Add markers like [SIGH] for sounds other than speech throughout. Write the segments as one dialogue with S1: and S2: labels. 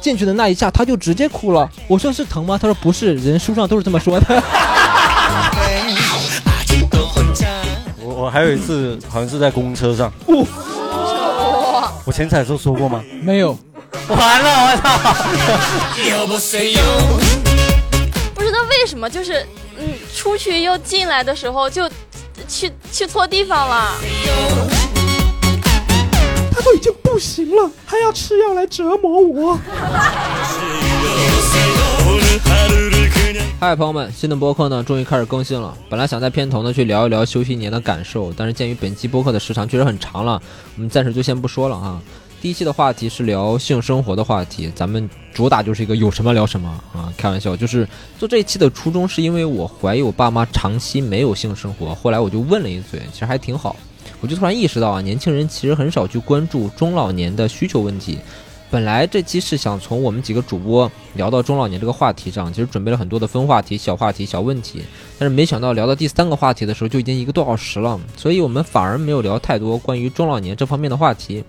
S1: 进去的那一下，他就直接哭了。我说是疼吗？他说不是，人书上都是这么说的。
S2: 我我还有一次好像是在公车上，我前彩的时候说过吗？
S1: [LAUGHS] 没有，
S2: 完了，我操！
S3: 不知道为什么，就是嗯，出去又进来的时候就去去错地方了。
S1: 他都已经不行了，还要吃药来折磨我。嗨，朋友们，新的播客呢终于开始更新了。本来想在片头呢去聊一聊休息一年的感受，但是鉴于本期播客的时长确实很长了，我们暂时就先不说了啊。第一期的话题是聊性生活的话题，咱们主打就是一个有什么聊什么啊，开玩笑。就是做这一期的初衷是因为我怀疑我爸妈长期没有性生活，后来我就问了一嘴，其实还挺好。我就突然意识到啊，年轻人其实很少去关注中老年的需求问题。本来这期是想从我们几个主播聊到中老年这个话题上，其实准备了很多的分话题、小话题、小问题，但是没想到聊到第三个话题的时候就已经一个多小时了，所以我们反而没有聊太多关于中老年这方面的话题。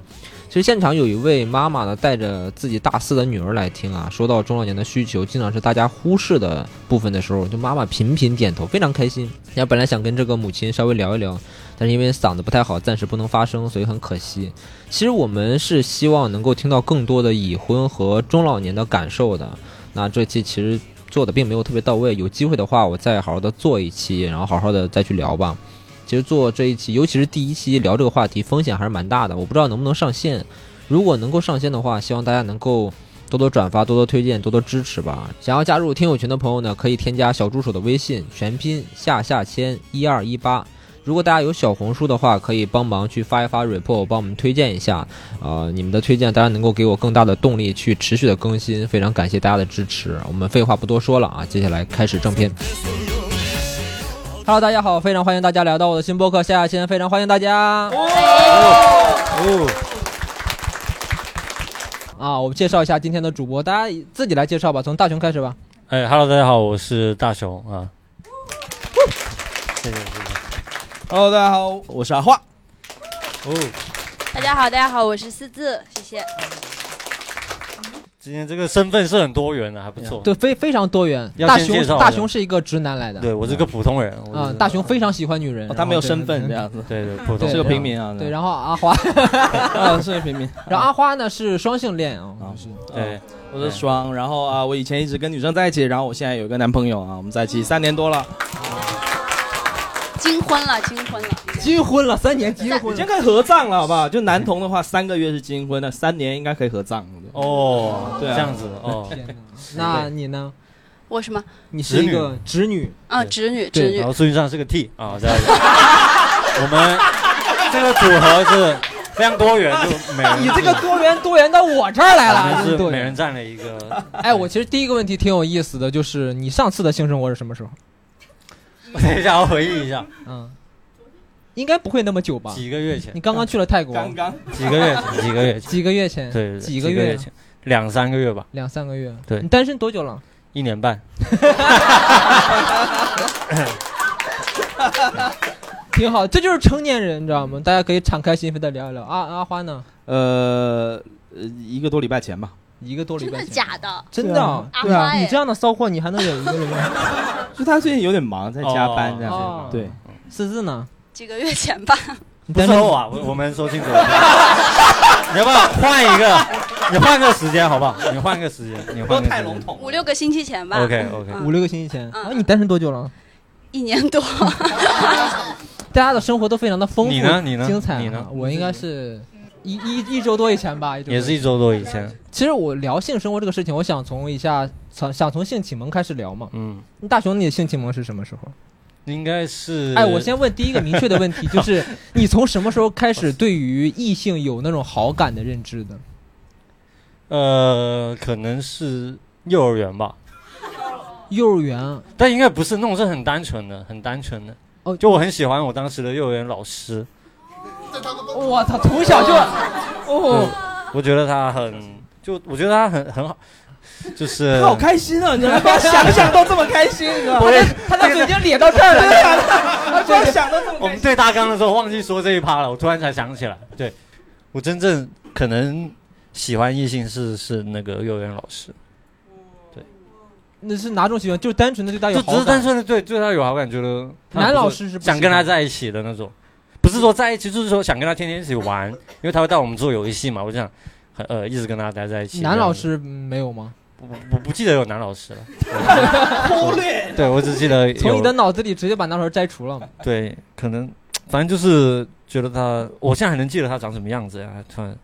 S1: 其实现场有一位妈妈呢，带着自己大四的女儿来听啊，说到中老年的需求，经常是大家忽视的部分的时候，就妈妈频频点头，非常开心。然后本来想跟这个母亲稍微聊一聊，但是因为嗓子不太好，暂时不能发声，所以很可惜。其实我们是希望能够听到更多的已婚和中老年的感受的。那这期其实做的并没有特别到位，有机会的话，我再好好的做一期，然后好好的再去聊吧。其实做这一期，尤其是第一期聊这个话题，风险还是蛮大的。我不知道能不能上线。如果能够上线的话，希望大家能够多多转发、多多推荐、多多支持吧。想要加入听友群的朋友呢，可以添加小助手的微信，全拼下下签一二一八。如果大家有小红书的话，可以帮忙去发一发 report，帮我们推荐一下。呃，你们的推荐当然能够给我更大的动力去持续的更新，非常感谢大家的支持。我们废话不多说了啊，接下来开始正片。Hello，大家好，非常欢迎大家来到我的新播客下下签，非常欢迎大家。
S2: 哦，
S1: 啊，我们介绍一下今天的主播，大家自己来介绍吧，从大雄开始吧。
S2: 哎，Hello，大家好，我是大雄啊。谢谢谢谢。
S4: Hello，大家好，我是阿画。
S2: 哦，
S3: 大家好，大家好，我是四字，谢谢。
S2: 今天这个身份是很多元的，还不
S4: 哦
S2: 错。
S1: 对，非非常多元。
S2: 要
S1: 大
S2: 先
S1: 雄
S2: 介绍
S1: 大
S2: 的
S1: 雄是一个直男来的，
S2: 对，我是个普通人。我
S1: 啊、
S2: 是
S1: 大雄非常喜欢女人，
S4: 哦
S1: 然
S4: 他
S1: 后
S4: 没有
S1: 对
S4: 身份
S1: 对
S4: 这样子，
S2: 对对普通
S1: 对
S2: 人
S4: 是个平民啊。
S1: 对，然后阿花， [LAUGHS]
S4: 啊，是个平民。
S1: 然后阿花呢是双性恋啊，
S4: 啊
S1: 就是嗯
S2: 对，
S4: 我是双，然后啊，我以前一直跟女生在一起，然后我现在有一个男朋友啊，我们在一起三年多了，
S1: 嗯
S5: 金婚了，金婚了。
S1: 金婚了，三年金婚
S4: 已经可以合葬了，好不好？就男同的话，三个月是金婚，那三年应该可以合葬。
S2: 哦，
S4: 对啊
S2: 这样子哦。
S1: 天哪那你呢？
S5: 我什么？
S1: 你是一个直女，
S3: 啊
S5: 嗯，侄女，
S1: 对
S5: 侄
S2: 然
S5: 女。
S2: 后顺序上是个 T 啊，这样子。我们这个组合是非常多元，就每人
S1: 你这个多元多元到我这儿来了，
S2: 我们
S1: 真
S2: 是
S1: 多
S2: 啊每
S1: 元
S2: 人。占了一个。
S1: 哎，我其实第一个问题挺有意思的，就是你上次的性生活是什么时候？
S2: 我等一下，我回忆一下，
S1: 嗯，应该不会那么久吧？
S2: 几个月前
S1: 你，刚刚去了泰国，
S4: 刚刚
S2: 几个月前，几个月前，
S1: 几个月前，
S2: 对对，对
S1: 几
S2: 个
S1: 个月，
S2: 前，两三个月吧，
S1: 两三个月。
S2: 对
S1: 你单身多久
S2: [LAUGHS]
S1: 了？
S2: 一年半。
S1: 挺好，这就是成年人，你知道吗？大家可以敞开心扉的聊一聊。阿、阿花呢？
S4: 呃呃一个多礼拜前吧，
S1: 一个多礼
S5: 真
S1: 拜
S5: 的
S1: 前，
S5: 假的？
S1: 真的啊，
S5: 阿
S1: 对
S5: 花
S1: 啊，
S5: 哎
S1: 你这样的骚货，你还能有一个人
S2: [LAUGHS]
S1: 吗？
S4: 就他最近有点忙，在加班这样子。
S1: 哦
S4: 对，
S1: 四字呢？
S5: 几个月前吧。
S1: 你
S2: 不
S1: 单
S2: 是
S1: 身
S2: 我啊，我我们说清楚。 [LAUGHS] 你要不要换一个？ [LAUGHS] 你换个时间好不好？你换个 [LAUGHS] 时间，你换个时间。
S4: 统
S5: 五六个星期前吧。
S2: OK [LAUGHS] OK，
S5: 嗯
S1: 五六个星期前，
S5: 嗯
S1: 啊，你单身多久了？
S5: 一年多。
S1: 大家的生活都非常的丰富，
S2: 你呢你呢
S1: 精彩啊。
S2: 你呢
S1: 我应该是一一一周多以前吧，一周多
S2: 也是一周多以前。
S1: 其实我聊性生活这个事情，我想从一下想想从性启蒙开始聊嘛。
S2: 嗯，
S1: 大雄，你的性启蒙是什么时候？
S2: 应该是。
S1: 哎，我先问第一个明确的问题，就是 [LAUGHS] 你从什么时候开始对于异性有那种好感的认知的？
S2: 呃，可能是幼儿园吧，
S1: 幼儿园
S2: 但应该不是那种是很单纯的，很单纯的。
S1: 哦
S2: 就我很喜欢我当时的幼儿园老师，
S1: 我操，从小就，哦，
S2: 我觉得他很，就我觉得他很很好，就是
S4: 好开心啊！你
S1: [LAUGHS]
S4: 知道吗？光想想都这么开心，你知 [LAUGHS] 道吗？
S1: 他的嘴已经咧到这儿
S4: 对
S1: 了。
S4: 呀，光想都
S1: [LAUGHS]
S4: 这么
S2: 我
S4: 开
S2: 们
S4: 心。
S2: 对大纲的时候忘记说这一趴了，我突然才想起来。对，我真正可能喜欢异性是是那个幼儿园老师，
S1: 那是哪种喜欢？就是单纯的对他有
S2: 就
S1: 好
S2: 只
S1: 感。
S2: 是单纯的对对他有好感，觉得他
S1: 男
S2: 不错
S1: 老师是不
S2: 想
S1: 喜
S2: 跟他
S1: 欢
S2: 在一起的那种，不是说在一起，就是说想跟他天天一起玩， [LAUGHS] 因为他会带我们做游戏嘛，我就想很呃一直跟他待在一起。
S1: 男
S2: 这样
S1: 老
S2: 子
S1: 师没有吗？
S2: 不不不记得有男
S1: [LAUGHS]
S2: 老师了，忽略。对我只记得
S1: 从你
S2: 有
S1: 的脑子里直接把男老师摘除了。
S2: [LAUGHS] 对，可能嗯反正就是觉得他，我现在还能记得他长什么样子呀，还突然，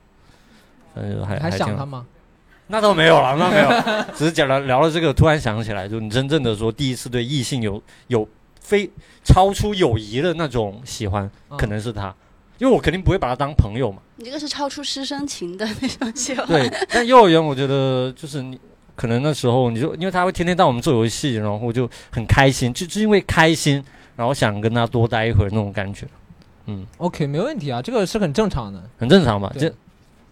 S2: 反正哎还
S1: 你还想
S2: 挺
S1: 他
S2: 好
S1: 吗？
S2: 那倒没有了，那没
S1: [LAUGHS]
S2: 有，只是讲了聊了这个，突然想起来，就你真正的说第一次对异性有有非超出友谊的那种喜欢，
S1: 嗯
S2: 可能是他，因为我肯定不会把他当朋
S1: [LAUGHS]
S2: 友嘛。
S3: 你这个是超出师生情的那种喜欢。
S2: 对，但幼儿园我觉得就是你。可能那时候你就因为他会天天带我们做游戏，然后我就很开心，就就因为开心，然后想跟他多待一会儿那种感觉，
S1: OK，没问题啊，这个是很正常的。
S2: 很正常吧？
S1: 对
S2: 啊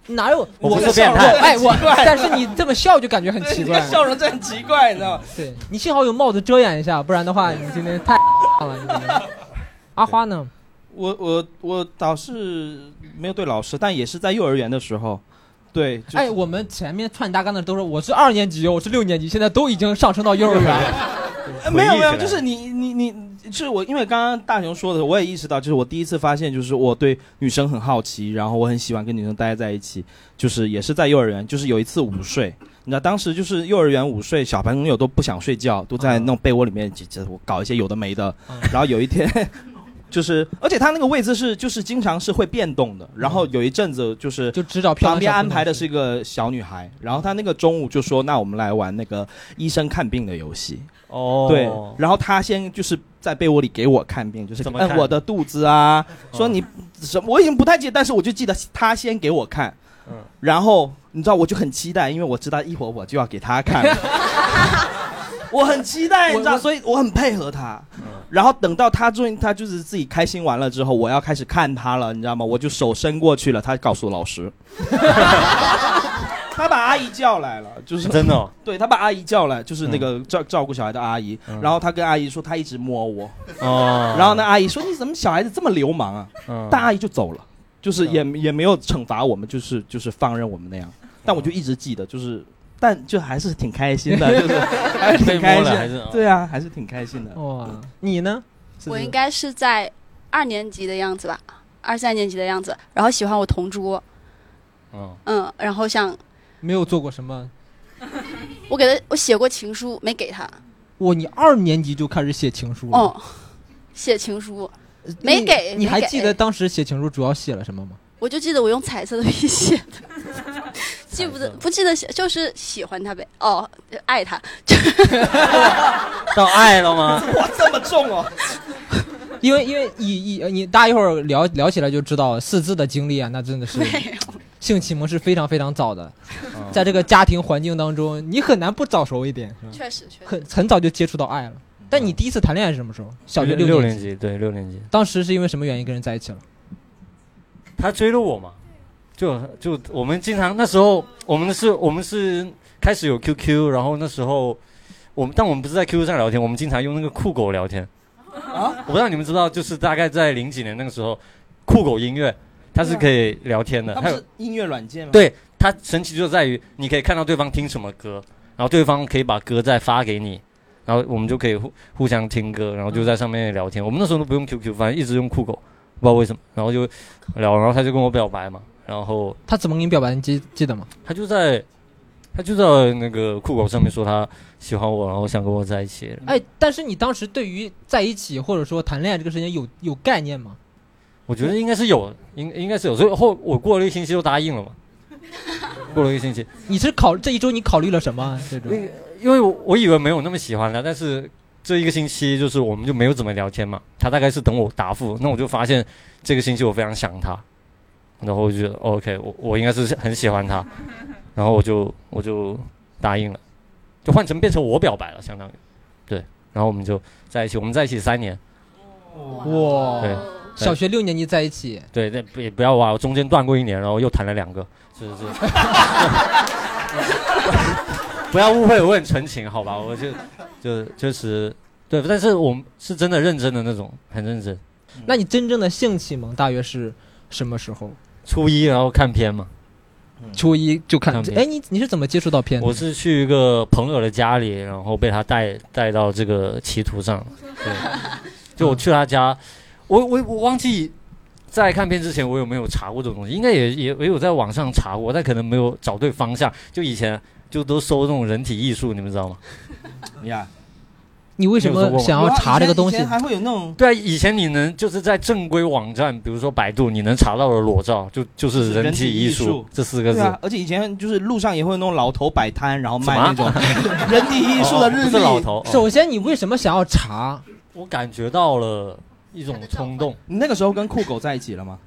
S2: 这
S1: 哪有
S2: 我不
S1: 我
S2: 是变态
S1: 哎我，
S2: 啊
S1: 但是你这么笑就感觉很
S4: [LAUGHS]
S1: 奇怪。
S4: 容真很奇怪，你知道吗？
S1: 对你幸好有帽子遮掩一下，不然的话你今天太 [LAUGHS] 了。你今
S2: [LAUGHS]
S1: 天阿花呢？
S4: 我我我倒是没有对老师，但也是在幼儿园的时候，对，就是
S1: 哎，我们前面串大纲的都说我是二年级，我是六年级，现在都已经上升到幼儿园了。
S4: 呃没有
S2: 回忆
S4: 没有，
S2: 起来
S4: 就是你你你，就是我，因为刚刚大雄说的，我也意识到，就是我第一次发现，就是我对女生很好奇，然后我很喜欢跟女生待在一起，就是也是在幼儿园，就是有一次午睡，你知道当时就是幼儿园午睡，小朋友都不想睡觉，都在那种被窝里面，就我搞一些有的没的
S1: 嗯，
S4: 然后有一天。 [LAUGHS] 就是，而且他那个位置是，就是经常是会变动的。然后有一阵子就是
S1: 就只找漂亮
S4: 旁边
S1: 小姑
S4: 安
S1: 娘
S4: 排的
S1: 去
S4: 是一个小女孩，然后她那个中午就说：“那我们来玩那个医生看病的游戏。”
S2: 哦
S4: 对，然后她先就是在被窝里给我看病，就是
S2: 怎么看嗯
S4: 摁我的肚子啊，说你什么，我已经不太记得，但是我就记得她先给我看，
S2: 嗯
S4: 然后你知道我就很期待，因为我知道一会儿我就要给她
S2: [LAUGHS]
S4: 看了。我很期待，你知道，所以我很配合她。
S2: 嗯
S4: 然后等到她终于，她就是自己开心完了之后，我要开始看她了，你知道吗？我就手伸过去了，她告诉
S2: [LAUGHS]
S4: 老师，她把阿姨叫来了，就
S2: [LAUGHS]
S4: 是
S2: 真的、哦，
S4: 对他把阿姨叫来，就是那个照、照顾小孩的阿姨，
S2: 嗯
S4: 然后他跟阿姨说他一直摸我，
S2: [LAUGHS] 哦
S4: 然后呢，阿姨说你怎么小孩子这么流氓啊？
S2: 嗯
S4: 大阿姨就走了，就是也、也没有惩罚我们，就是就是放任我们那样。
S2: 嗯
S4: 但我就一直记得，就是但就还是挺开
S2: [LAUGHS]
S4: 心的，就是还是
S2: 被摸
S4: 挺开
S2: 了还
S4: 心，
S2: 是嗯哦
S4: 对啊，还是挺开心的。
S1: 哇，你呢？
S4: 是不
S3: 我
S4: 是
S3: 应该是在二年级的样子吧，二三年级的样子，然后喜欢我同桌，
S2: 嗯
S3: 嗯，然后想
S1: 没有做过什么？
S3: 我给他，我写过情书没给他，
S1: 我你二年级就开始写情书了，
S3: 哦，写情书，
S1: 你
S3: 没给
S1: 你
S3: 没
S1: 还
S3: 给
S1: 记得当时写情书主要写了什么吗？
S3: 我就记得我用彩色的笔写的，记不得不记得写，就是喜欢他呗，哦，爱他，
S2: 到爱了吗？
S4: 哇这么重哦，
S1: 因为因为你你你大家一会儿聊聊起来就知道四字的经历啊，那真的是
S3: [LAUGHS] 没有，
S1: [LAUGHS] 性启蒙是非常非常早的，
S2: 嗯
S1: 在这个家庭环境当中，你很难不早熟一点，
S3: 确实确实，
S1: 很很早就接触到爱了。但你第一次谈恋爱是什么时候？小学
S2: 嗯六
S1: 年
S2: 年，级，对六年级，
S1: 当时是因为什么原因跟人在一起了？
S2: 他追了我嘛，就就我们经常那时候我们是我们是开始有 QQ，然后那时候我们但我们不是在 QQ 上聊天，我们经常用那个酷狗聊天。啊，我不知道你们知道，就是大概在零几年那个时候，酷狗音乐它是可以聊天的，
S4: 他
S2: 还
S4: 不
S2: 有
S4: 是音乐软件吗？
S2: 对它神奇就在于你可以看到对方听什么歌，然后对方可以把歌再发给你。然后我们就可以互互相听歌，然后就在上面聊天。我们那时候都不用 QQ，反正一直用酷狗，不知道为什么。然后就聊，然后他就跟我表白嘛，然后
S1: 他怎么给你表白？你记记得吗？
S2: 他就在他就在那个酷狗上面说他喜欢我，然后想跟我在一起。
S1: 哎，但是你当时对于在一起或者说谈恋爱这个事情有有概念吗？
S2: 我觉得应该是有，应应该是有，所以后我过了一个星期就答应了嘛。过了一个星期，
S1: 你是考这一周你考虑了什么？这种
S2: 因为我我以为没有那么喜欢了，但是这一个星期就是我们就没有怎么聊天嘛。他大概是等我答复，那我就发现这个星期我非常想他，然后我就觉得哦 OK，我我应该是很喜欢他，然后我就我就答应了，就换成变成我表白了，相当于对，然后我们就在一起，我们在一起三年，
S1: 哇
S2: 对
S1: 小学六年级在一起，
S2: 对，那不也不要哇，我中间断过一年，然后又谈了两个，是是 [LAUGHS] 是。不要误会，我很纯情，好吧？我就就确实对，但是我们是真的认真的那种，很认真。嗯
S1: 那你真正的性启蒙大约是什么时候？
S2: 初一然后看片嘛，
S1: 初一就看
S2: 看，片
S1: 哎，你你是怎么接触到片的？
S2: 我是去一个朋友的家里，然后被他带带到这个歧途上。对，就我去他家，我我我忘记在看片之前我有没有查过这种东西，应该也也也有在网上查过，但可能没有找对方向。就以前就都搜这种人体艺术，你们知道吗？
S4: 呀，
S1: 你为什
S2: 你有
S1: 么
S2: 做过吗
S1: 想要查这个东西
S4: 以前？还会有那种
S2: 对啊，以前你能就是在正规网站，比如说百度，你能查到的裸照就就是人体艺
S4: 人体艺术
S2: 术这四个字。
S4: 对啊，而且以前就是路上也会有那种老头摆摊，然后卖那
S2: 什么
S4: 种 [LAUGHS] 人体艺术的日
S2: 哦不
S4: 历。
S2: 是老头，哦
S1: 首先，你为什么想要查？
S2: 我感觉到了一种冲动。
S4: 你那个时候跟酷狗在一起了吗？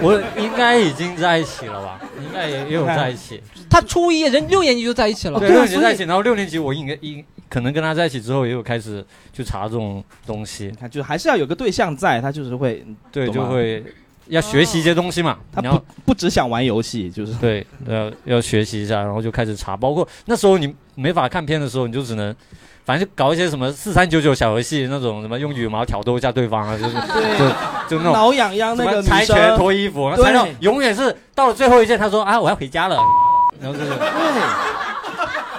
S2: 我应该已经在一起了吧？应该也也有在一 [LAUGHS] 起，
S1: 他初一人六年级就在一起了，
S2: 对，六年级在一起，然后六年级我应该应可能跟他在一起之后，也有开始去查这种东西
S4: 你，看，就是还是要有个对象在，他就是会，
S2: 对，
S4: 懂吗
S2: 就会哦要学习一些东西嘛，
S4: 他
S2: 然后
S4: 不不只想玩游戏，就是
S2: 对，要要学习一下，然后就开始查，包括那时候你没法看片的时候，你就只能。反正就搞一些什么四三九九小游戏那种，什么用羽毛挑逗一下对方啊，就是就就那种
S4: 挠痒痒
S2: 什
S4: 那个
S2: 么
S4: 女
S2: 猜拳、
S4: 生，
S2: 脱衣服，
S4: 对
S2: 猜到永远是到了最后一件，他说啊我要回家了， [LAUGHS] 然后就是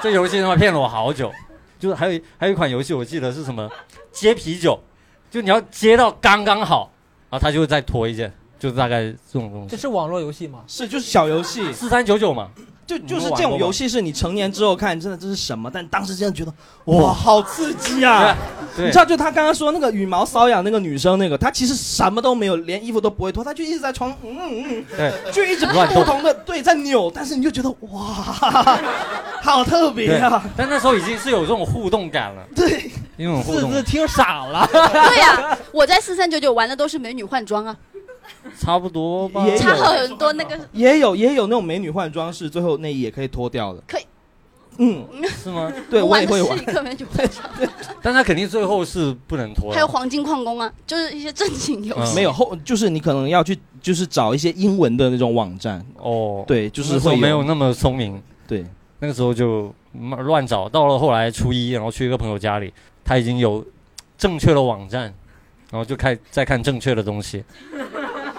S2: 这游戏他妈骗了我好久。就是还有一还有一款游戏，我记得是什么接啤酒，就你要接到刚刚好，然后他就会再脱一件，就是大概这种东
S1: 这
S2: 西。
S1: 是网络游戏吗？ [LAUGHS]
S4: 是就是小游戏，
S2: 四三九九嘛，
S4: 就
S2: 你们
S4: 就是
S2: 玩过
S4: 这种
S2: 吗
S4: 游戏是你成年之后看，真的这是什么？但当时真的觉得哇，好刺激啊！
S2: 对
S4: 你知道，就他刚刚说那个羽毛瘙痒那个女生，那个她其实什么都没有，连衣服都不会脱，她就一直在床上，嗯嗯
S2: 对
S4: 嗯，就一直
S2: 乱动
S4: 不同的对在扭，但是你就觉得哇，好特别
S2: 对
S4: 啊！，
S2: 但那时候已经是有这种互动感了，
S4: 对，
S2: 那种互
S1: 四
S2: 动
S1: 字听傻了，
S3: 对呀、 [LAUGHS] 我在四三九九玩的都是美女换装啊，
S2: 差不多吧。
S4: 也有
S3: 差很多那个
S4: 也有也有那种美女换装是最后内衣也可以脱掉的，
S3: 可以，
S4: 嗯，
S2: 是吗？
S4: 对我
S3: 玩
S4: 也
S3: 的
S4: 会
S3: 是
S4: 玩
S3: 一，个美女换装，
S2: 但他肯定最后是不能脱的。
S3: 还有黄金矿工啊，就是一些正经游戏。
S2: 嗯
S4: 没有后就是你可能要去就是找一些英文的那种网站，
S2: 哦，，
S4: 对，就
S2: 时
S4: 是
S2: 候
S4: 会
S2: 没有那么聪明，
S4: 对。
S2: 那个时候就嗯乱找，到了后来初一，然后去一个朋友家里，他已经有正确的网站，然后就开再看正确的东西。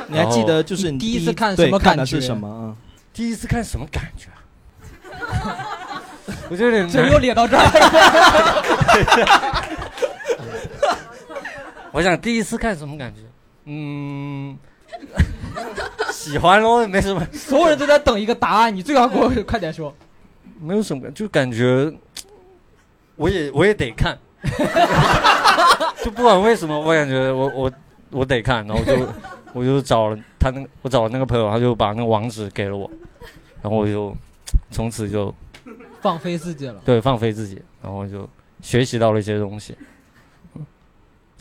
S4: 你还记得就是你
S1: 你
S4: 第
S1: 第一次看
S4: 对
S1: 什么
S4: 看
S1: 感
S4: 的是
S1: 觉
S4: 什么？嗯
S2: 第一次看什么感觉啊？ [LAUGHS] 我就有点
S1: 怎么又
S2: 难，
S1: 咧到这儿？
S2: 我想第一次看什么感觉？嗯， [LAUGHS] 喜欢咯，没什么，
S1: 所有人都在等一个答案，你最好给我快点说。
S2: 没有什么，就感觉我也我也得 [LAUGHS] 看，就不管为什么，我感觉我我我得看，然后就我就找了他那个我找了那个朋友，他就把那个网址给了我，然后我就从此就
S1: 放飞自己了，
S2: 对放飞自己，然后就学习到了一些东西，嗯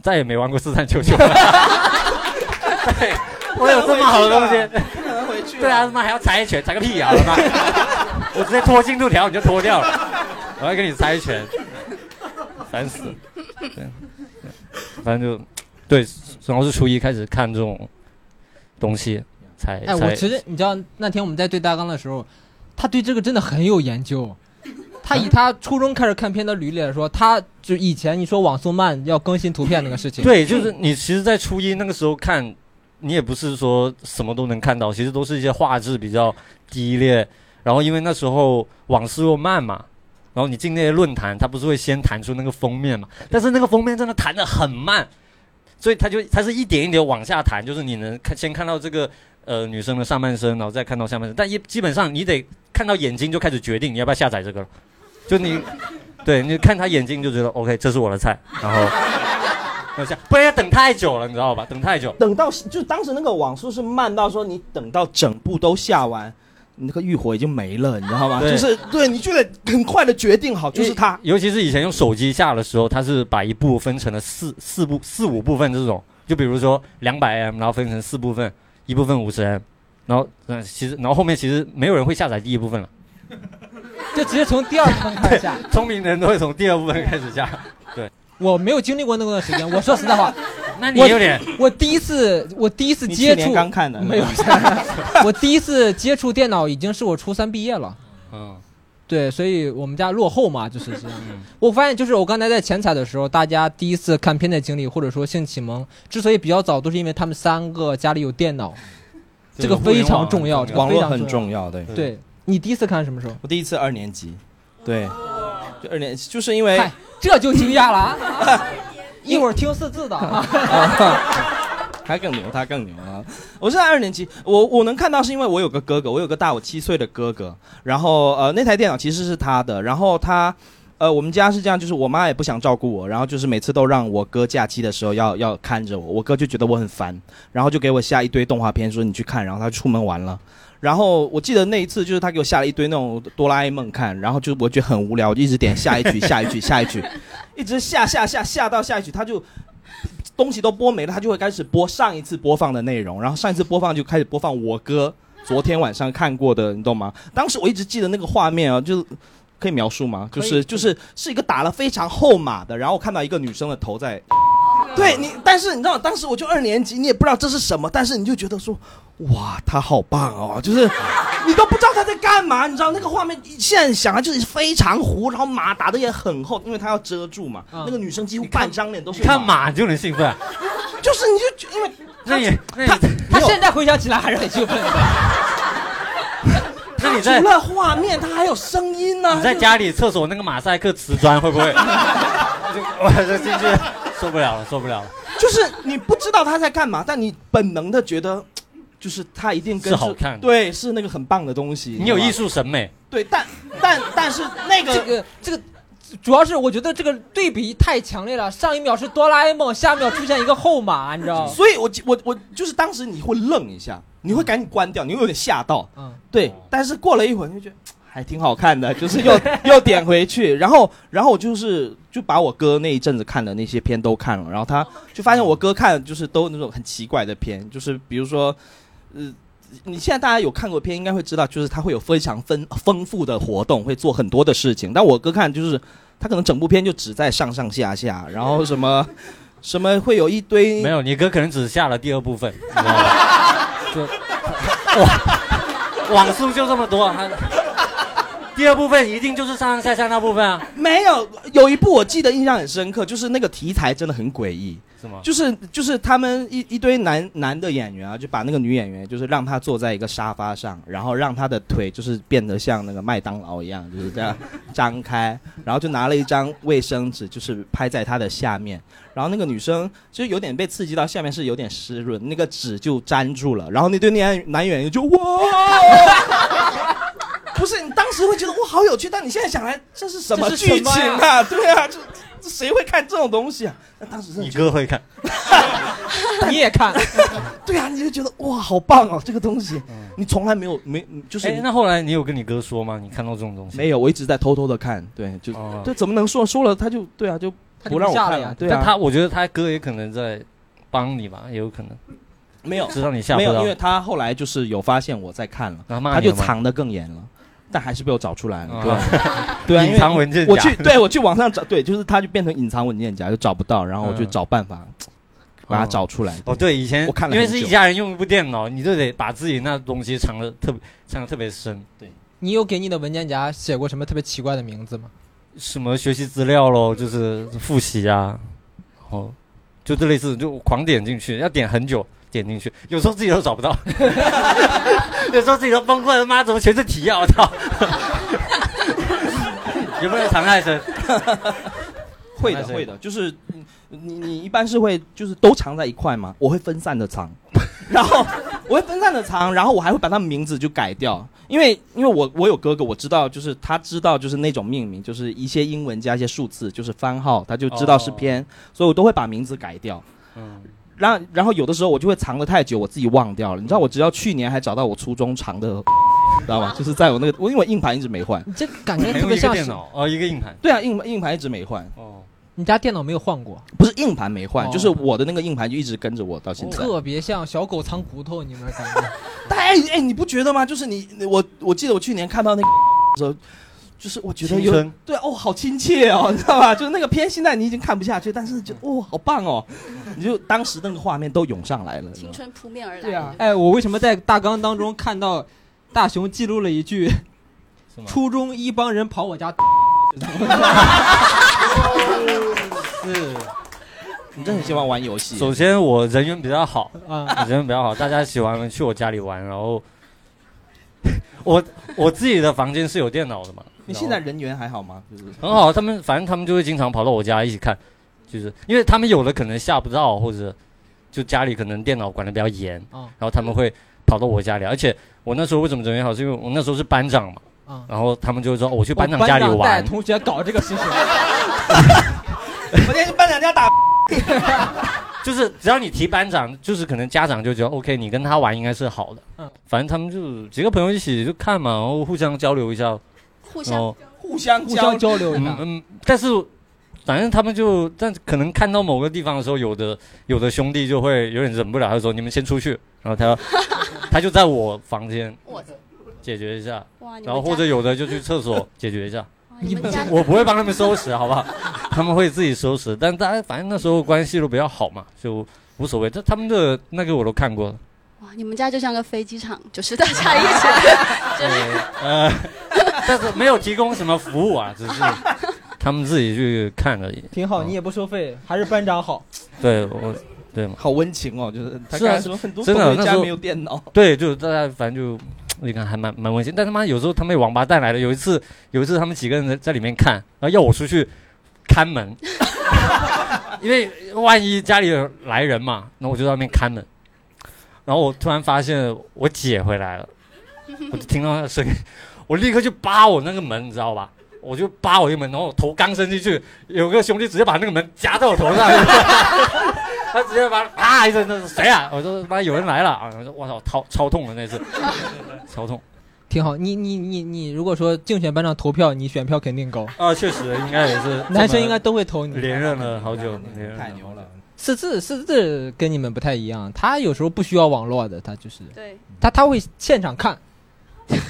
S2: 再也没玩过四三 [LAUGHS] 九九。对，我有这么好的东西。
S4: 不可能回去
S2: 对啊，他妈还要猜一拳，猜个屁啊！他妈，我直接拖进度条你就脱掉了，我要跟你猜一拳，烦死了。对，对反正就对，然后是初一开始看这种东西，才
S1: 哎，我
S2: 才
S1: 其实你知道，那天我们在对大纲的时候，他对这个真的很有研究。他以他初中开始看片的履历来说，他就以前你说网速慢要更新图片那个事情，
S2: 对，就是你其实，在初一那个时候看，你也不是说什么都能看到，其实都是一些画质比较低劣，然后因为那时候网速又慢嘛。然后你进那些论坛，它不是会先弹出那个封面嘛？但是那个封面真的弹得很慢，所以它就它是一点一点往下弹，就是你能看先看到这个呃女生的上半身，然后再看到下半身，但一基本上你得看到眼睛就开始决定你要不要下载这个了，就你 [LAUGHS] 对你看她眼睛就觉得 OK 这是我的菜，然后等一下，不然要等太久了，你知道吧？等太久。
S4: 等到就当时那个网速是慢到说你等到整部都下完，你那个欲火已经没了，你知道吗？
S2: 对
S4: 就是对你就得很快的决定好，就是它。
S2: 尤其是以前用手机下的时候，它是把一部分成了四四部四五部分这种，就比如说两百 M，然后分成四部分，一部分五十 M，然后嗯、呃其实然后后面其实没有人会下载第一部分了，
S1: 就直接从第二部分开始啊下。
S2: 聪明人都会从第二部分开始下。
S1: 我没有经历过那段时间，我说实在话，
S2: 那你有点
S1: 我第一次我第一次
S4: 你
S1: 接
S4: 去
S1: 触
S4: 年刚看的嗯
S1: 没有，我第一次接触电脑已经是我初三毕业了。
S2: 嗯
S1: 对，所以我们家落后嘛，就是这样
S2: 嗯。
S1: 我发现，就是我刚才在前彩的时候，大家第一次看片的经历，或者说性启蒙，之所以比较早，都是因为他们三个家里有电脑，这个非常重要，这个
S4: 网
S1: 非
S4: 络
S1: 常
S4: 很重要，对。
S2: 要
S1: 对你第一次看什么时候？
S4: 我第一次二年级，对，就二年级，就是因为
S1: 嗨这就惊讶了啊！一会儿听四字的啊。 [LAUGHS]
S4: 他更牛，他更牛啊！我是在二年级，我我能看到是因为我有个哥哥，我有个大我七岁的哥哥，然后呃那台电脑其实是他的，然后他。呃，我们家是这样，就是我妈也不想照顾我，然后就是每次都让我哥假期的时候要要看着我，我哥就觉得我很烦，然后就给我下一堆动画片，说你去看，然后他就出门玩了。然后我记得那一次就是他给我下了一堆那种哆啦 A 梦看，然后就我觉得很无聊，我就一直点下一曲、下一曲、下
S1: [LAUGHS]
S4: 一曲，一直下下下下到下一曲，他就东西都播没了，他就会开始播上一次播放的内容，然后上一次播放就开始播放我哥昨天晚上看过的，你懂吗？当时我一直记得那个画面啊，就是可以描述吗？就
S1: 可以
S4: 是就是是一个打了非常后码的，然后我看到一个女生的头在。
S2: 嗯
S4: 对你，但是你知道，当时我就二年级，你也不知道这是什么，但是你就觉得说，哇，他好棒哦，就是你都不知道他在干嘛，你知道那个画面，现在想啊，就是非常糊，然后码打的也很厚，因为他要遮住嘛，
S1: 嗯
S4: 那个女生几乎半张脸都是
S2: 看马就能兴奋，
S4: 就是你就觉因为
S2: 那你那
S4: 他
S2: 你
S1: 他现在回想起来还是很兴奋的。
S2: 那你
S4: 除
S2: 在
S4: 了画面，他还有声音呢、
S2: 你在家里厕所那个马赛克瓷砖会不 [LAUGHS] 会？就我这进去受不了了，受不了了，
S4: 就是你不知道他在干嘛，但你本能的觉得，就是他一定跟
S2: 是好看的
S4: 对，是那个很棒的东西。
S2: 你有艺
S4: 术，
S2: 术审美，
S4: 对，但但但是那
S2: [LAUGHS]
S1: 这
S4: 个
S1: 个这个，主要是我觉得这个对比太强烈了。上一秒是哆啦 A 梦，下一秒出现一个后马，你知道吗？
S4: 所以我我我就是当时你会愣一下，你会赶紧关掉，你会有点吓到。
S1: 嗯，
S4: 对，但是过了一会儿你就觉得嘖还挺好看的， [LAUGHS] 就是又又点回去，然后然后我就是就把我哥那一阵子看的那些片都看了，然后他就发现我哥看的就是都那种很奇怪的片，就是比如说，呃。你现在大家有看过片，应该会知道，就是他会有非常丰丰富的活动，会做很多的事情。但我哥看就是，他可能整部片就只在上上下下，然后什么什么会有一堆
S2: 没有，你哥可能只下了第二部分，你知道吗？就网网速就这么多，他第二部分一定就是上上下下那部分啊，
S4: 没有有一部我记得印象很深刻，就是那个题材真的很诡异，
S2: 是吗？
S4: 就是就是他们一一堆男男的演员啊，就把那个女演员就是让她坐在一个沙发上，然后让她的腿就是变得像那个麦当劳一样，就是这样张开，然后就拿了一张卫生纸，就是拍在她的下面，然后那个女生就有点被刺激到，下面是有点湿润，那个纸就粘住了，然后那对男男演员就哇。不是你当时会觉得哇好有趣，但你现在想来这是什么
S1: 这是
S4: 剧
S1: 什么
S4: 情
S1: 呀
S4: 啊？对啊，这这谁会看这种东西啊？那当时是
S2: 你哥会看，
S1: 你也看，
S4: 对啊，你就觉得哇，好棒哦，这个东西，
S2: 嗯
S4: 你从来没有没就是
S2: 哎，那后来你有跟你哥说吗？你看到这种东西
S4: 没有，我一直在偷偷的看，对，就
S2: 哦
S4: 对，怎么能说说了他就对啊，就
S1: 他就
S4: 不让我
S1: 下了
S4: 看
S1: 呀。
S4: 对
S2: 但
S4: 啊，
S2: 他，我觉得他哥也可能在帮你吧，也有可能
S4: 没有
S2: 知道你吓
S4: 没
S2: 不
S4: 有，
S2: 到
S4: 因为，他后来就是有发现我在看了，
S2: 然后骂
S4: 他
S2: 你
S4: 就
S2: 了吗
S4: 藏得更严了，但还是被我找出来了，对
S2: 啊
S4: 啊
S2: [LAUGHS]
S4: 对啊，因
S2: 隐
S4: 为
S2: 藏文件夹
S4: 我去对我去网上找，对，就是他就变成隐藏文件夹，就找不到，然后我就
S2: 嗯
S4: 找办法把它找出来。
S2: 哦，对，以前
S4: 我看了
S2: 因为
S4: 很
S2: 是一
S4: 久
S2: 家人用一部电脑，你就得把自己那东西藏的特别藏的特别深，
S1: 你有给你的文件夹写过什么特别奇怪的名字吗？
S2: 什么学习资料咯，就是复习啊，然后就这类似就狂点进去，要点很久点进去，有时候自己都找不到， [LAUGHS] 有时候自己都崩溃了，妈怎么全是题啊，我操！ [LAUGHS] 有没有藏太深？
S4: 会的，
S2: 那谁
S4: 会的，就是嗯你你一般是会就是都藏在一块吗？我会分散的藏， [LAUGHS] 然后我会分散的藏，然后我还会把他们名字就改掉，因为因为我我有哥哥，我知道就是他知道就是那种命名，就是一些英文加一些数字，就是番号，他就知道是偏，所以我都会把名字改掉。
S2: 嗯，
S4: 然后然后有的时候我就会藏的太久，我自己忘掉了。你知道，我直到去年还找到我初中藏的， [LAUGHS] 知道吗？就是在我那个我因为我硬盘一直没换，
S1: 你这感觉
S2: 嗯还
S1: 特
S2: 用
S1: 别
S2: 一个
S1: 像
S2: 电
S1: 是
S2: 脑哦，一个硬盘
S4: 对啊，硬硬盘一直没换，
S2: 哦，
S1: 你家电脑没有换过，
S4: 不是硬盘没换，
S1: 哦
S4: 就是我的那个硬盘就一直跟着我到现在。
S3: 哦
S1: 特别像小狗藏骨头，你们的感觉。
S4: 哎哎，你不觉得吗？就是你你我我记得我去年看到那个的时候，就是我觉得
S2: 青
S4: 有
S2: 春
S4: 对哦，好亲切哦，你知道吧？就是那个片，现在你已经看不下去，但是就
S3: 嗯
S4: 哦，好棒哦，你就当时那个画面都涌上来了。你知道
S3: 青
S4: 吗
S3: 春扑面而来。
S4: 嗯对啊
S1: 哎，我为什么在大纲当中看到大雄记录了一句
S2: 是吗？
S1: 初中一帮人跑我家，
S2: 是
S4: 你真的很喜欢玩游戏。
S2: 首先我人缘比较好， [LAUGHS]
S1: 啊，
S2: 人缘比较好，大家喜欢去我家里玩，然后我我自己的房间是有电脑的嘛，
S4: 你现在人缘还好吗？
S2: [LAUGHS]
S4: 就是
S2: 很好，他们反正他们就会经常跑到我家一起看，就是因为他们有的可能下不到，或者就家里可能电脑管的比较严，
S1: 嗯
S2: 然后他们会跑到我家里，而且我那时候为什么人缘好，是因为我那时候是班长嘛，
S1: 啊，
S2: 然后他们就会说嗯哦我去
S1: 去
S2: 班长家里
S1: 带
S2: 玩，
S1: 同学搞这个事情， [LAUGHS]
S4: 我今天去班长家打，
S2: 就是只要你提班长，就是可能家长就觉得哦 OK，你跟他玩应该是好的，
S1: 嗯
S2: 反正他们就几个朋友一起就看嘛，然后互相交流一下，
S3: 互
S2: 然
S3: 相
S2: 后
S4: 互相
S1: 互相交流一
S2: 嗯
S1: 下。
S2: 嗯，但是反正他们就，但可能看到某个地方的时候，有的有的兄弟就会有点忍不了，他就说你们先出去，然后他 [LAUGHS] 他就在我房间
S3: 我
S2: 解决一下，
S3: 哇，你
S2: 然后
S3: 们
S2: 或
S3: 家
S2: 者有的就去厕所 [LAUGHS] 解决一下，
S3: 哇你们家
S2: 我不会帮他们收拾，好不 [LAUGHS] 好？他们会自己收拾，但大家反正那时候关系都比较好嘛，就无所谓。这他们的那个我都看过了，
S3: 哇，你们家就像个飞机场，就是大家一起
S2: 呃，但是没有提供什么服务啊，只是他们自己去看而已。
S1: 挺好，你也不收费，还是班长好。
S2: 对我，对嘛。
S4: 好温情哦，就是他
S2: 是啊
S4: 干什么很多
S2: 真的
S4: 同学
S2: 那时
S4: 家
S2: 候
S4: 没有电脑，
S2: 对，就大家反正就你看还蛮蛮温馨，但他妈有时候他们王八蛋来了，有一次有一次他们几个人在在里面看，然后要我出去看门，因为万一家里有来人嘛，然后我就在外面看门，然后我突然发现我姐回来了，我就听到她的声音，我立刻就扒我那个门，你知道吧？我就扒我一门，然后我头刚伸进去，有个兄弟直接把那个门夹在我头上， [LAUGHS] 他直接把啊一声，那是谁啊？我说妈有人来了啊！我说我操，超超痛的
S1: [LAUGHS]
S2: 那次，超痛
S1: 挺好，你你你你，如果说竞选班长投票，你选票肯定高，
S2: 啊，确实应该也是
S1: 男生应该都会投你。
S2: [LAUGHS] 连任了好久，连任
S4: 太牛了。
S1: 四字四字跟你们不太一样，他有时候不需要网络的，他就是
S6: 对，
S1: 他他会现场
S3: [LAUGHS]
S1: 看，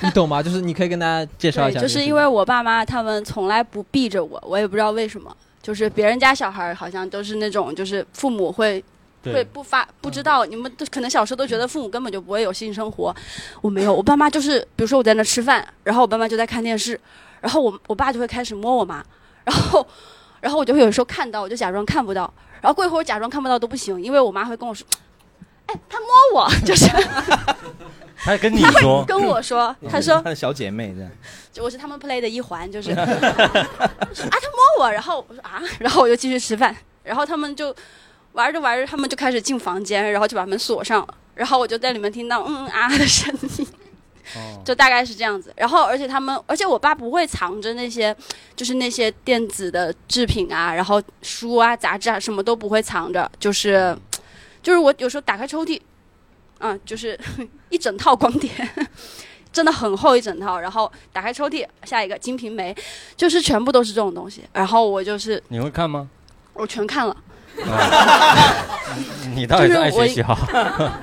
S1: 你懂吗？就是你可以跟大家介绍一
S3: 对，
S1: 下，
S3: 就是因为我爸妈他们从来不避着我，我也不知道为什么。就是别人家小孩儿好像都是那种，就是父母会会
S2: 对，
S3: 不发不知道，你们都可能小时候都觉得父母根本就不会有性生活，我没有，我爸妈就是，比如说我在那吃饭，然后我爸妈就在看电视，然后我我爸就会开始摸我妈，然后然后我就会有时候看到，我就假装看不到，然后过一会儿我假装看不到都不行，因为我妈会跟我说，哎，他摸我， [LAUGHS] 就是
S2: 他跟你
S3: 他会
S2: 说，
S3: 跟我说，他说
S4: 他的小姐妹这样，
S3: 就我是他们 play 的一环，就是说啊，他摸我，然后我说啊， [LAUGHS] 然后我就继续吃饭，然后他们就玩着玩着，他们就开始进房间，然后就把门锁上了，然后我就在里面听到嗯嗯啊的声音，
S2: 哦
S3: [LAUGHS] 就大概是这样子。然后而且他们，而且我爸不会藏着那些，就是那些电子的制品啊，然后书啊、杂志啊，什么都不会藏着，就是就是我有时候打开抽屉，嗯，就是 [LAUGHS] 一整套光碟。真的很厚一整套，然后打开抽屉，下一个《金瓶梅》，就是全部都是这种东西。然后我就是
S2: 你会看吗？
S3: 我全看了，
S2: 你到底是爱学习好？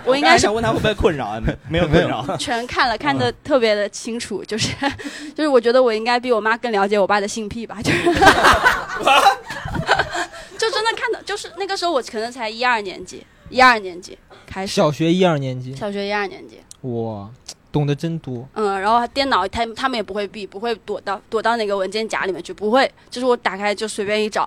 S3: 我应该是
S4: 想问他会不会困扰 [LAUGHS] 啊？没没有困扰，
S3: 全看了，看
S1: 嗯
S3: 的特别的清楚，就是 [LAUGHS] 就是我觉得我应该比我妈更了解我爸的性癖吧，就是 [LAUGHS] 就真的看到，就是那个时候我可能才一二年级，一二年级开始，
S1: 小学一二年级，
S3: 小学一二年级，
S1: 哇，懂得真多。
S3: 嗯，然后电脑他他们也不会避，不会躲到躲到那个文件夹里面去，不会，就是我打开就随便一找，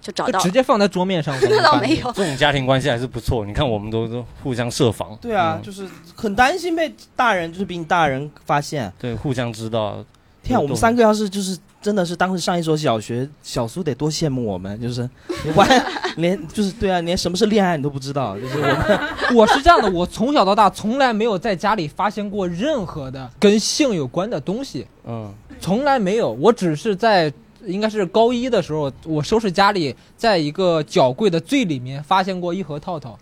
S3: 就找
S1: 就
S3: 到
S1: 直
S3: 了，
S1: 接放在桌
S3: [LAUGHS]
S1: 面上。
S3: 那倒没有。
S2: 这种家庭关系还是不错，你看我们都都互相设防，
S4: 对啊，
S2: 嗯
S4: 就是很担心被大人，就是比你大人发现。
S2: 对，互相知道。
S4: 天啊，
S2: 有
S4: 我们
S2: 动
S4: 三个要是就是真的是当时上一所小学，小苏得多羡慕我们，就是
S2: [LAUGHS]
S4: 完连就是对啊，连什么是恋爱你都不知道，就是我们
S1: 我是这样的，我从小到大从来没有在家里发现过任何的跟性有关的东西，
S2: 嗯，
S1: 从来没有。我只是在应该是高一的时候，我收拾家里，在一个脚柜的最里面发现过一盒套套。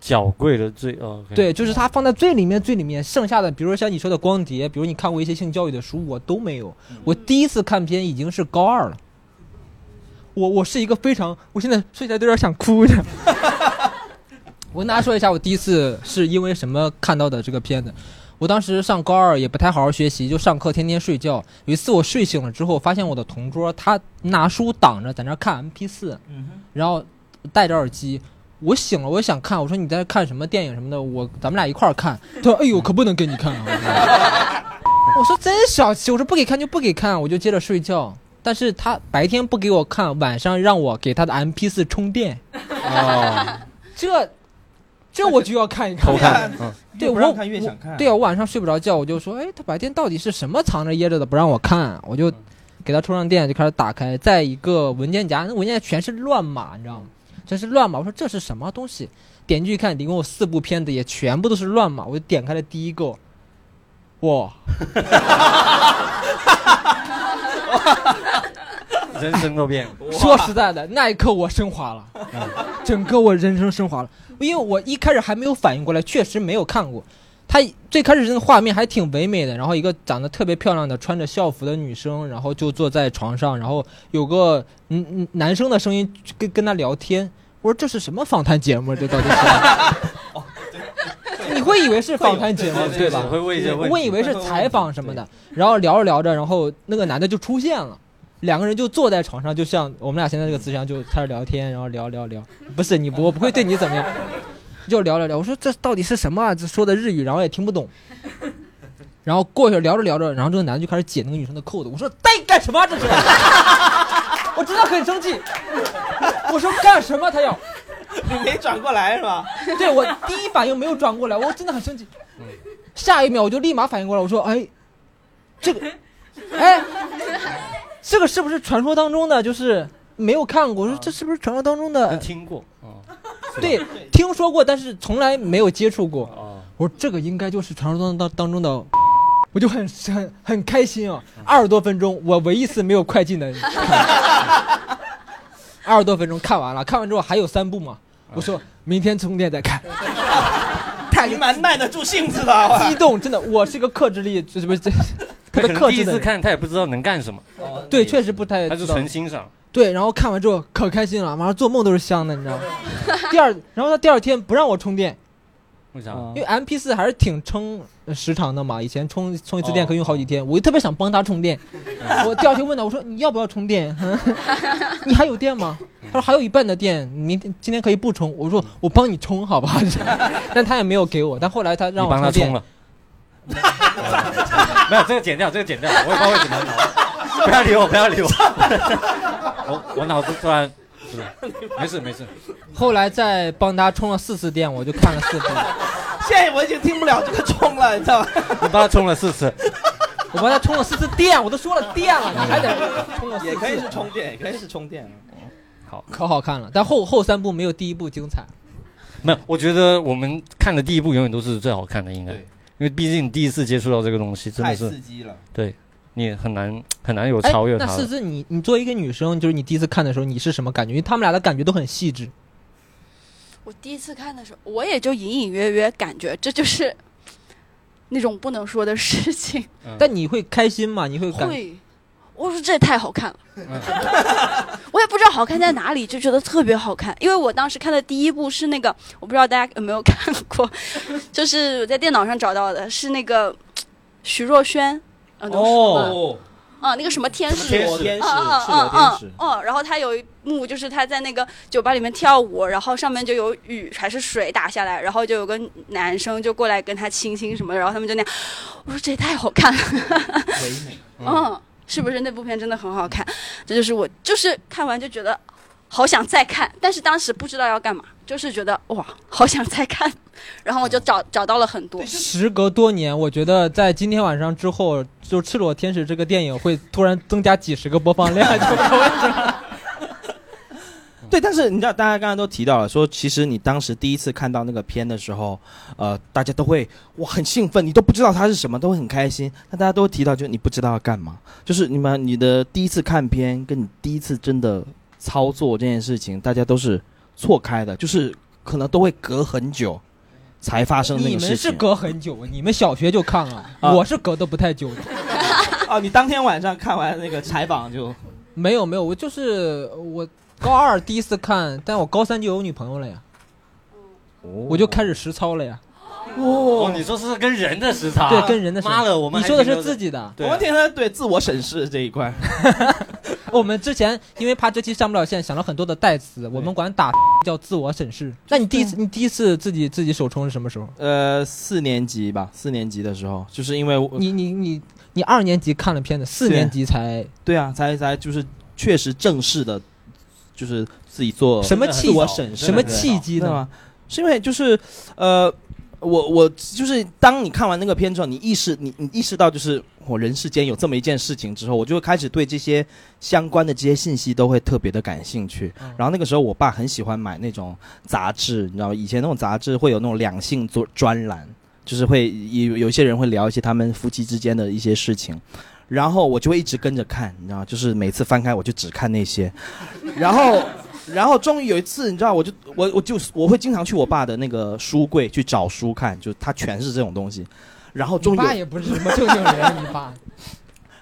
S2: 脚跪的最哦，OK，
S1: 对，就是它放在最里面最里面，剩下的，比如说像你说的光碟，比如你看过一些性教育的书，我都没有。我第一次看片已经是高二了。我我是一个非常，我现在说起来都有点想哭的。 [LAUGHS] 我跟大家说一下，我第一次是因为什么看到的这个片子。我当时上高二也不太好好学习，就上课天天睡觉。有一次我睡醒了之后，发现我的同桌他拿书挡着，在那儿看 MP 四。
S2: 嗯
S4: [LAUGHS]
S1: 然后戴着耳机。我醒了，我想看，我说你在看什么电影什么的，我咱们俩一块儿看。他说：“哎呦，可不能给你看啊！”啊我说：“真小气！”我说：“不给看就不给看。”我就接着睡觉。但是他白天不给我看，晚上让我给他的 MP 四充电，
S2: 啊，
S1: 这这我就要看一看。
S2: 偷看，嗯
S1: 对
S4: 越不
S1: 我
S4: 让看越想看。
S1: 对啊，我晚上睡不着觉，我就说，哎，他白天到底是什么藏着掖着的不让我看？我
S4: 嗯
S1: 就给他充上电，就开始打开，在一个文件夹，那文件夹全是乱码，你知道吗？全是乱码。我说这是什么东西？点进去看，一共有四部片子，也全部都是乱码。我就点开了第一个，哇，
S2: 人生
S1: [LAUGHS]
S2: 都变了，
S1: 说实在的，那一刻我升华
S4: [LAUGHS]
S1: 了，整个我人生升华了，因为我一开始还没有反应过来，确实没有看过。他最开始那个画面还挺唯美的，然后一个长得特别漂亮的穿着校服的女生，然后就坐在床上，然后有个嗯嗯男生的声音跟跟她聊天。我说这是什么访谈节目？这到底是？你会以为是访谈节目
S4: 哦会有
S1: 对吧？
S2: 哦会问一些问
S1: 我以
S2: 题，
S1: 为
S2: [LAUGHS]
S1: 是采访什么的，然后聊着聊着，然后那个男的就出现了，两个人就坐在床上，就像我们俩现在这个姿势一样，就开始聊天，然后聊聊聊，不是你不我不会对你怎么样，就聊聊聊。我说这到底是什么啊？这说的日语，然后也听不懂。然后过去聊着聊着，然后这个男的就开始解那个女生的扣子。我说带干什么啊、这是？我真的很生气。我说干什么？他要
S4: 你没转过来是吧？
S1: [LAUGHS] 对我第一反应没有转过来，我真的很生气。下一秒我就立马反应过来，我说：“哎，这个，哎，这个是不是传说当中的？就是没有看过。我说这是不是传说当中的？
S2: 听过，哦
S1: 对，听说过，但是从来没有接触过。
S2: 哦，
S1: 我说这个应该就是传说当当当中的。”我就很很很开心啊！二十多分钟，我唯一一次没有快进的，二十多分钟看完了，看完之后还有三部嘛，我说明天充电再看。太
S4: 你蛮耐得住性
S2: [LAUGHS]
S4: 子的。
S1: 激动，真的，我是一个克制力，这不是这，他
S2: 他
S1: 的
S2: 可能
S1: 克
S2: 第一
S1: 制
S2: 次
S1: 的人，
S2: 看，他也不知道能干什么，
S1: 对，确实不太
S2: 他就
S1: 知道
S2: 纯欣赏，
S1: 对，然后看完之后可开心了，晚上做梦都是香的，你知道吗？第二，然后他第二天不让我充电，
S2: 为啥？
S4: [LAUGHS] 啊
S1: 因为 M P 四还是挺撑呃时长的嘛，以前充充一次电
S2: 哦
S1: 可以用好几天，我就特别想帮他充
S2: [LAUGHS]
S1: 电。我第二天问他，我说你要不要充电？ [LAUGHS] 你还有电吗？他说还有一半的电，你明天今天可以不充。我说我帮你充好吧， [LAUGHS] 但他也没有给我。但后来他
S2: 你
S1: 让我
S2: 帮他
S1: 电
S2: 充，了。 [LAUGHS] 没有这个剪掉，这个剪掉，我也不知道为什么。 [LAUGHS] 不要理我，不要理我。 [LAUGHS] 我我脑子突然，是
S1: [LAUGHS]
S2: 没事没事，
S1: 后来再帮他充了四次电，我就看了四遍。
S4: 现在我已经听不了这个钟了，你知 [LAUGHS] 道吗？
S2: 我帮他充了四次，
S1: 我帮他充了四次电，我都说了电了，你还得充了四
S4: 也可以是
S1: 次，
S4: 充电，也可以是充电。
S1: 可好看了。但后后三部没有第一部精彩。
S2: 没有。我觉得我们看的第一部永远都是最好看的，应该，因
S4: 对
S2: 为毕竟你第一次接触到这个东西，真
S4: 太
S2: 的是
S4: 刺激了。
S2: 你很难很难有
S1: 哎
S2: 超越，
S1: 那
S2: 它
S1: 四
S2: 的。
S1: 肢，你你作为一个女生，就是你第一次看的时候，你是什么感觉？因为他们俩的感觉都很细致。
S3: 我第一次看的时候，我也就隐隐约约感觉这就是 [LAUGHS] 那种不能说的事情。
S2: 嗯
S1: 但你会开心吗？你会感
S3: 会，我说这也太好看了，我也不知道好看在哪里，就觉得特别好看。因为我当时看的第一部是那个，我不知道大家有没有看过， [LAUGHS] 就是我在电脑上找到的，是那个徐若瑄，啊，都说了，啊，那个什么天使，
S4: 天使，天使，
S3: 嗯
S4: 赤
S3: 嗯
S4: 裸
S3: 嗯
S4: 天使
S3: 嗯，。哦，然后他有一幕就是他在那个酒吧里面跳舞，然后上面就有雨还是水打下来，然后就有个男生就过来跟他亲亲什么的，然后他们就那样，我说这也太好看了，
S4: 唯
S3: [LAUGHS]
S4: 美。
S3: 嗯，是不是那部片真的很好看？这就是我就是看完就觉得好想再看，但是当时不知道要干嘛，就是觉得哇好想再看，然后我
S4: 嗯
S3: 就找找到了很多，
S1: 时隔多年，我觉得在今天晚上之后，就《赤裸天使》这个电影会突然增加几十个播放 [LAUGHS] 量，就
S4: 对，但是你知道，大家刚才都提到了，说其实你当时第一次看到那个片的时候，呃，大家都会哇很兴奋，你都不知道它是什么，都会很开心。但大家都提到，就是你不知道要干嘛，就是你们你的第一次看片跟你第一次真的操作这件事情，大家都是错开的，就是可能都会隔很久才发生那
S1: 你
S4: 个事
S1: 们
S4: 情。
S1: 是隔很久，你们小学就看了，
S4: 啊
S1: 我是隔的不太久。
S4: 啊？你当天晚上看完那个采访就
S1: 没有没有，我就是我高二第一次看，但我高三就有女朋友了呀，我就开始实操了呀。
S2: 哦，你说是跟人的时差？
S1: 对，跟人的时候
S2: 妈了，我们
S1: 你说的是自己的。哦
S2: 对
S4: 我们天天对自啊我审视这一块，
S1: 我们之前因为怕这期上不了线，想了很多的代词，我们管打叫自我审视。那你第一次你第一次自己自己手冲是什么时候？
S4: 呃，四年级吧，四年级的时候，就是因为我
S1: 你你你你二年级看了片子，四
S4: 对
S1: 年级才
S4: 对啊，才才就是确实正式的，就是自己做
S1: 什么
S2: 真的很
S1: 契
S4: 自我
S2: 少
S4: 审视
S1: 什么
S2: 真的很
S1: 契
S2: 少
S1: 机
S4: 对
S1: 呢？
S4: 吗？是因为就是呃，我我就是当你看完那个片之后，你意识你你意识到就是我人世间有这么一件事情之后，我就会开始对这些相关的这些信息都会特别的感兴趣。
S1: 嗯
S4: 然后那个时候，我爸很喜欢买那种杂志，你知道吗？以前那种杂志会有那种两性专专栏，就是会有有一些人会聊一些他们夫妻之间的一些事情。然后我就会一直跟着看，你知道吗，就是每次翻开我就只看那些，然后 [LAUGHS] 然后终于有一次，你知道，我就我我就是我会经常去我爸的那个书柜去找书看，就他全是这种东西。然后终
S1: 你
S4: 于
S1: 爸
S4: 有
S1: 也不是什么正经人，你爸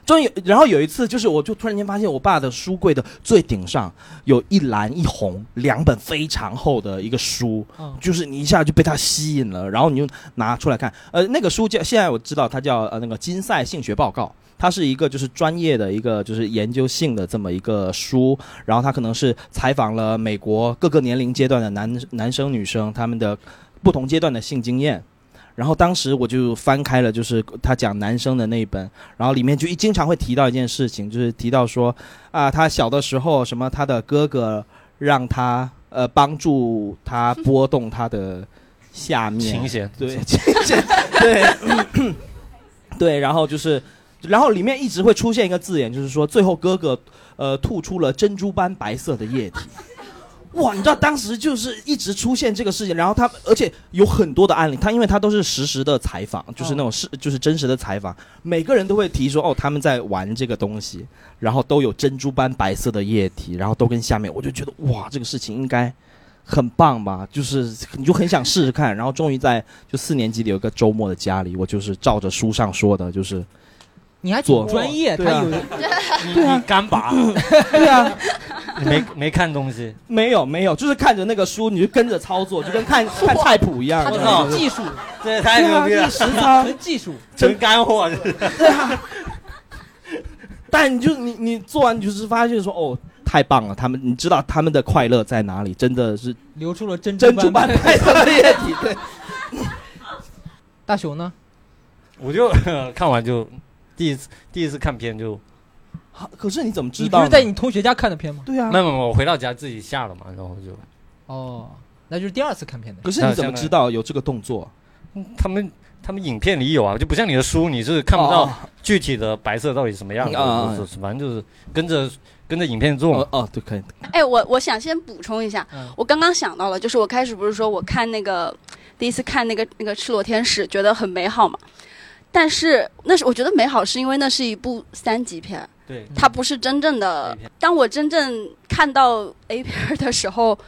S4: 终于有，然后有一次就是我就突然间发现我爸的书柜的最顶上有一蓝一红两本非常厚的一个书，
S1: 嗯
S4: 就是你一下就被它吸引了，然后你就拿出来看。呃，那个书叫现在我知道它叫呃那个金赛性学报告。它是一个就是专业的一个就是研究性的这么一个书，然后它可能是采访了美国各个年龄阶段的男男生女生他们的不同阶段的性经验，然后当时我就翻开了就是他讲男生的那一本，然后里面就一经常会提到一件事情，就是提到说啊，他小的时候什么他的哥哥让他呃帮助他拨动他的下面，
S2: 琴弦，
S4: 对，对，对，然后就是，然后里面一直会出现一个字眼，就是说最后哥哥呃吐出了珍珠般白色的液体。哇，你知道当时就是一直出现这个事情，然后他而且有很多的案例，他因为他都是实时的采访，就是那种是、就是真实的采访，每个人都会提说哦他们在玩这个东西，然后都有珍珠般白色的液体，然后都跟下面，我就觉得哇这个事情应该很棒吧，就是你就很想试试看，然后终于在就四年级里有一个周末的家里，我就是照着书上说的，就是
S1: 你还挺
S4: 做
S1: 专业，他
S4: 对啊
S1: 有
S2: 你
S1: 啊
S2: 你干
S1: [LAUGHS]
S2: 拔，
S4: 对啊，
S2: 你没没看东西，
S4: 没有没有，就是看着那个书，你就跟着操作，就 [LAUGHS] 跟看看菜谱一样
S1: 他，
S4: 你
S1: 就
S4: 知道
S1: 是
S4: 吗
S1: 技术，
S2: 这也太牛逼
S4: 对啊
S2: 了
S4: 逆，时 [LAUGHS] 操，
S1: 纯技术。
S2: 真干货，这是
S4: 但你就你你做完，你就是发现说哦，太棒了，他们你知道他们的快乐在哪里，真的是
S1: 流出了珍珠
S4: 珍珠
S1: [LAUGHS]
S4: 般
S1: 白
S4: 白色的液体，对，
S1: [LAUGHS] 大熊呢？
S2: 我就呃看完就第一次第一次看片就，
S4: 好啊可是你怎么知
S1: 你不
S4: 道
S1: 是
S4: 呢？
S1: 在你同学家看的片吗？
S4: 对啊
S2: 没，有没有，我回到家自己下了嘛，然后就
S1: 哦，那就是第二次看片的
S4: 可。是你怎么知道有这个动作？
S2: 他们他们影片里有啊，就不像你的书，你是看不
S4: 哦
S2: 到具体的白色到底什么样的，
S4: 啊
S2: 就是反正就是跟着跟着影片做嘛
S4: 哦。哦，对，可以，
S3: 哎，我我想先补充一下，
S1: 嗯
S3: 我刚刚想到了，就是我开始不是说我看那个第一次看那个那个《赤裸天使》，觉得很美好嘛。但是那是我觉得美好，是因为那是一部三级片儿，
S2: 对，
S3: 它不是真正的
S2: A 片。
S3: 当我真正看到 A 片儿的时候，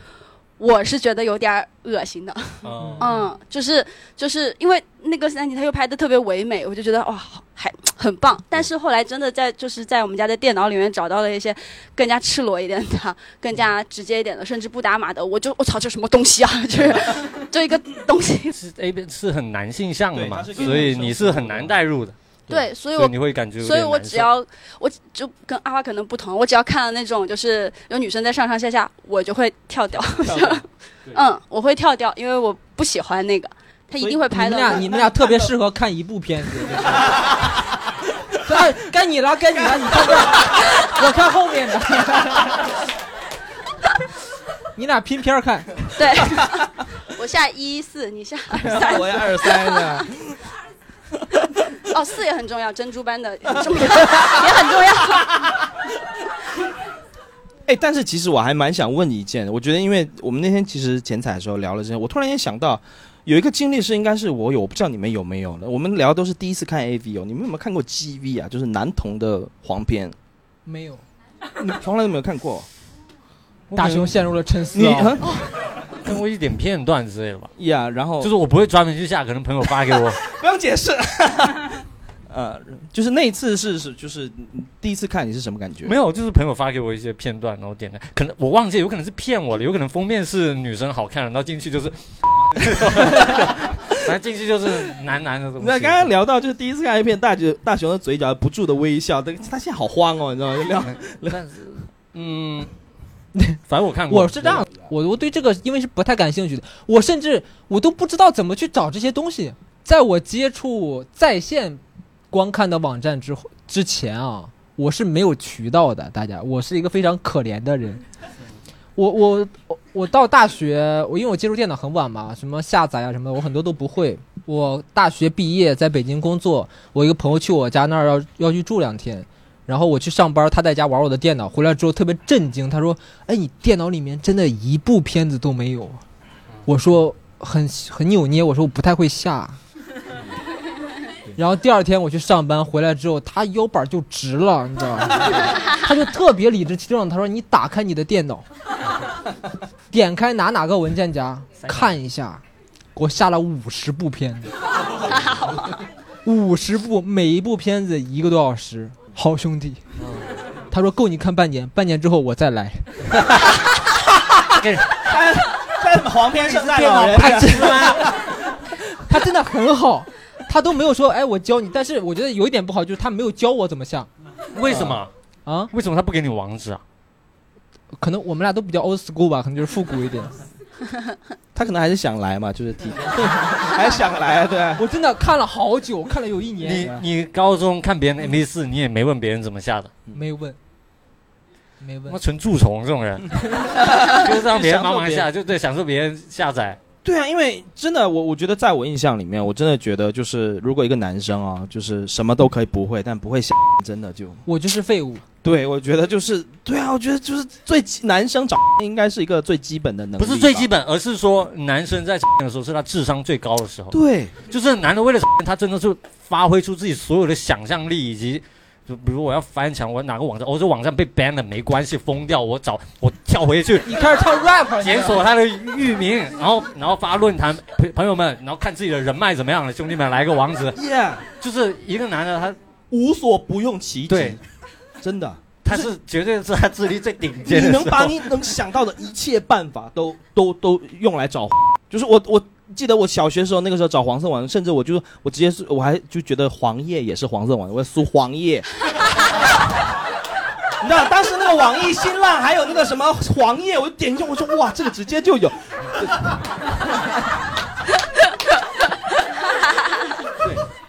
S3: 我是觉得有点儿恶心的。
S2: 嗯
S4: 哦
S3: 嗯，就是就是因为那个三级，他又拍的特别唯美，我就觉得哇，好还很棒。但是后来真的在就是在我们家的电脑里面找到了一些更加赤裸一点的、更加直接一点的，甚至不打码的，我就我操，这什么东西啊？ [LAUGHS] 就是就一个东西。
S2: 是 A 片是很男性向的
S4: 对它
S2: 嘛，
S4: 是
S2: 所以你是很难代入的，
S3: 对，所
S2: 所
S3: 以
S2: 以
S3: 我。
S2: 你会感觉有
S3: 所以
S2: 点
S3: 我
S2: 难
S3: 只
S2: 受
S3: 要我就跟阿花可能不同，我只要看到那种就是有女生在上上下下，我就会跳掉。嗯，我会跳掉，因为我不喜欢那个，他一定会拍
S1: 你
S3: 到
S1: 们
S3: 我。
S1: 俩，你们俩特别适合看一部
S4: [LAUGHS]
S1: 片子。该该你了，该你了，你看这儿， [LAUGHS] 我看后面的。 [LAUGHS] 你俩拼片儿看，
S3: 对， [LAUGHS] 我下一四，你下二三。
S4: [LAUGHS] 我也二三呢，
S3: [LAUGHS] 哦，四也很重要，珍珠般的 [LAUGHS] 很重要，也很重要。
S4: 哎，但是其实我还蛮想问你一件的，我觉得因为我们那天其实剪彩的时候聊了这些，我突然间想到有一个经历是应该是我有，我不知道你们有没有呢？我们聊都是第一次看 AV 哦，你们有没有看过 GV 啊？就是男童的黄片，
S1: 没有。
S4: 你们从来都没有看过。
S1: 大熊陷入了沉思
S4: 你
S1: 啊、
S4: 啊
S2: 看过一点片段之类的吧，
S4: 呀，然后
S2: 就是我不会专门去下，可能朋友发给我，
S4: 不用解释。 [LAUGHS] 呃，就是那一次是是就是第一次看你是什么感觉？
S2: 没有，就是朋友发给我一些片段，然后点开，可能我忘记，有可能是骗我的，有可能封面是女生好看，然后进去就是，然后进去就是男男的东西。
S4: 那刚刚聊到就是第一次看 A 片，大熊大熊的嘴角不住的微笑，但他现在好慌哦，你知道吗？就聊
S2: 但是，嗯，反正我看过，
S1: 我是这样，我我对这个因为是不太感兴趣的，我甚至我都不知道怎么去找这些东西。在我接触在线观看的网站之后之前啊，我是没有渠道的。大家，我是一个非常可怜的人。我我我我到大学，我因为我接触电脑很晚嘛，什么下载啊什么的，我很多都不会。我大学毕业在北京工作，我一个朋友去我家那儿要要去住两天，然后我去上班，他在家玩我的电脑，回来之后特别震惊，他说：“哎，你电脑里面真的一部片子都没有。”啊我说很很扭捏，我说我不太会下。然后第二天我去上班，回来之后他腰板就直了，你知道吗？他就特别理直气壮，他说：“你打开你的电脑，点开哪哪个文件夹看一下，给我下了五十部片子，五十部，每一部片子一个多小时，好兄弟。”他说：“够你看半年，半年之后我再来。”
S4: 他他怎么黄片圣诞
S1: 电
S4: 老
S1: 脑
S4: 人
S1: 拍
S4: 这
S1: 真
S4: 样？
S1: 他真的很好，他都没有说哎我教你，但是我觉得有一点不好就是他没有教我怎么下
S2: 为什么？
S1: 啊，
S2: 为什么他不给你网址啊？
S1: 可能我们俩都比较 old school 吧，可能就是复古一点。
S4: 他可能还是想来嘛，就是体， [LAUGHS] 还想来啊，对啊。
S1: [LAUGHS] 我真的看了好久，看了有一
S2: 你
S1: 年，
S2: 你高中看别人 MV 四，你也没问别人怎么下的，
S1: 没问，没
S2: 他妈
S1: 问，
S2: 纯蛀虫这种人，就是让别人帮忙下，就对，享受别人下载。
S4: 对啊，因为真的，我我觉得在我印象里面，我真的觉得就是，如果一个男生啊，就是什么都可以不会，但不会想，真的就
S1: 我就是废物。
S4: 对，我觉得就是对啊，我觉得就是最基男生找应该是一个最基本的能力，
S2: 不是最基。本，而是说男生在的时候是他智商最高的时候，
S4: 对，
S2: 就是男的为了他真的是发挥出自己所有的想象力以及。就比如我要翻墙，我哪个网站，哦，这网站被 ban 了，没关系，封掉，我找我跳回去，
S1: 你开始唱 rap，了
S2: 检索他的域名， [LAUGHS] 然后然后发论坛朋朋友们，然后看自己的人脉怎么样了，兄弟们来个网址，
S4: 耶，
S2: 就是一个男的他
S4: 无所不用其极，
S2: 对，
S4: 真的，
S2: 他是绝对是他智力最顶尖
S4: 你
S2: 的时候，
S4: 能把你能想到的一切办法都都都用来找，就是我我记得我小学时候那个时候找黄色网，甚至我就我直接是我还就觉得黄页也是黄色网，我搜黄页。 [LAUGHS] 你知道当时那个网易、新浪还有那个什么黄页，我就点进去，我说哇，这个直接就有， [LAUGHS]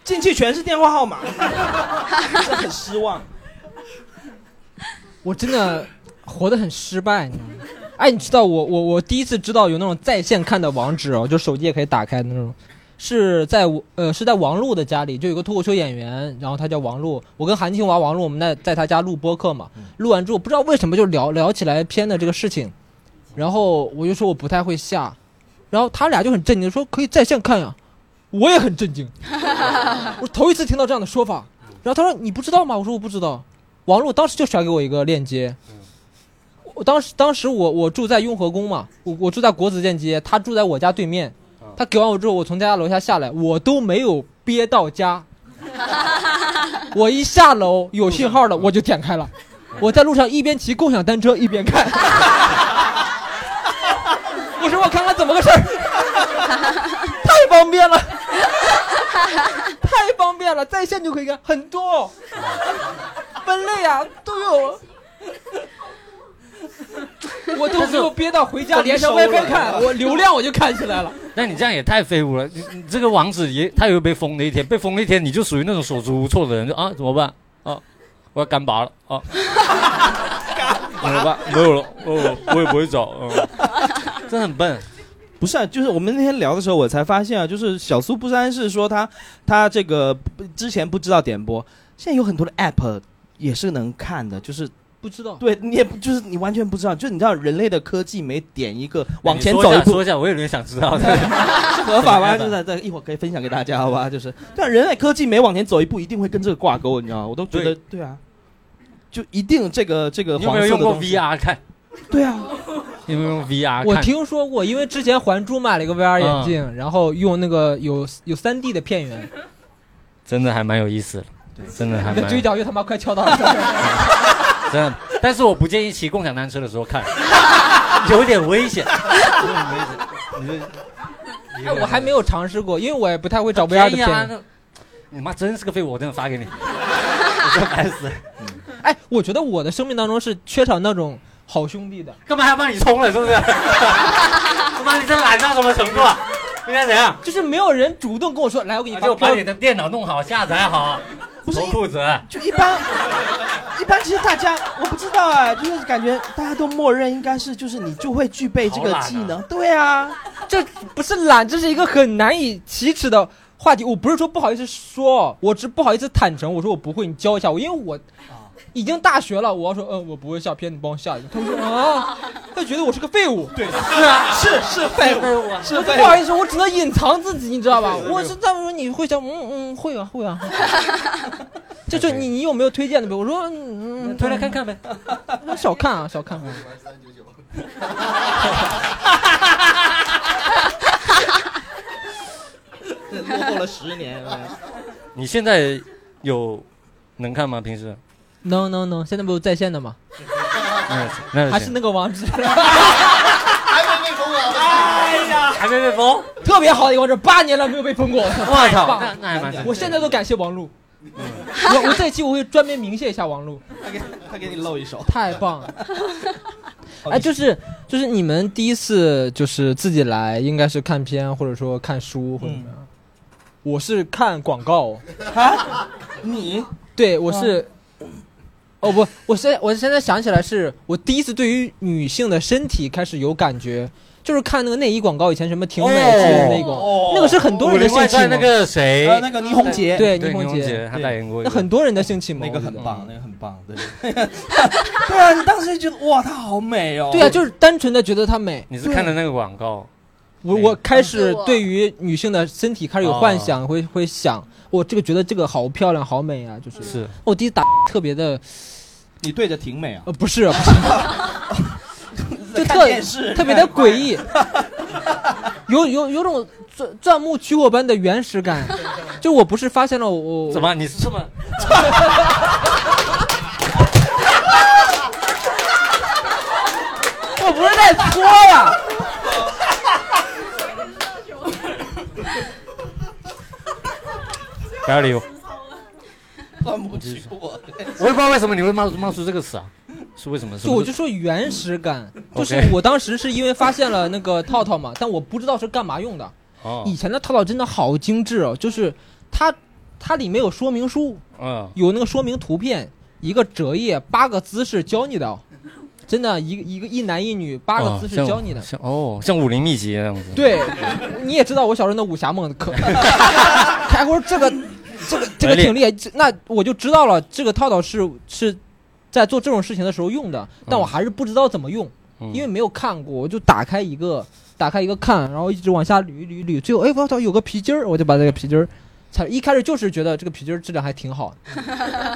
S4: 进去全是电话号码， [LAUGHS] 这很失望。
S1: 我真的活得很失败，你知道吗？哎，你知道我我我第一次知道有那种在线看的网址哦，就手机也可以打开的那种，是在我呃是在王璐的家里，就有个脱口秀演员，然后他叫王璐，我跟韩庆华、王璐我们在在他家录播客嘛，录完之后不知道为什么就聊聊起来片的这个事情，然后我就说我不太会下，然后他俩就很震惊，说可以在线看呀，我也很震惊，我头一次听到这样的说法，然后他说你不知道吗？我说我不知道。王璐当时就甩给我一个链接，我当时当时我我住在雍和宫嘛，我我住在国子监街，他住在我家对面，他给完我之后，我从他家楼下下来，我都没有憋到家，我一下楼有信号了，我就点开了，我在路上一边骑共享单车一边看，我说我看看怎么个事儿，太方便了，太方便了，在线就可以看很多、哦。分类啊，都有。我都没有憋到回家连上 WiFi 看，我流量我就看起来了。
S2: 那你这样也太废物了，你你这个网址也他也会被封的一天，被封的一天你就属于那种手足无措的人，就啊怎么办啊，我要干拔了啊，怎么办？没有了，哦，我也不会找，嗯，真的很笨，
S4: 不是啊，就是我们那天聊的时候，我才发现啊，就是小苏不三是说他他这个不之前不知道点播，现在有很多的 app 也是能看的，就是
S1: 不知道，
S4: 对你也不就是你完全不知道，就你知道人类的科技每点一个往前
S2: 你
S4: 走
S2: 说
S4: 一
S2: 下
S4: 步
S2: 说一下，我有点想知道，
S4: 是合法吗？就是在一会儿可以分享给大家，好吧？就是对啊，人类科技每往前走一步，一定会跟这个挂钩，你知道吗？我都觉得对啊，就一定这个这个
S2: 你有
S4: 黄
S2: 没
S4: 色
S2: 有
S4: 的
S2: 用过
S4: 东西
S2: VR 看？
S4: 对啊，
S2: 你有没有用 VR 啊看？嗯
S1: 我听说过，因为之前《还珠》买了一个 VR 眼镜，然后用那个有有3 D 的片源，
S2: 真的还蛮有意思的，真的还
S1: 你的
S2: 蛮
S1: 嘴角又他妈快翘到
S2: [LAUGHS]
S1: 了。
S2: 真的，但是我不建议骑共享单车的时候
S4: [LAUGHS]
S2: 看，有点危险，有点危险，你这
S1: 哎我还没有尝试过，因为我也不太会找 VR
S2: 便
S1: 的
S2: 宜
S1: 片
S2: 啊
S1: 源。！
S2: 那你妈真是个废物，我真的发给你， [LAUGHS] 我真烦死了！
S1: 哎，我觉得我的生命当中是缺少那种好兄弟的。
S2: 干嘛还帮你充了？是不是？他妈，你这懒到什么程度啊？应该怎样？
S1: 啊就是没有人主动跟我说，来，我给你
S2: 你
S1: 发
S2: 就把
S1: 票啊
S2: 你。的电脑弄好，下载好，
S4: 不是
S2: 脱裤 [LAUGHS] 子，
S4: 就一般，一般其实大家我不知道啊，就是感觉大家都默认应该是就是你就会具备这个技
S2: 好懒
S4: 能，对啊，
S1: 这不是懒，这是一个很难以启齿的话题。我不是说不好意思说，我只不好意思坦诚，我说我不会，你教一下我，因为我
S2: 啊
S1: 已经大学了，我要说，嗯，我不会下片，你帮我下一个。他们说啊，
S2: [LAUGHS]
S1: 他觉得我是个废物，对，是啊。
S4: 是是废物，
S1: [LAUGHS]
S4: 是
S1: 我就
S4: 废
S1: 不好
S4: 物。
S1: 意思，我只能隐藏自己，你知道吧？我是他们说你会想，嗯嗯，会啊会
S2: [LAUGHS]
S1: 啊。就就你你有没有推荐的呗？我说嗯，
S2: 推来看看呗。嗯
S1: 看，少看啊少看。
S4: 落后了十年，
S2: 你现在有能看吗？平时？
S1: 能能能，现在不是在线的吗？
S2: 那那
S1: 还是那个网
S2: [LAUGHS]
S1: 址，
S7: 还没被封啊！
S2: 哎还没被封？
S1: 特别好的一个网址，八年了没有被封过。
S2: 我
S1: 太棒
S2: 操，
S1: 了
S2: 那那还蛮
S1: 我现在都感谢王璐。我我这一期我会专门鸣谢一下王璐，
S4: 他给他给你露一手，
S1: 太棒了！ [LAUGHS] 哎，就是就是你们第一次就是自己来，应该是看片或者说看书或者怎么样。我是看广告，
S4: 你
S1: 对我是，哦不，我现在我现在想起来是我第一次对于女性的身体开始有感觉，就是看那个内衣广告，以前什么挺美肌的那种，
S4: 哦
S1: 那个是很多
S2: 《武
S1: 人的
S2: 林
S1: 性
S2: 外
S1: 气
S2: 传》
S1: 吗？
S2: 那个谁，
S4: 呃那个倪虹洁，
S1: 对
S2: 对，
S1: 倪
S2: 倪
S1: 虹
S2: 虹
S1: 洁，
S2: 洁，他代言过一
S1: 那
S2: 个，
S1: 很多人的性启蒙，
S4: 那个很
S1: 我觉得
S4: 棒，那个很棒，对， [LAUGHS] 对啊，你当时就觉得哇，她好美哦，
S1: 对啊，就是单纯的觉得她美。
S2: 你是看的那个广告，
S1: 我
S2: 对
S1: 我开始
S6: 嗯
S1: 对于女性的身体开始有幻
S4: 哦
S1: 想，会会想，我这个觉得这个好漂亮，好美啊！就是
S2: 是
S1: 我第一次打特别的，
S4: 你对着挺美啊，
S1: 呃，不是不是，
S4: [LAUGHS]
S1: 就特
S4: 看电视
S1: 特别的诡异，有有有种钻钻木取火般的原始感。就我不是发现了我我
S2: 怎么？你是这么？
S1: 我不是在搓呀。
S2: 不要理我，
S4: 钻木取火，
S2: 我也不知道为什么你会冒冒出这个词啊，是为什么？是
S1: 就我
S2: 不
S1: 就是说原始感，就
S2: OK
S1: 是我当时是因为发现了那个套套嘛，但我不知道是干嘛用的。
S2: 哦，
S1: 以前的套套真的好精致哦，就是它它里面有说明书，
S2: 嗯，
S1: 有那个说明图片，一个折页八个姿势教你的哦，真的，一个一个一男一女八个
S2: 哦
S1: 姿势
S2: 像
S1: 教你的。
S2: 像哦，像武林秘籍那样子。，
S1: 对，你也知道我小时候那武侠梦可， [LAUGHS] 开会这个这个这个挺厉害，这那我就知道了，这个套套是是在做这种事情的时候用的，但我
S2: 嗯
S1: 还是不知道怎么用。
S2: 嗯
S1: 因为没有看过，我就打开一个，打开一个看，然后一直往下捋捋捋，最后哎，我操，有个皮筋儿，我就把这个皮筋儿才一开始就是觉得这个皮筋儿质量还挺好，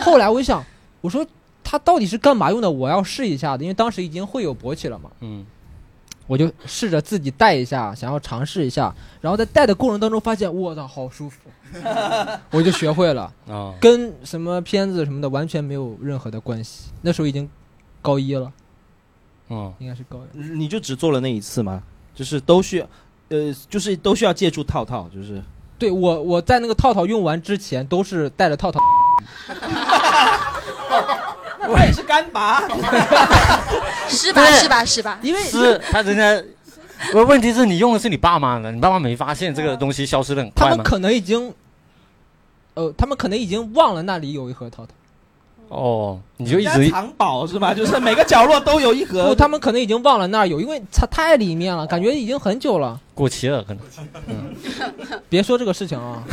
S1: 后来我就想，我说它到底是干嘛用的？我要试一下的，因为当时已经会有勃起了嘛，
S2: 嗯，
S1: 我就试着自己戴一下，想要尝试一下，然后在戴的过程当中发现，我操，好舒服，我就学会了，
S2: 哦，
S1: 跟什么片子什么的完全没有任何的关系，那时候已经高一了，
S2: 嗯，
S1: 应该是高一。
S4: 你就只做了那一次吗？就是都需要，呃，就是都需要借助套套，就是
S1: 对我，我在那个套套用完之前都是带着套套，
S4: 我也是干拔，
S3: 是吧
S2: 对
S3: 是吧是吧？
S1: 因为
S2: 是他人家。问问题是你用的是你爸妈的，你爸妈没发现这个东西消失的很
S1: 他
S2: 快
S1: 们
S2: 吗？
S1: 可能已经，呃，他们可能已经忘了那里有一盒套套，
S2: 哦，你就一
S4: 人
S2: 直
S4: 家藏宝是吧？就是每个角落都有一盒
S1: 不，，他们可能已经忘了那儿有，因为它太里面了，感觉已经很久了。
S2: 过期了，可能
S1: 别说这个事情
S2: [LAUGHS]
S1: 啊，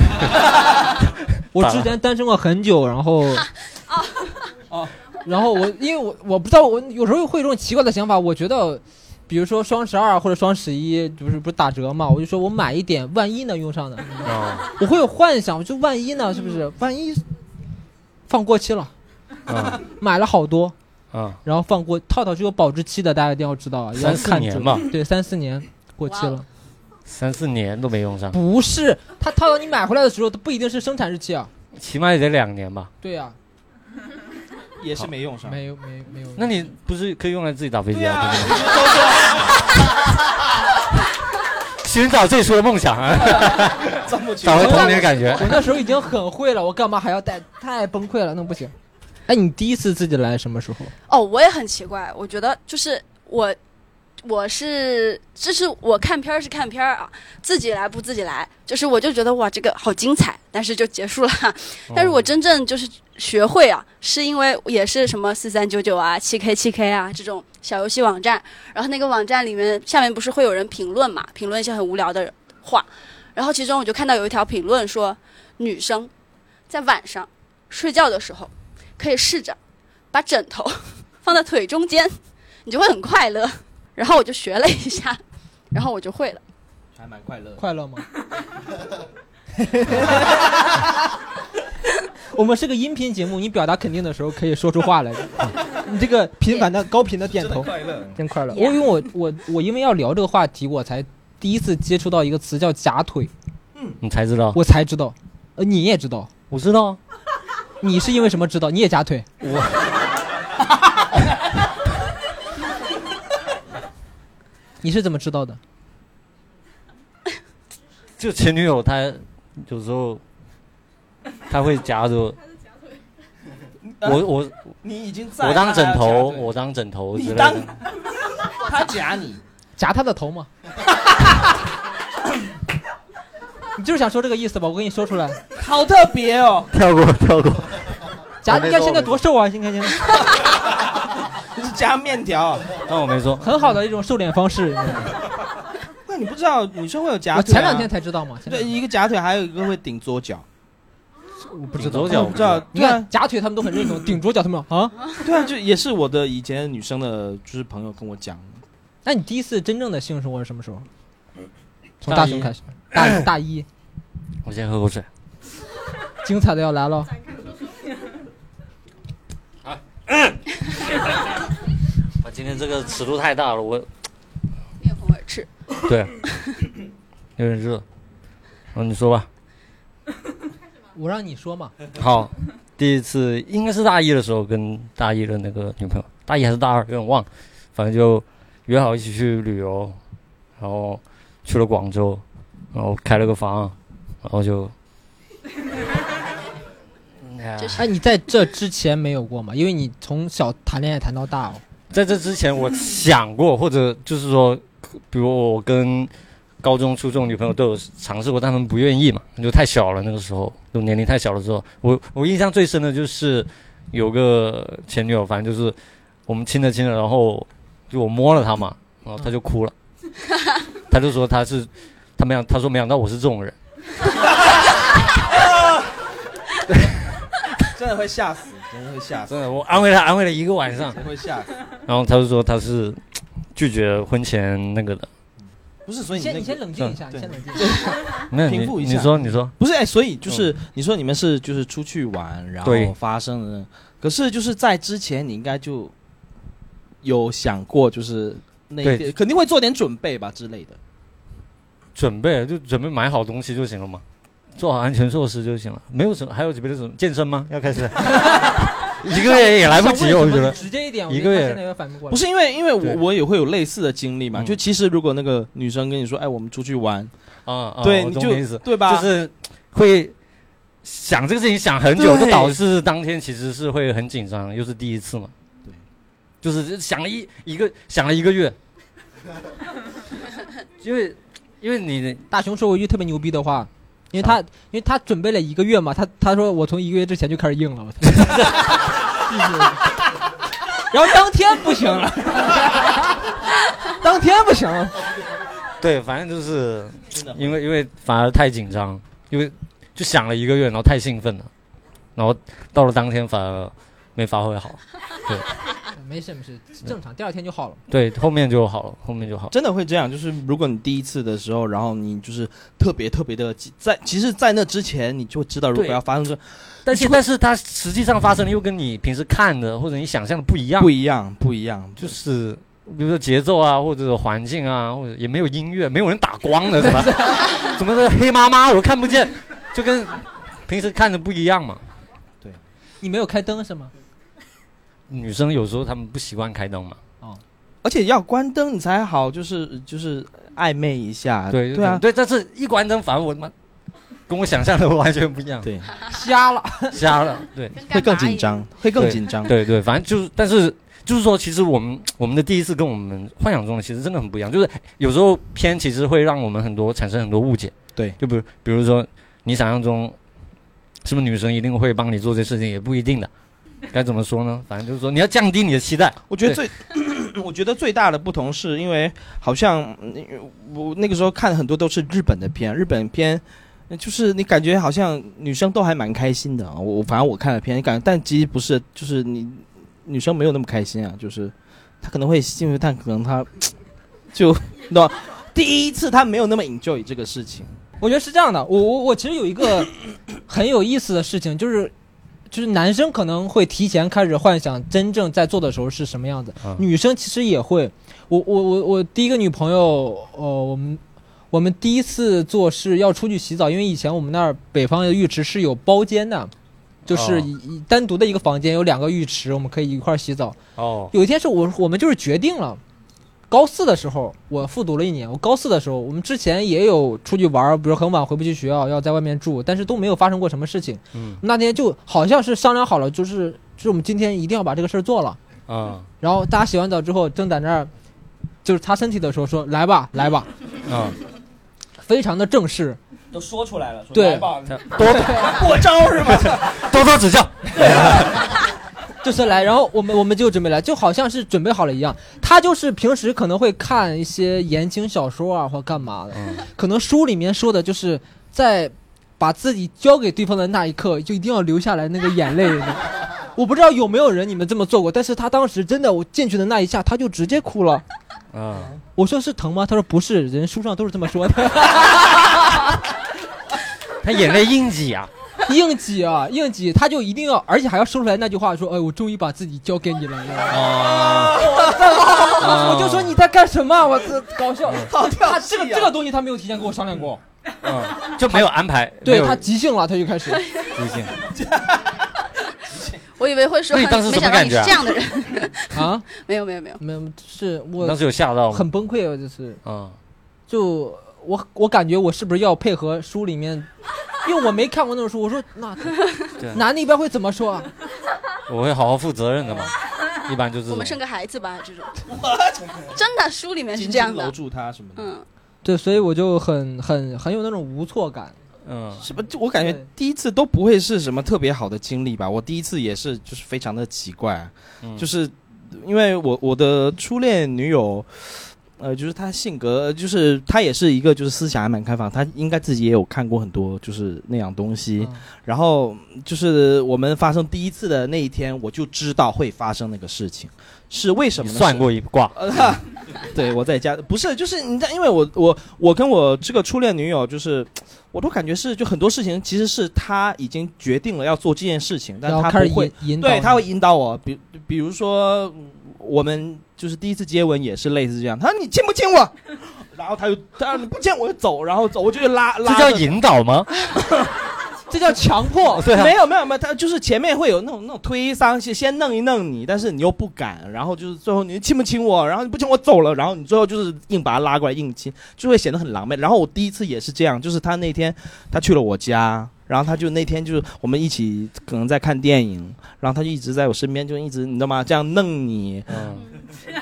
S1: 我之前单身过很久，然后， [LAUGHS]
S4: 哦，
S1: 然后我因为我我不知道，我有时候会有这种奇怪的想法，我觉得。比如说双十二或者双十一，就是不是打折嘛？我就说我买一点，万一能用上呢？ [LAUGHS]
S2: 哦，
S1: 我会有幻想，就万一呢？是不是？万一放过期了，
S2: 嗯
S1: 买了好多，
S2: 嗯，
S1: 然后放过套套是有保质期的，大家一定要知道啊，要
S2: 三四
S1: 看准
S2: 年。吧，
S1: 对，三四年过期
S6: 哇
S1: 了，
S2: 三四年都没用上，
S1: 不是它套到你买回来的时候，它不一定是生产日期啊。
S2: 起码也得两年吧。
S1: 对呀、
S4: 也是没用上。
S1: 没有没有没有。
S2: 啊那你不是可以用来自己打飞机
S4: 对啊
S2: 啊？，寻找最初的梦想啊，
S4: 钻木取
S2: 找回
S4: 火。
S2: 童年的感觉。
S1: 我那时候已经很会了，我干嘛还要带？太崩溃了，那不行。哎，你第一次自己来什么时候？
S3: 哦，我也很奇怪，我觉得就是我我是，这是我看片儿是看片儿啊，自己来不自己来，就是我就觉得哇，这个好精彩，但是就结束了。
S2: 嗯哦
S3: 但是我真正就是学会啊，是因为也是什么四三九九啊、七 K 七 K 啊这种小游戏网站，然后那个网站里面下面不是会有人评论嘛，评论一些很无聊的话，然后其中我就看到有一条评论说，女生在晚上睡觉的时候，可以试着把枕头放在腿中间，你就会很快乐。然后我就学了一下， [LAUGHS] 然后我就会了。
S4: 还蛮快乐的。
S1: 快乐 [LAUGHS] 吗？我们是个音频节目，你表达肯定的时候可以说出话来的。你这个频繁的、高频的点头，
S4: 快乐。
S1: 真快乐。我因
S3: Yeah
S1: 为我我我因为要聊这个话题，我才第一次接触到一个词叫假腿，
S2: 你才知道，
S1: 我才知道，呃，你也知道，
S2: 我知道啊，
S1: 你是因为什么知道？你也假腿？
S2: 我
S1: [LAUGHS] 你是怎么知道的？
S2: 就前女友她有时候她会夹着我，我
S4: 你已经在，
S2: 我当枕头，
S4: 他还要夹
S2: 我当枕头
S4: 你
S2: 之类
S4: 当
S2: 的。
S4: 他夹你，
S1: 夹他的头 [LAUGHS] 吗？你就是想说这个意思吧？我给你说 [LAUGHS] 出来，
S4: 好特别哦。
S2: [LAUGHS] 跳过，跳过。
S1: 夹
S7: 我没
S1: 你看
S7: 说
S1: 现在
S7: 我没
S1: 多瘦啊！现在 [LAUGHS] 现在
S4: 你是夹面条啊？
S2: [LAUGHS] 那我没说，
S1: 很好的一种瘦脸方式。
S4: 那你不知道女生会有夹腿、
S1: 我
S4: 啊？
S1: 前两天才知道嘛，前
S4: 对
S1: 两天
S4: 一个夹腿，还有一个会顶左脚。
S1: 我不
S2: 不
S1: 知道。
S2: 左脚
S4: 我不知道，
S1: 你
S4: 对
S1: 看
S4: 啊，
S1: 假哦腿他们都很认同，顶左脚他们啊。
S4: 对啊，就也是我的以前女生的，就是朋友跟我讲，
S1: 那你第一次真正的性生活是什么时候？从
S2: 大
S1: 大
S2: 一
S1: 学开始，大大一，
S2: 我先喝口水。
S1: 精彩的要来了。
S2: 我今天这个尺度太大了，我
S3: 面红耳赤，
S2: [LAUGHS] 对有点热。嗯，你说吧。
S1: 我让你说嘛，
S2: 好，第一次应该是大一的时候，跟大一的那个女朋友，大一还是大二，有点忘，反正就约好一起去旅游，然后去了广州，然后开了个房，然后
S4: [LAUGHS]
S2: 就，哎呀
S1: 哎，你在这之前没有过吗？因为你从小谈恋爱谈到大哦。
S2: 在这之前我想过，或者就是说，比如我跟高中、初中女朋友都有尝试过，但他们不愿意嘛，就太小了那个时候，就年龄太小的时候，我我印象最深的就是有个前女友，反正就是我们亲着亲着，然后就我摸了她嘛，然后她就哭了，她就说她是她没想，她说没想到我是这种人，
S4: 真的会吓死，真的会吓死，
S2: 真的，我安慰她安慰了一个晚上，
S4: 真的会吓死。
S2: 然后她就说她是拒绝婚前那个的，
S4: 不是，所以
S1: 你先
S4: 你那
S1: 你
S4: 个
S1: 先冷静一下，你
S4: 对
S1: 先冷静。
S2: 那你
S4: 平复一下
S2: 你说你说。
S4: 不是哎，所以就是你说你们是就是出去玩，然
S2: 嗯对
S4: 后发生了，可是就是在之前你应该就有想过，就是那一
S2: 对
S4: 天肯定会做点准备吧之类的。
S2: 准备就准备买好东西就行了嘛，做好安全措施就行了，没有什么还有别的什么健身吗？要开始， [LAUGHS] 一个月也来不及，
S1: 想
S2: 我
S1: 问什
S2: 觉
S1: 么
S2: 得
S1: 直接一点，我
S2: 一
S1: 觉
S2: 个
S1: 得他
S2: 月
S1: 现在有点反应过来。
S4: 不是因为因为我
S2: 对
S4: 我也会有类似的经历嘛，
S2: 嗯
S4: 就其实如果那个女生跟你说，哎，我们出去玩，
S2: 啊，啊
S4: 对，
S2: 我
S4: 你
S2: 懂你意
S4: 就
S2: 思，
S4: 对吧？
S2: 就是会想这个事情想很久，
S4: 对
S2: 就导致当天其实是会很紧张，又是第一次嘛，
S4: 对，
S2: 就是想了一一个想了一个月，因为因为你
S1: 大熊说过一句特别牛逼的话，因为他因为他准备了一个月嘛，他他说我从一个月之前就开始硬 [LAUGHS] 了，我操然后当天不行 [LAUGHS] 了，当天不行了，
S2: [LAUGHS] 对，反正就是
S4: 真的
S2: 因为因为反而太紧张，因为就想了一个月，然后太兴奋了，然后到了当天反而没发挥好。
S1: 没事没事，正常，第二天就好了。
S2: 对，后面就好了，后面就好了。
S4: 真的会这样，就是如果你第一次的时候，然后你就是特别特别的在，其实，在那之前你就知道，如果
S2: 对
S4: 要发生这
S2: 但是但是它实际上发生的又跟你平时看的或者你想象的不一样
S4: 不，一样，不一样，
S2: 就
S4: 就是
S2: 是比如说节奏啊，或者环境啊，或者也没有音乐，没有人打光的，是 [LAUGHS] 吧？怎么是黑麻麻，我看不见，就跟平时看的不一样嘛。
S1: 你没有开灯是吗？
S2: 女生有时候她们不习惯开灯嘛，
S4: 而且要关灯你才好，就是就是暧昧一下，
S2: 对
S4: 对啊，
S2: 对，但是一关灯，反而我他妈 [LAUGHS] 跟我想象的完全不一样，
S4: 对，
S1: 瞎了。
S2: [LAUGHS] 瞎了，对
S3: 跟
S4: 会
S3: 干
S4: 更
S3: 嘛一
S4: 紧
S3: 样
S4: 张，会更紧张。
S2: 对对，反正就是，但是就是说，其实我们我们的第一次跟我们幻想中的其实真的很不一样，就是有时候片其实会让我们很多产生很多误解，
S4: 对
S2: 就比如比如说你想象中是不是女生一定会帮你做这事情，也不一定的。该怎么说呢？反正就是说，你要降低你的期待。
S4: 我觉得最， [CLEARS THROAT] 我觉得最大的不同是因为好像嗯我那个时候看很多都是日本的片，日本片呃就是你感觉好像女生都还蛮开心的啊。我我反正我看了片，你感觉但其实不是，就是你女生没有那么开心啊，就是她可能会幸福，但可能她就你懂吗第一次她没有那么 enjoy 这个事情。
S1: 我觉得是这样的，我我我其实有一
S2: [COUGHS]
S1: 个很有意思的事情，就是就是男生可能会提前开始幻想真正在做的时候是什么样子，
S2: 嗯
S1: 女生其实也会。我我我我第一个女朋友，呃，我们我们第一次做是要出去洗澡，因为以前我们那儿北方的浴池是有包间的。就是
S2: 哦
S1: 一一单独的一个房间，有两个浴池，我们可以一块儿洗澡。
S2: 哦，
S1: 有一天是我我们就是决定了，高四的时候我复读了一年。我高四的时候，我们之前也有出去玩儿，比如很晚回不去学校，要在外面住，但是都没有发生过什么事情。
S2: 嗯
S1: 那天就好像是商量好了，就是就是我们今天一定要把这个事儿做了。
S2: 啊
S1: 然后大家洗完澡之后，正在那儿就是擦身体的时候说：“来吧，来吧。
S2: 啊，”
S1: 非常的正式，
S4: 都说出来了，说
S1: 对来
S4: 吧，
S2: 多
S4: 过招是吗？
S2: 多多指教。
S1: 就是来，然后我们我们就准备来，就好像是准备好了一样。他就是平时可能会看一些言情小说啊，或干嘛的，
S2: 嗯
S1: 可能书里面说的就是在把自己交给对方的那一刻，就一定要流下来那个眼泪。我不知道有没有人你们这么做过，但是他当时真的，我进去的那一下，他就直接哭了。
S2: 啊，
S1: 我说是疼吗？他说不是，人书上都是这么说的。
S2: 他眼泪硬挤啊。
S1: [LAUGHS] 硬挤啊，硬挤，他就一定要，而且还要说出来那句话，说：“哎，我终于把自己交给你了。”
S2: 啊，
S1: [LAUGHS] 我就说你在干什么？我这搞笑，好跳、这个这个东西他没有提前跟我商量过，
S2: 嗯，就没有安排。没
S1: 对
S2: 有
S1: 他即兴了，他就开始。
S2: 提醒
S3: 我以为会说，
S2: 那你当时
S3: 没
S2: 什么
S3: 想到
S2: 感
S3: 你
S2: 觉
S3: 是
S2: 啊
S3: 这样的人。 [LAUGHS]
S1: 啊，
S3: 没有没有没有，
S1: 没有，是
S2: 当
S1: 我
S2: 时有吓到吗？
S1: 很崩溃，我啊就是
S2: 嗯
S1: 就我我感觉我是不是要配合书里面，因为我没看过那种书，我说那
S2: 对
S1: 男的一般会怎么说啊？
S2: 我会好好负责任的嘛，一般就是
S3: 我们生个孩子吧，这种。真的，书里面是
S4: 紧
S3: 这
S4: 紧
S3: 样
S4: 搂
S3: 的。
S4: 住他什么的。
S3: 嗯，
S1: 对，所以我就很很很有那种无措感。
S2: 嗯
S4: 什么？就我感觉
S1: 对
S4: 第一次都不会是什么特别好的经历吧。我第一次也是，就是非常的奇怪啊，
S2: 嗯
S4: 就是因为我我的初恋女友，呃，就是她性格，就是她也是一个就是思想还蛮开放，她应该自己也有看过很多就是那样东西。
S1: 嗯
S4: 然后就是我们发生第一次的那一天，我就知道会发生那个事情，是为什
S2: 你
S4: 么呢？
S2: 算
S4: 是
S2: 过一卦，
S4: 呃，哈对我在家不是，就是你知道，因为我我我跟我这个初恋女友，就是我都感觉是就很多事情其实是她已经决定了要做这件事情，但
S1: 然后
S4: 她
S1: 开始
S4: 不会
S1: 引，引导你，
S4: 对，她会引导我，比比如说嗯我们就是第一次接吻也是类似这样，她说你亲不亲我，然后她就她说你不亲我就走，然后走我就拉
S2: 这
S4: 拉
S2: 叫
S4: 着
S2: 引导吗？
S1: 这叫强
S4: [LAUGHS]
S1: 迫。
S2: 对啊
S4: 没有没有没有，他就是前面会有那种那种推搡，先先弄一弄你，但是你又不敢，然后就是最后你亲不亲我，然后你不亲我走了，然后你最后就是硬把他拉过来硬亲，就会显得很狼狈。然后我第一次也是这样，就是他那天他去了我家，然后他就那天就是我们一起可能在看电影，然后他就一直在我身边，就一直你知道吗？这样弄你，
S2: 嗯，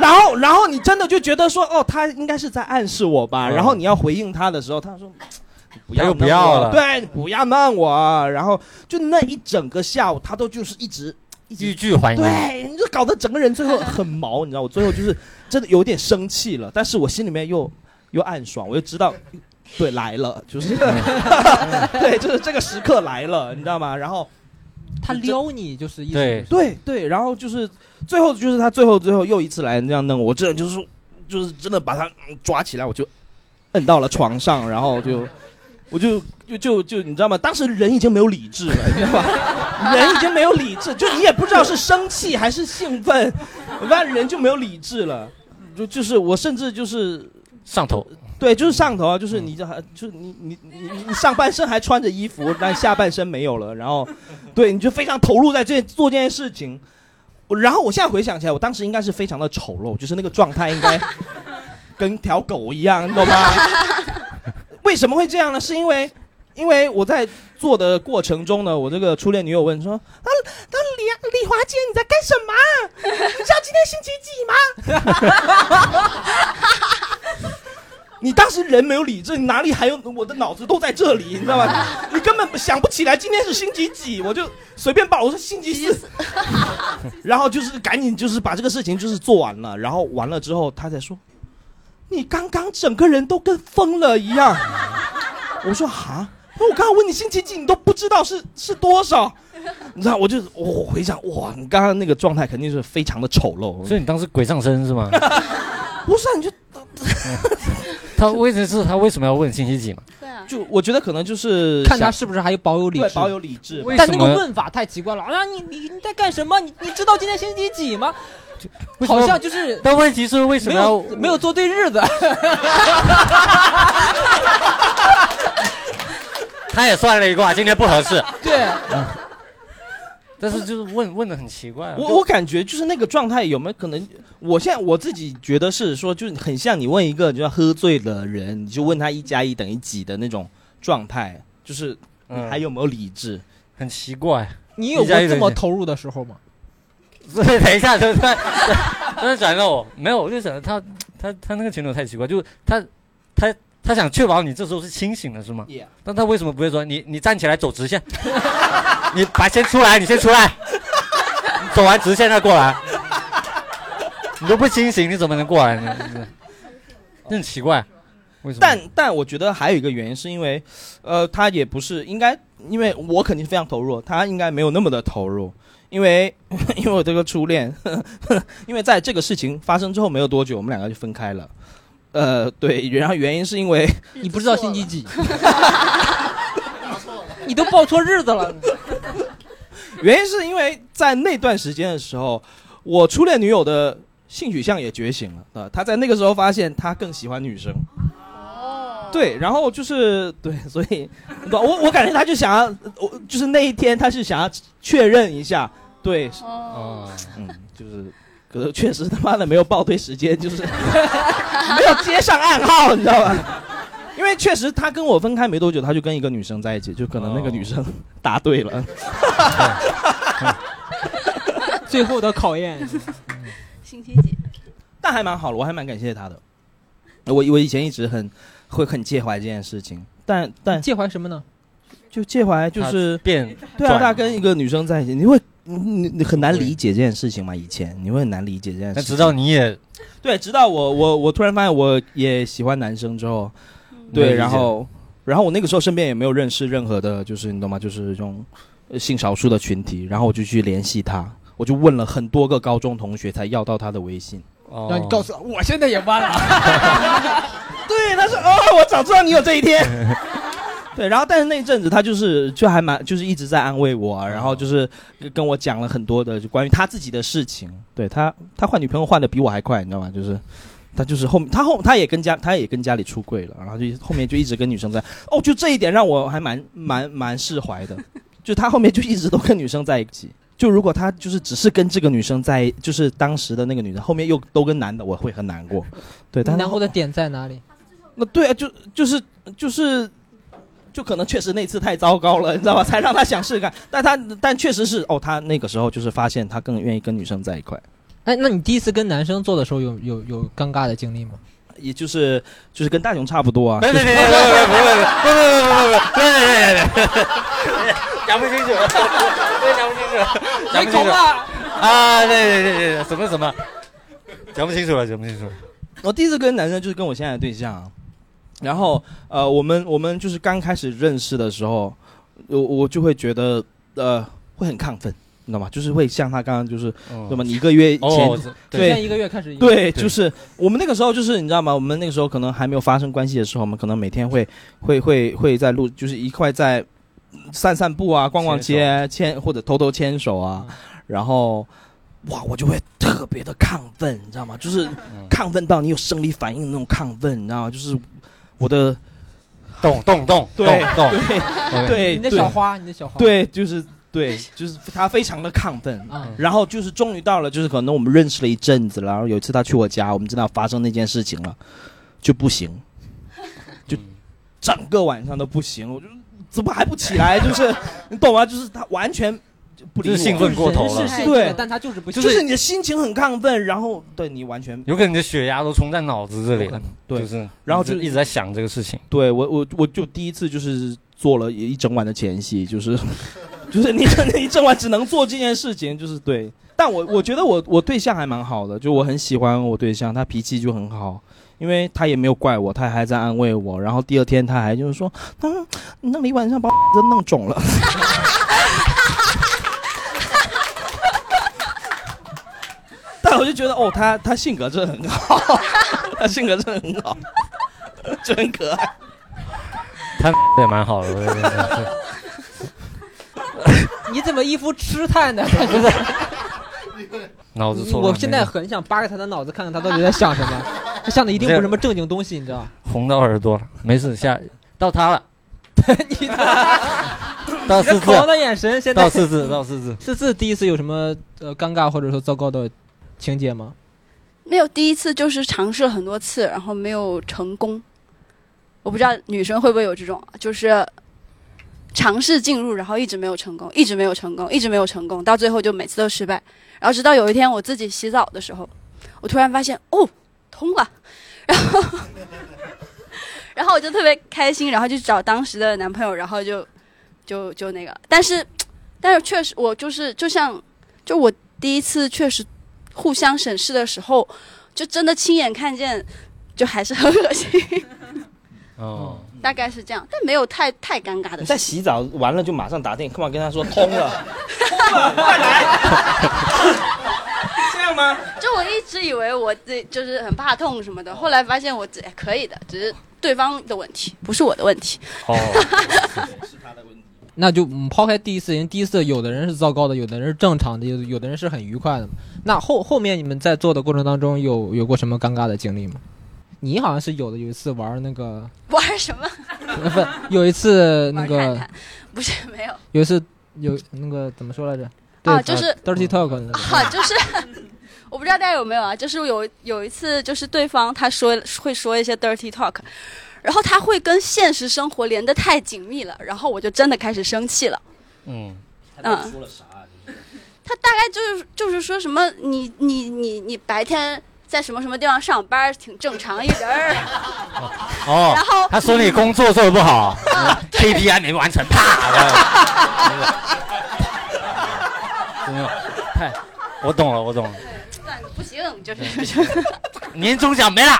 S4: 然后然后你真的就觉得说哦，他应该是在暗示我吧，
S2: 嗯
S4: 然后你要回应他的时候，他说。不
S2: 他
S4: 要
S2: 又
S4: 弄
S2: 不要
S4: 我
S2: 了
S4: 对，你不要弄我。啊然后就那一整个下午，他都就是一直一
S2: 欲
S4: 直
S2: 拒还迎。
S4: 对，你就搞得整个人最后很毛，你知道，我最后就是真的有点生气了，但是我心里面又又暗爽，我就知道，对，来了，就是， [LAUGHS] 对，就是这个时刻来了，你知道吗？然后
S1: 他撩你就是意思就
S2: 对
S1: 是
S4: 对对，然后就是最后就是他最后最后又一次来这样弄我，这就是说就是真的把他嗯抓起来，我就摁到了床上，然后就我就就就就你知道吗？当时人已经没有理智了，你知道吧？人已经没有理智，就你也不知道是生气还是兴奋，反正人就没有理智了。就就是我甚至就是
S2: 上头，
S4: 对，就是上头啊，就是你这还就是你你你你你上半身还穿着衣服，但下半身没有了，然后，对，你就非常投入在这做这件事情。我然后我现在回想起来，我当时应该是非常的丑陋，就是那个状态应该 [LAUGHS] 跟条狗一样，你懂吗？为什么会这样呢？是因为因为我在做的过程中呢，我这个初恋女友问说：“啊，那李李华姐你在干什么？啊你知道今天星期几吗？”你当时人没有理智，你哪里还有我的脑子都在这里，你知道吗？你根本想不起来今天是星期几，我就随便报，我说星期四，然后就是赶紧就是把这个事情就是做完了，然后完了之后他才说，你刚刚整个人都跟疯了一样。我说哈，那我刚刚问你星期几，你都不知道是是多少，你知道？我就我回想，哇，你刚刚那个状态肯定是非常的丑陋，
S2: 所以你当时鬼上身是 [LAUGHS] 吗？
S4: 不是、啊、你就
S2: 他为什是他为什么要问星期几嘛？
S3: 对啊，
S4: 就我觉得可能就是
S1: 看他
S4: 想
S1: 是不是还保有理
S4: 对
S1: 智。
S4: 保有理智吧。
S2: 为
S1: 但
S2: 什
S1: 那个
S2: 么
S1: 问法太奇怪了啊！你你你在干什么？你你知道今天星期几吗？
S2: 为什么
S1: 好像就是
S2: 但问题是为什
S1: 没
S2: 么要
S1: 有没有做对日
S2: [LAUGHS]
S1: 子。
S2: 他也算了一卦，今天不合适，
S1: 对，
S2: [LAUGHS] 但是就是问问的很奇怪、啊。
S4: 我我感觉就是那个状态有没有可能？我现在我自己觉得是说，就是很像你问一个就要喝醉的人，你就问他一加一等于几的那种状态，就是你
S2: 嗯
S4: 还有没有理智？
S2: 很奇怪。
S1: 你有
S2: 一加
S1: 过
S2: 一
S1: 这
S2: 等于
S1: 么
S2: 几
S1: 投入的时候吗？
S2: 所以等一下，等一下， [LAUGHS] 真的转到我，没有，我就想他他他那个情况太奇怪，就是他他他想确保你这时候是清醒的，是吗
S4: Yeah
S2: 但他为什么不会说你你站起来走直线， [LAUGHS] 你把先出来，你先出来，你走完直线再过来，你都不清醒，你怎么能过来呢？是这很奇怪，为什么？
S4: 但但我觉得还有一个原因是因为，呃，他也不是应该，因为我肯定非常投入，他应该没有那么的投入，因为 [LAUGHS] 因为我这个初恋， [LAUGHS] 因为在这个事情发生之后没有多久，我们两个就分开了。呃，对，然后原因是因为
S1: 你不知道星期几， [LAUGHS] 你都报错日子了。
S4: 原因是因为在那段时间的时候，我初恋女友的性取向也觉醒了，呃，她在那个时候发现她更喜欢女生。对，然后就是对，所以不我我感觉她就想要，我就是那一天她是想要确认一下，对，
S2: 哦，
S4: 嗯，就是，可是确实他妈的没有报对时间，就是 [LAUGHS] 没有接上暗号，你知道吧？因为确实他跟我分开没多久，他就跟一个女生在一起，就可能那个女生答对了。
S1: 最后的考验，
S3: 星期几？
S4: 但还蛮好了，我还蛮感谢他的。我我以前一直很会很介怀这件事情，但但
S1: 介怀什么呢？
S4: 就介怀就是
S2: 变
S4: 对
S2: 转
S4: 啊，他跟一个女生在一起，你会你你你很难理解这件事情嘛？以前你会很难理解这件事
S2: 那
S4: 情，
S2: 直到你也
S4: 对，直到我我我突然发现我也喜欢男生之后，
S2: 没有
S4: 对，
S2: 理
S4: 然
S2: 解
S4: 后然后我那个时候身边也没有认识任何的，就是你懂吗？就是这种呃性少数的群体，然后我就去联系他，我就问了很多个高中同学才要到他的微信。
S2: 哦
S1: 然后你告诉我，我现在也弯了。
S4: 对，他说哦，我早知道你有这一天。 [LAUGHS] 对，然后但是那一阵子他就是就还蛮就是一直在安慰我啊，然后就是跟我讲了很多的就关于他自己的事情。对他，他换女朋友换的比我还快，你知道吗？就是他就是后面他后他也跟家他也跟家里出柜了，然后就后面就一直跟女生在哦，就这一点让我还蛮蛮蛮释怀的，就他后面就一直都跟女生在一起。就如果他就是只是跟这个女生在，就是当时的那个女生，后面又都跟男的，我会很难过。对，
S1: 你
S4: 但是
S1: 难
S4: 后
S1: 过的点在哪里？
S4: 那对啊，就就是就是，就可能确实那次太糟糕了，你知道吧？才让他想试试看。但他但确实是哦，他那个时候就是发现他更愿意跟女生在一块，
S1: 哎，那你第一次跟男生做的时候有有有尴尬的经历吗？
S4: 也就是就是跟大雄差不多啊。
S2: 别别别别别别别别别别别别别别！讲不清楚，对，讲不清楚，讲不
S1: 哎
S2: 清楚啊！对对对对，什么什么，讲不清楚了，讲不清楚了。
S4: 我第一次跟男生就是跟我现在的对象啊，然后呃，我们我们就是刚开始认识的时候，我我就会觉得呃会很亢奋，你知道吗？就是会像他刚刚就是那
S2: 哦，
S4: 么你一个月前
S2: 哦，
S1: 现
S4: 对
S1: 在一个月开始。，
S4: 对，
S2: 对
S4: 就是我们那个时候，就是你知道吗？我们那个时候可能还没有发生关系的时候，我们可能每天会会会会在路，就是一块在散散步啊，逛逛街，牵或者偷偷牵手啊，
S2: 嗯
S4: 然后。哇，我就会特别的亢奋，你知道吗？就是亢奋到你有生理反应的那种亢奋，你知道吗？就是我的
S2: 动动动动动，
S4: 对
S2: 哎
S1: 你的小花，你的小花。
S4: 对，就是对，就是他非常的亢奋，
S1: 啊，
S4: 然后就是终于到了，就是可能我们认识了一阵子了，然后有一次他去我家，我们真的要发生那件事情了，就不行，整个晚上都不行，我就怎么还不起来？就是你懂吗？就是他完全就不理
S2: 就
S4: 我
S2: 是兴奋过头了
S1: 人是兴奋
S4: 对
S1: 但他就是不
S4: 就
S1: 兴
S4: 是你的心情很亢奋，然后对你完全
S2: 有可能你的血压都冲在脑子这里了，
S4: 对
S2: 就是
S4: 然后
S2: 一直
S4: 就
S2: 一直在想这个事情。
S4: 对我我我就第一次就是做了一整晚的前戏，就是就是你真的一整晚只能做这件事情，就是对。但我我觉得我我对象还蛮好的，就我很喜欢我对象，他脾气就很好。因为他也没有怪我，他还在安慰我，然后第二天他还就是说，嗯，你弄了一晚上把我都弄肿了。 [LAUGHS] 但我就觉得哦，他他性格真的很好， [LAUGHS] 他性格真的很好， [LAUGHS] 就很可爱。
S2: 他也蛮好的，我觉得
S1: 你怎么一副痴
S2: [LAUGHS]
S1: 探的感觉？
S2: 脑子错乱。
S1: 我现在很想扒开他的脑子，看看他到底在想什么。他想的一定不是什么正经东西，你知道？
S2: 没红到耳朵了，没事，下到他了，
S1: 你的
S2: 到
S1: 你
S2: 四
S1: 的
S2: 字
S1: 恐，慌的眼神，
S2: [LAUGHS]
S1: 现
S2: 到
S1: 在
S2: 四字，到四字。
S1: 这次第一次有什么呃尴尬或者说糟糕的情节吗？
S3: 没有第一次就是尝试了很多次，然后没有成功。我不知道女生会不会有这种，就是尝试进入，然后一直没有成功，一直没有成功，一直没有成功，到最后就每次都失败。然后直到有一天我自己洗澡的时候，我突然发现哦通了， [LAUGHS] 然后 [LAUGHS] 然后我就特别开心，然后就找当时的男朋友，然后就就就那个，但是但是确实我就是就像就我第一次确实互相审视的时候，就真的亲眼看见，就还是很恶心， [LAUGHS]
S2: 哦，
S1: 嗯
S3: 大概是这样，但没有太太尴尬的
S4: 你
S3: 事
S4: 在
S3: 情。
S4: 洗澡完了就马上打电，干嘛跟他 [LAUGHS] 说通了？ [LAUGHS] 通了，快来！这样吗？
S3: 就我一直以为我自己就是很怕痛什么的，后来发现我自己可以的，只是对方的问题，不是我的问题。 [LAUGHS]
S2: 哦，
S1: 那就嗯抛开第一次，因为第一次有的人是糟糕的，有的人是正常的，有有的人是很愉快的嘛。那后后面你们在做的过程当中有有过什么尴尬的经历吗？你好像是有的，有一次玩那个，
S3: 玩什么？
S1: 呃不，有一次那
S3: 玩
S1: 个，
S3: 看看，不是没有
S1: 有一次有那个怎么说来着？对
S3: 啊就是
S1: 呃 dirty talk 那个。
S3: 啊，就是 [LAUGHS] 我不知道大家有没有啊，就是有有一次，就是对方他说会说一些 dirty talk，然后他会跟现实生活连得太紧密了，然后我就真的开始生气了。
S2: 嗯，
S3: 嗯，
S4: 说了啥？啊
S3: [LAUGHS] 他大概就是就是说什么你你你你白天在什么什么地方上班挺正常一人儿， [LAUGHS]
S2: 哦
S3: 然，后
S2: 他说你工作做的不
S1: [LAUGHS]
S2: 好，KPI 没完成，啪！真的，太，我懂了，我懂了，
S3: [LAUGHS] 算了不行， [LAUGHS] 就是
S2: 年终奖没了。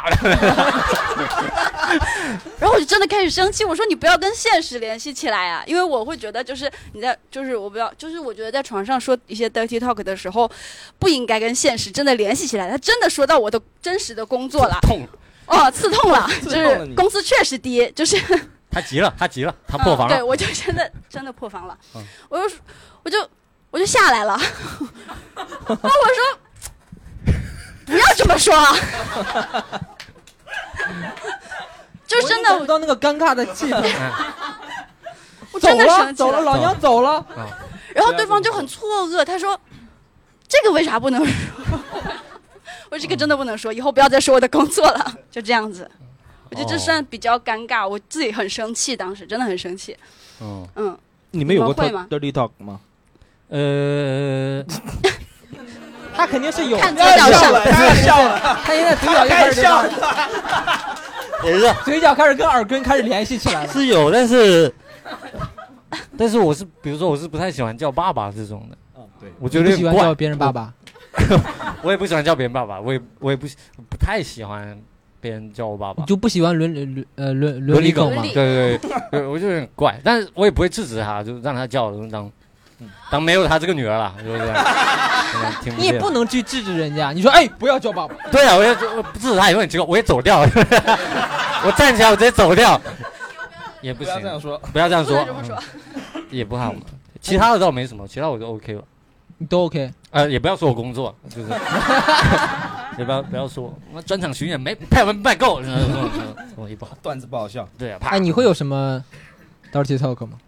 S3: 然后我就真的开始生气，我说你不要跟现实联系起来啊，因为我会觉得就是你在就是我不要就是我觉得在床上说一些 dirty talk 的时候，不应该跟现实真的联系起来，他真的说到我的真实的工作了，
S2: [LAUGHS] 痛，
S3: 哦，刺痛
S4: [LAUGHS]
S3: 了，就
S4: 痛了
S3: 是
S4: 你
S3: 工资确实低，就是
S2: 他急了，他急了，他破防
S3: 嗯对
S2: 了。
S3: 我就真的真的破防了，
S2: 嗯
S3: 我就我就我就下来了， [LAUGHS] 然后我说不要这么说啊，就真的
S1: 我能感受到那个尴尬的气氛，
S3: [LAUGHS] 我
S1: 走
S3: 真的
S1: 了
S3: 生气
S1: 走了，老娘走了，
S3: 然后对方就很错愕，他说：“这个为啥不能说？” [LAUGHS] 我说这个真的不能说，以后不要再说我的工作了，就这样子。
S2: 嗯
S3: 我觉
S2: 哦
S3: 得这算比较尴尬，我自己很生气，当时真的很生气。
S2: 嗯，
S3: 嗯，
S4: 你们有过
S3: 你们会吗
S4: dirty talk 吗？
S2: 呃，
S1: 他肯定是有，
S3: 看嘴角上，
S4: 开笑了，
S1: 他现在嘴角就开始这样
S2: 也是
S1: 嘴角开始跟耳根开始联系起来了。
S2: 是有，但是，但是我是，比如说我是不太喜欢叫爸爸这种的，
S4: 嗯，对，
S2: [LAUGHS] 我觉
S1: 你不
S2: 得有
S1: 喜
S2: 点
S1: 欢
S2: 怪
S1: 叫别人爸爸，
S2: 我也不喜欢叫别人爸爸，我也我也不喜不太喜欢别人叫我爸
S1: 你
S2: 爸。
S1: 就不喜欢伦伦呃伦
S2: 伦
S1: 理
S2: 理
S1: 梗吗
S3: 伦理？
S2: 对对对，对我就有点怪，但是我也不会制止他，就让他叫，就当当没有他这个女儿了，就是这样。可能听
S1: 你也
S2: 见
S1: 不能去制止人家，你说哎不要叫爸爸，
S2: 对啊，我也我不制止他也会很奇怪，我也走掉，我站起来我直接走掉，也不
S4: 不 [LAUGHS]
S2: 行
S4: 要，这样说。
S2: 不要这样
S3: 不
S2: 说
S3: 能这，么说。
S2: 嗯也不好嘛。其他的倒没什么，其他我就 OK 了。
S1: 你都 OK。
S2: 呃，也不要说我工作，就是也不要不要说我专场巡演没派文卖够，我也不好。
S4: 段子不好笑，
S2: 对啊，怕
S1: 哎，你会有什么 dirty talk 吗？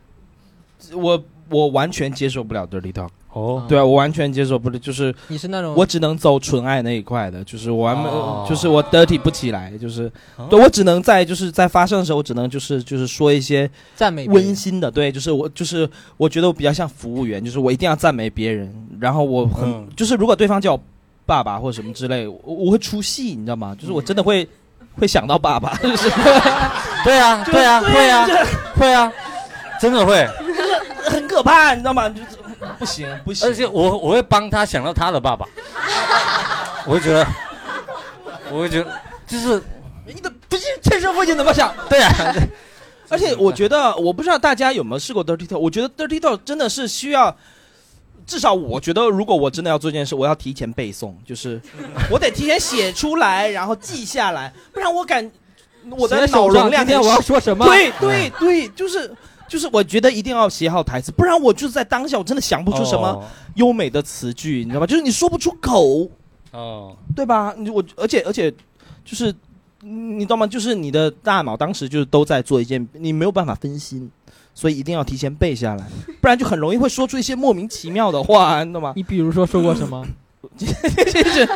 S4: 我我完全接受不了 dirty talk，
S2: 哦，
S4: 对啊，我完全接受不了，就是
S1: 你是那种
S4: 我只能走纯爱那一块的，就是我完没，
S2: 哦
S4: 就是我 dirty 不起来，就是
S2: 哦
S4: 对我只能在就是在发生的时候，我只能就是就是说一些
S1: 赞美别人
S4: 温馨的，对，就是我就是我觉得我比较像服务员，就是我一定要赞美别人，然后我很、
S2: 嗯
S4: 就是如果对方叫我爸爸或者什么之类，我我会出戏，你知道吗？就是我真的
S1: 嗯
S4: 会会想到爸 [LAUGHS] 爸，就是
S2: 对啊，对啊，会啊，会啊，真的会。
S4: 很可怕，你知道吗？就是不行不行
S2: 而，且我我会帮他想到他的爸爸，我会觉得，我会觉得就是
S1: 你的不是亲生父亲怎么想？
S2: 对啊，
S4: 而且我觉得，我不知道大家有没有试过 dirty talk。我觉得 dirty talk 真的是需要，至少我觉得，如果我真的要做这件事，我要提前背诵，
S1: [LAUGHS]
S4: 就是我得提前写出来，然后记下来，不然我感我的
S1: 写
S4: 脑
S1: 手上
S4: 容量
S1: 今天我要说什么？
S4: 对对对，就是就是，我觉得一定要写好台词，不然我就是在当下我真的想不出什
S1: 哦
S4: 么优美的词句，你知道吗？就是你说不出口，
S2: 哦，
S4: 对吧？你我而且而且就是嗯你懂吗？就是你的大脑当时就是都在做一件，你没有办法分心，所以一定要提前背下来，不然就很容易会说出一些莫名其妙的话，你懂吗？
S1: 你比如说说过什么？
S4: 就是。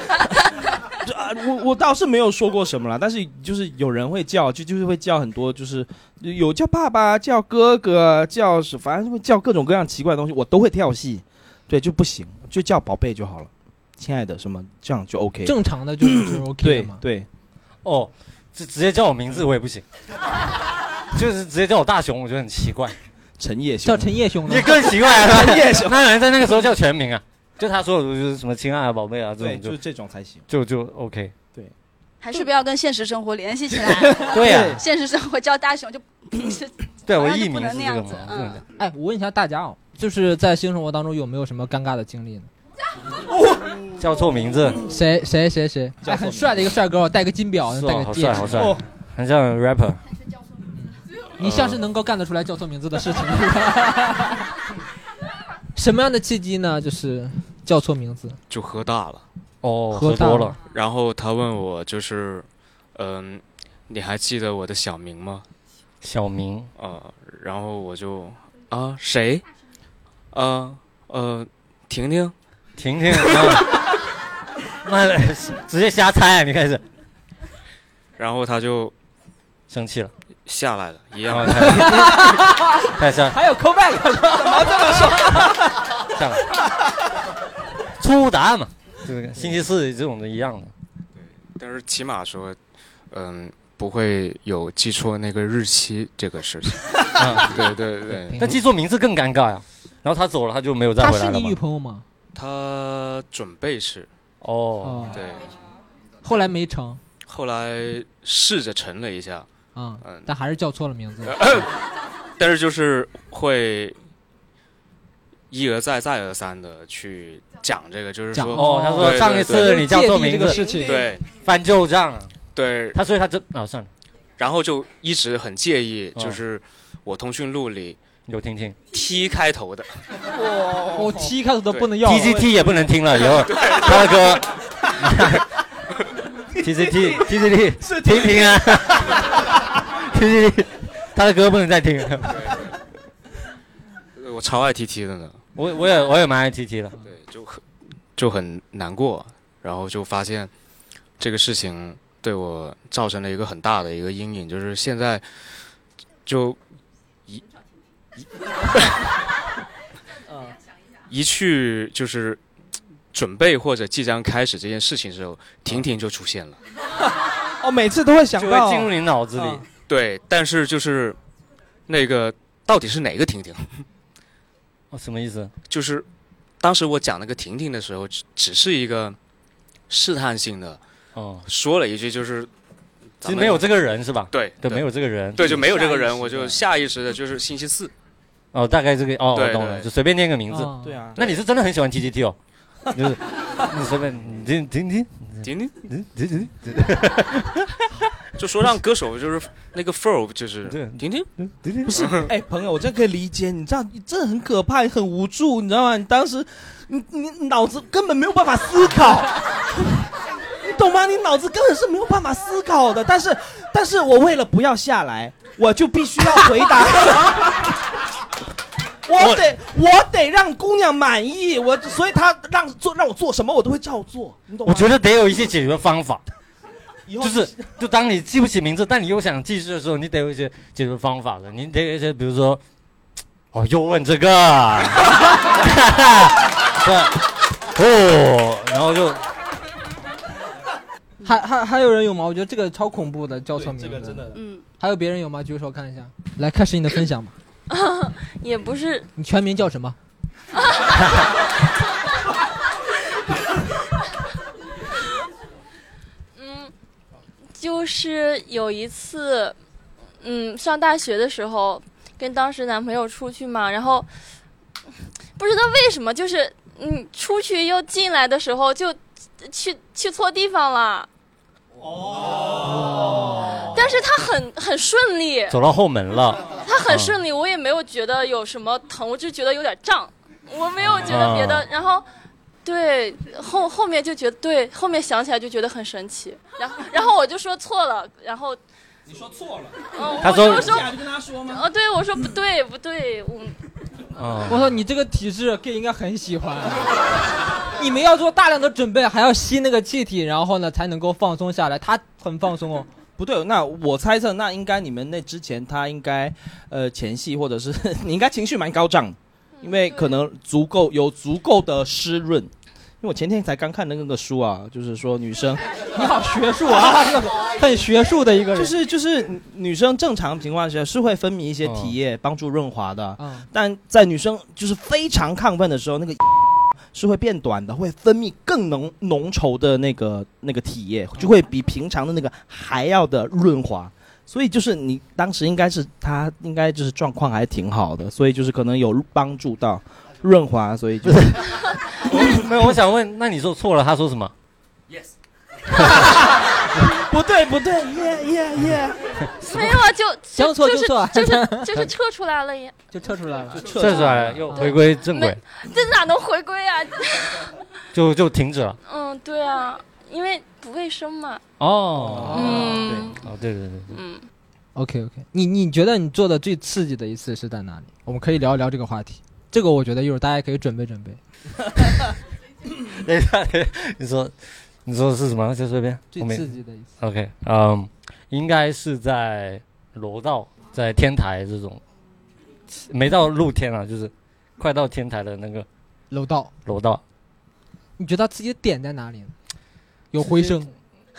S4: 就啊，我我倒是没有说过什么啦，但是就是有人会叫，就就是会叫很多，就是有叫爸爸、叫哥哥、叫什，反正会叫各种各样奇怪的东西，我都会跳戏，对，就不行，就叫宝贝就好了，亲爱的什么这样就 OK，
S1: 正常的
S2: 嗯
S1: 就是就是 OK 的
S4: 对
S1: 嘛。
S4: 对，
S2: 哦，直直接叫我名字我也不行，就是直接叫我大雄，我觉得很奇怪，
S4: 陈奕迅
S1: 叫陈烨兄呢
S2: 也？更奇怪了。
S4: 陈烨兄
S2: 那人在那个时候叫全名啊，就他说的就是什么亲爱的宝贝啊这
S4: 对，
S2: 种
S4: 就是
S2: 就
S4: 这种才行。
S2: 就就 OK。
S3: 还是不要跟现实生活联系起来。
S2: 对呀，
S3: 现实生活叫大熊就是
S2: 对
S3: 好
S2: 我
S3: 像就
S2: 艺
S3: 不
S2: 名
S3: 能
S2: 是
S3: 那
S2: 这个
S3: 样子
S2: 嘛，
S3: 嗯
S2: 对
S1: 哎，我问一下大家啊、就是在性生活当中有没有什么尴尬的经历呢？
S2: 叫错名字，
S1: 谁谁谁谁？
S4: 叫
S1: 哎，
S4: 错
S1: 很
S4: 名
S1: 帅的一个帅哥，戴个金表，
S2: 是
S1: 戴
S2: 啊，
S1: 个
S2: 好帅
S1: 戒
S2: 好
S1: 指，哦
S2: 帅，很像 rapper。
S1: 你像是
S2: 嗯
S1: 能够干得出来叫错名字的事情。 [LAUGHS] 什么样的契机呢？就是叫错名字，
S8: 就喝大了。
S2: 哦，
S1: 喝
S2: 喝
S1: 大
S2: 多
S1: 了
S2: 了，
S8: 然后他问我就是，嗯、你还记得我的小名吗？
S2: 小明，
S8: 啊，然后我就啊谁？啊呃，婷婷。
S2: 婷婷，啊那直接瞎猜，啊你开始
S8: 然后他就
S2: 生气了，啊
S8: 下来了，一
S2: 然
S8: 样
S2: 后
S8: 的。
S2: 开始下
S1: 还有 callback
S2: 下来，错误答案嘛，就是跟星期四这种的一样的。
S8: 但是起码说，嗯、不会有记错那个日期这个事情。
S2: 啊
S8: 对对对，
S2: [LAUGHS] 但记错名字更尴尬呀。然后他走了，他就没有再
S1: 她
S2: 回
S1: 是
S2: 来了
S1: 你
S2: 嘛
S1: 女。朋友吗？
S8: 他准备是
S2: 哦，
S1: 哦，
S8: 对，
S1: 后来没成
S8: 后来试着沉了一下，
S1: 啊、
S8: 嗯
S1: 但还是叫错了
S2: [LAUGHS]
S1: 名字。
S8: 但是就是会一而再再而三的去讲这个，就是
S1: 讲
S8: 说，
S2: 哦，他说
S8: 对
S2: 上一
S8: 对
S2: 次你叫错名
S1: 这个
S2: 字，
S1: 事情，
S8: 对
S2: 翻旧账。啊
S8: 对，
S2: 他所以他真啊，算了，
S8: 然后就一直很介意，
S2: 哦
S8: 就是我通讯录里
S2: 有听听
S8: T 开头的，
S1: 我 T 开头都不能要了。
S2: ，T G T 也不能听了，以后他的歌，T G T T G T
S4: 是
S2: 听听啊，T G T 他的歌不能再听了。
S8: 呃我超爱 TT 的呢，
S2: 我我也我也蛮爱 T T 的，
S8: 对，就很就很难过，然后就发现这个事情对我造成了一个很大的一个阴影，就是现在就一一
S1: 嗯
S8: 一去就是准备或者即将开始这件事情的时候，婷婷就出现了。
S4: 哦，每次都会想
S2: 就
S4: 到
S2: 会进入你脑子里。
S1: 啊
S8: 对，但是就是那个到底是哪个婷婷？
S2: 哦，什么意思？
S8: 就是当时我讲那个婷婷的时候，只只是一个试探性的
S2: 哦，
S8: 说了一句，就是
S2: 其实没有
S8: 咱们
S2: 这个人是吧？
S8: 对
S2: 对，没有这个人。
S8: 对就没有这个
S4: 下意
S8: 人，
S4: 识
S8: 我就
S4: 的
S8: 下意识的就是星期四，
S2: 哦，大概这个哦，
S8: 对
S2: 我懂
S8: 对
S2: 了，就随便念个名字。
S1: 啊
S4: 对，啊，
S2: 那你是真的很喜欢 T G T 哦？就是你随便，你听听听
S8: 婷婷
S2: 听听听，
S8: 就说让歌手就是那个 flow 就是
S2: 对
S8: 婷婷，
S4: 不是，哎，朋友，我真可以理解，你知道，你真的很可怕，很无助，你知道吗？你当时，你你你脑子根本没有办法思考， [LAUGHS] 你懂吗？你脑子根本是没有办法思考的。但是，但 [LAUGHS] 是我为了不要下来，我就必须要回答。我得我得让姑娘满意，我所以她让做让我做什么我都会照做，你懂吗？
S2: 我觉得得有一些解决方法，
S4: 以后
S2: [LAUGHS] 就是就当你记不起名字，但你又想记事的时候，你得有一些解决方法的。你得有一些，比如说，哦，又问这个， [LAUGHS] 对，哦，然后就
S1: 嗯还还还有人有吗？我觉得这个超恐怖的叫错
S4: 对
S1: 名字。
S4: 这个真的
S3: 嗯，
S1: 还有别人有吗？举手看一下。来开始你的分享吧。
S6: 也不是
S1: 你全名叫什么？
S6: 嗯，就是有一次，嗯，上大学的时候跟当时男朋友出去嘛，然后不知道为什么，就是嗯，出去又进来的时候就去去错地方了。哦，但是他很很顺利，
S2: 走到后门了。
S6: 他很顺利，我也没有觉得有什么疼，我就觉得有点胀，我没有觉得别的。
S2: 啊
S6: 然后，对后后面就觉得对，后面想起来就觉得很神奇。然后然后我就说错了，然后
S4: 你说错了，
S6: 嗯，
S2: 他
S6: 我
S2: 说
S6: 就说
S4: 就跟她说吗？
S6: 哦，对我说不对不对，嗯，
S2: 嗯，
S1: 我操，你这个体质 gay 应该很喜欢。啊你们要做大量的准备，还要吸那个气体，然后呢才能够放松下来。他很放松哦，
S4: 不对，那我猜测，那应该你们那之前她应该，呃，前戏或者是 [LAUGHS] 你应该情绪蛮高涨，因为可能足够有足够的湿润。因为我前天才刚看的那个书啊，就是说女生，
S1: 你好学术啊，这个很学术的一个人。
S4: 就是就是女生正常情况下是会分泌一些体液帮助润滑的，
S1: 啊，
S4: 但在女生就是非常亢奋的时候，那个 [LAUGHS] 是会变短的，会分泌更浓浓稠的那个那个体液，就会比平常的那个还要的润滑。所以就是你当时应该是她应该就是状况还挺好的，所以就是可能有帮助到润滑，所
S1: [LAUGHS]
S4: 以就是
S2: 没有，我想问，那你说错了，他说什么？
S4: 不对不对，耶耶耶，
S6: 没有啊，就
S1: 将
S6: 就
S1: 错
S6: 就
S1: 就是错，
S6: 就是就是撤出来了也，
S1: 就撤出来了。啊
S2: 这出来了又回归正轨
S6: 没，这哪能回归啊？
S2: 就就停止了。
S6: 嗯，对啊，因为不卫生嘛，
S2: 哦，
S6: 嗯
S2: 哦，对对对 [LAUGHS] 对，
S6: 嗯，
S1: OK OK，你你觉得你做的最刺激的一次是在哪里？我们可以聊一聊这个话题。这个我觉得一会儿大家可以准备准备。
S2: 等一下，等一下，你说你说的是什么？就随便，
S1: 最
S2: 我没
S1: 刺激的一次，
S2: OK，嗯，应该是在楼道，在天台这种，没到露天啊，就是快到天台的那个
S1: 楼道，
S2: 楼道，
S1: 你觉得它刺激的点在哪里呢？有回声，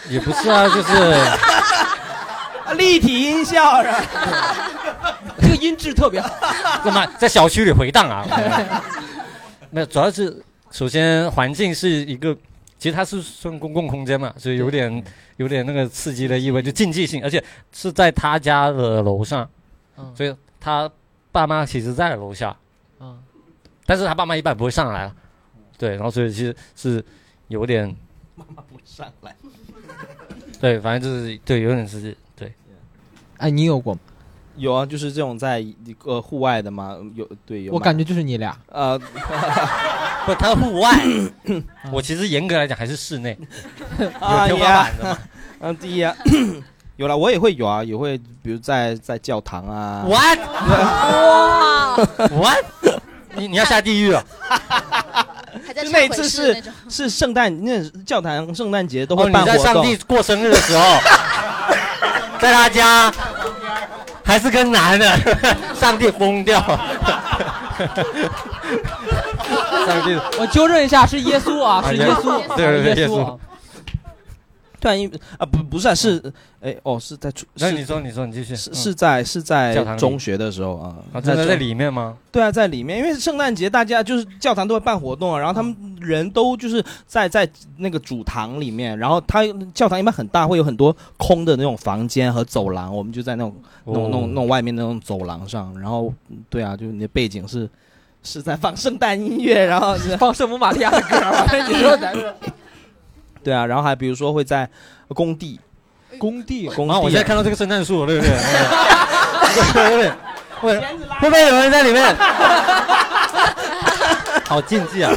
S2: 也不是啊，就是
S4: 立体音效啊然后
S1: [LAUGHS] 这个音质特别好。
S2: 干嘛在小区里回荡啊？ [LAUGHS] 没有，主要是首先环境是一个，其实它是算公共空间嘛，所以有点有点那个刺激的意味，就竞技性，而且是在他家的楼上，
S1: 嗯
S2: 所以他爸妈其实在楼下，
S1: 嗯，
S2: 但是他爸妈一般不会上来了，对，然后所以其实是有点，
S4: 不上来。
S2: [LAUGHS] 对，反正就是对，有点刺激，对，
S1: 哎，你有过吗？
S4: 有啊，就是这种在一个户外的嘛，有对有
S1: 我
S4: 嘛
S1: 感觉就是你俩。
S4: 呃
S2: 不，他户外， [COUGHS] 我其实严格来讲还是室内，有
S4: 啊
S2: 天
S4: 呀
S2: 花板的嘛，
S4: 嗯，第一、啊， [COUGHS] 有了，我也会有啊，也会，比如在在教堂啊，
S2: what
S3: 哇，
S2: [LAUGHS] what，你你要下地狱啊？
S3: 还在
S4: 就那
S3: 忏悔室
S4: 次是
S3: 那种
S4: 是圣诞那教堂圣诞节都
S2: 哦，
S4: 会
S2: 你
S4: 办
S2: 在
S4: 活
S2: 上
S4: 动，
S2: 帝过生日的时候，
S4: [LAUGHS]
S2: 在他家，还是跟男的， [LAUGHS] 上帝疯掉，上帝
S1: 我纠正一下，是耶稣啊，是耶稣，
S2: 啊对对对
S1: 耶
S2: 耶
S1: 稣
S2: 稣
S1: 啊。
S4: 突然一啊不不是啊是哎哦是在初
S2: 那
S4: 是
S2: 你说你说你继续
S4: 是
S2: 嗯
S4: 是在是在
S2: 教堂里
S4: 中学的时候啊，
S2: 啊，真的
S4: 中
S2: 在里面吗？
S4: 对啊，在里面，因为圣诞节大家就是教堂都会办活动啊，然后他们人都就是在在那个主堂里面，然后他教堂一般很大，会有很多空的那种房间和走廊，我们就在那种那种那种那种外面那种走廊上，然后嗯对啊，就是你的背景是是在放圣诞音乐，然后是
S1: 放圣母玛利亚的歌儿， [LAUGHS] 你说咱这
S4: 对啊，然后还比如说会在工地
S1: 工地
S4: 工地、
S2: 啊，我现在看到这个圣诞树，对不 [LAUGHS] 对？对对对，会不会有人在里 [LAUGHS] 面？好禁忌啊！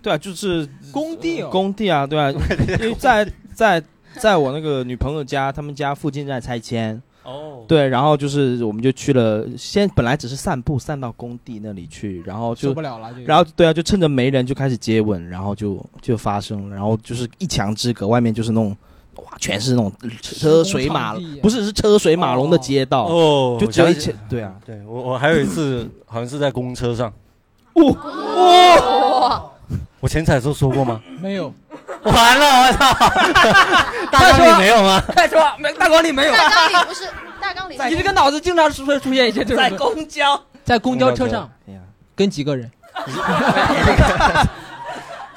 S4: 对啊，就是
S1: 工地哦
S4: 工地啊，对啊，因为在在在我那个女朋友家，他们家附近在拆迁。
S2: 哦哦，
S4: 对，然后就是我们就去了，先本来只是散步，散到工地那里去，然后
S1: 受
S4: 就
S1: 不了了。这个
S4: 然后对啊，就趁着没人就开始接吻，然后就就发生了，然后就是一墙之隔，外面就是那种哇，全是那种车水马
S1: 施工场地
S4: 不是是车水马龙的街道，
S2: 哦
S4: 就只有一
S2: 起
S4: 墙。对啊，
S2: 对我，我还有一次好像是在公车上，
S6: 哇，
S2: 我前彩的时候说过吗？
S1: 没有，
S2: [LAUGHS] 完了，我 [LAUGHS] 操！大纲里没有吗？
S1: 快说，没大纲里没有。
S3: 大纲里不是大纲里
S1: 你这个脑子经常出出现一些这种
S9: 在公交，
S1: 在公交车上
S4: 哎呀，
S1: 跟几个人，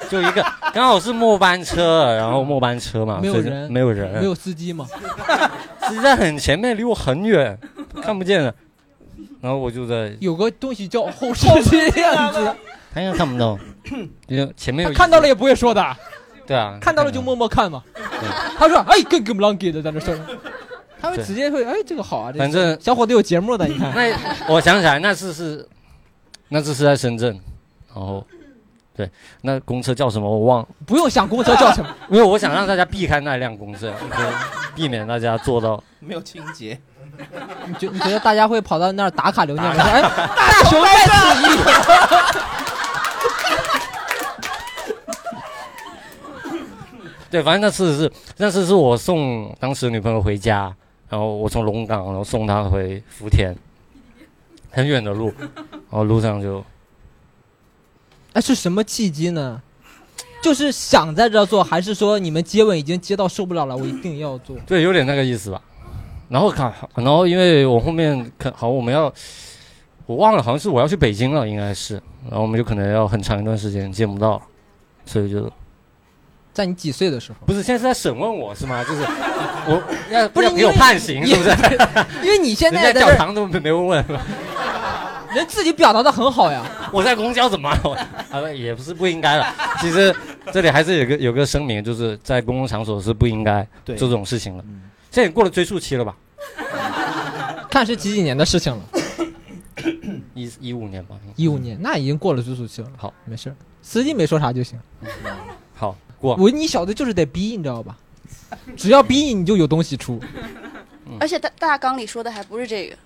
S2: 就一个，刚好是末班车，然后末班车嘛，
S1: 没有
S2: 所以就
S1: 人
S2: 没有人，
S1: 没有司机嘛？
S2: 是在很前面，离我很 [LAUGHS] 远，看不见的。然后我就在，
S1: 有个东西叫后视镜，啊
S2: 他应该看不 [LAUGHS] 到，因为前面
S1: 他
S2: 有
S1: 看到了也不会说的，
S2: 对啊，
S1: 看到了就默默看嘛。他说：“哎，跟跟不啷给的在那说。”他们
S2: 对
S1: 直接会：“哎，这个好啊，这
S2: 反正
S1: 小伙子有节目的，你看。
S2: 那我想起来，那次是那次是在深圳，然后对，那公车叫什么我忘了，”
S1: 不用想公车叫什么，
S2: 因为我想让大家避开那辆公车，就避免大家坐到。
S4: 没有清洁，
S1: [LAUGHS] 你觉你觉得大家会跑到那儿打卡留念吗？说哎，大熊在此 [LAUGHS] 一游。
S2: 对，反正那次是那次是我送当时女朋友回家，然后我从龙岗，然后送她回福田，很远的路，然后路上就
S1: 那哎是什么契机呢？就是想在这儿做，还是说你们接吻已经接到受不了了，我一定要做？
S2: 对，有点那个意思吧。然后看，然后因为我后面可好，我们要，我忘了，好像是我要去北京了，应该是，然后我们就可能要很长一段时间见不到，所以就
S1: 在你几岁的时候？
S2: 不是现在是在审问我是吗？就是 [LAUGHS] 我要
S1: 不是
S2: 要给
S1: 因
S2: 我
S1: 为
S2: 判刑是不是？
S1: 因为你现在
S2: 人
S1: 在
S2: 家
S1: 这
S2: 教
S1: 儿，
S2: 堂都没没问，
S1: 人自己表达的很好呀。
S2: 我在公交怎么了？我啊，不也不是不应该了。其实这里还是有个有个声明，就是在公共场所是不应该
S4: 对
S2: 做这种事情的
S4: 嗯。
S2: 现在也过了追溯期了吧？
S1: 看是几几年的事情了，
S2: 一一五年吧。
S1: 一五年，那已经过了追溯期了。
S2: 好，
S1: 没事儿，司机没说啥就行。
S2: 好，过。
S1: 我你小子就是得逼，你知道吧？只要逼你，你就有东西出。
S3: 而且大大纲里说的还不是这个，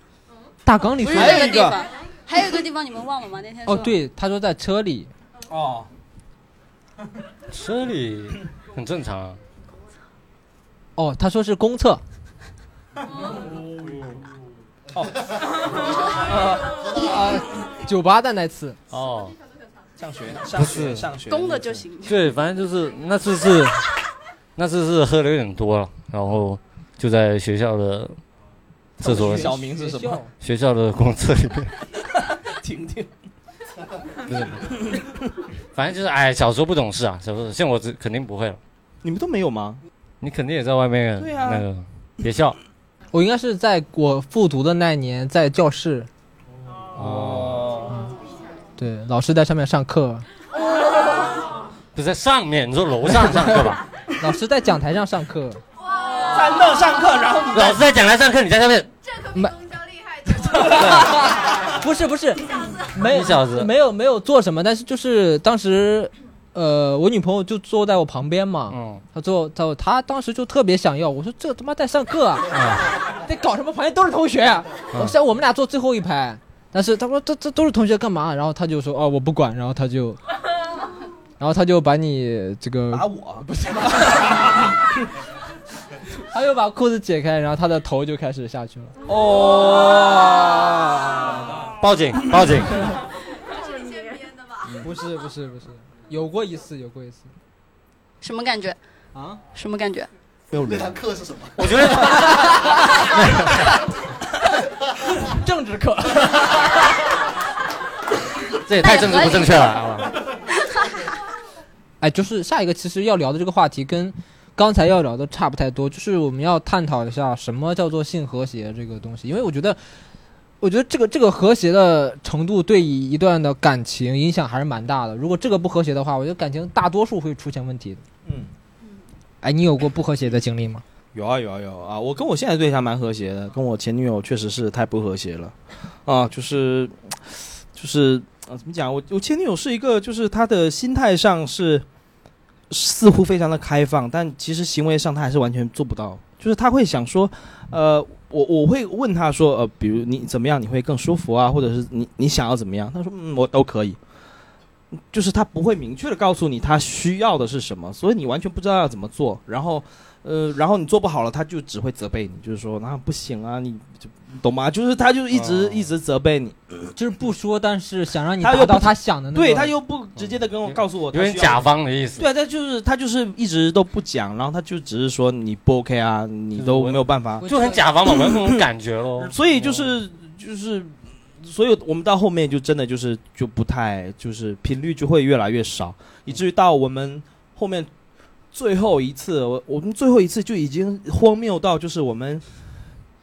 S1: 大纲里
S3: 不
S1: 说
S3: 是
S4: 还有
S3: 这
S4: 一
S3: 地
S4: 个
S3: 方，还有一个地方你们忘了吗？那天说
S1: 哦，对，他说在车里，
S4: 哦，
S2: 车
S4: [LAUGHS]
S2: 里很正常啊。
S1: 哦，他说是公厕， [LAUGHS] 啊酒吧的那次，
S2: 哦，
S4: 上学上学上学
S3: 公的就行。
S2: 对，反正就是那次
S4: [LAUGHS]
S2: 是，那次是喝的有点多了，然后就在学校的厕所、
S4: 小名是什么？
S2: 学校的公厕里
S4: [LAUGHS]
S2: 面，[LAUGHS]
S4: 婷婷，
S2: 不是，反正就是哎，小时候不懂事啊，小时候像我这肯定不会了，
S4: 你们都没有吗？
S2: 你肯定也在外面
S4: 对啊
S2: 那个，别笑
S1: 我应该是在我复读的那一年，在教室，
S2: 哦，
S1: 对，老师在上面上课，
S2: 不是在上面，你说楼上上课
S4: [LAUGHS]
S2: 吧？
S1: 老师在讲台上上课，
S4: 在那上课，然后
S2: 老师在讲台上课，你在下面，
S1: [LAUGHS] 不是不是，没有
S2: 你小子
S1: 没有没有做什么，但是就是当时，呃，我女朋友就坐在我旁边嘛，
S2: 嗯，
S1: 她坐她坐她当时就特别想要，我说这他妈在上课啊，在搞什么？旁边都是同学，我像我们俩坐最后一排，但是她说这这都是同学干嘛？然后她就说哦我不管，然后她就，然后她就把你这个
S4: 打我，不是
S1: [LAUGHS] 他又把裤子解开，然后他的头就开始下去了。
S4: 哦，
S2: 报警报警，
S1: 不是不是不是，有过一次，有过一次
S3: 什么感觉？
S1: 啊！
S3: 什么感觉？
S4: 没有
S7: 那
S4: 人
S7: 堂课是什么？
S2: 我觉得。
S1: [LAUGHS] 政治课，
S2: 这也太政治不正确了 [LAUGHS] 啊！
S1: 哎，就是下一个其实要聊的这个话题跟刚才要聊的差不太多，就是我们要探讨一下什么叫做性和谐这个东西，因为我觉得。我觉得这个这个和谐的程度对一段的感情影响还是蛮大的。如果这个不和谐的话，我觉得感情大多数会出现问题的。
S4: 嗯，
S1: 哎，你有过不和谐的经历吗？
S4: 有啊有啊有啊！我跟我现在对象蛮和谐的，跟我前女友确实是太不和谐了，啊，就是，就是啊，怎么讲？我我前女友是一个，就是她的心态上是似乎非常的开放，但其实行为上她还是完全做不到，就是他会想说，呃，我我会问他说，呃，比如你怎么样你会更舒服啊，或者是你你想要怎么样？他说，嗯，我都可以。就是他不会明确的告诉你他需要的是什么，所以你完全不知道要怎么做。然后，呃，然后你做不好了，他就只会责备你，就是说那、不行啊，你就懂吗？就是他就一直、一直责备你，
S1: 就是不说，但是想让你
S4: 他又
S1: 达到
S4: 不
S1: 他想的那个。
S4: 对他又不直接的跟我
S2: 有
S4: 告诉我，
S2: 嗯有点甲。方的意思。
S4: 对啊，他就是他就是一直都不讲，然后他就只是说你不 OK 啊，你都没有办法。
S2: 就很甲方嘛，我有那种感觉 [LAUGHS] 咯。
S4: 所以就是就是，所以我们到后面就真的就是就不太就是频率就会越来越少，以至于到我们后面最后一次，我我们最后一次就已经荒谬到就是我们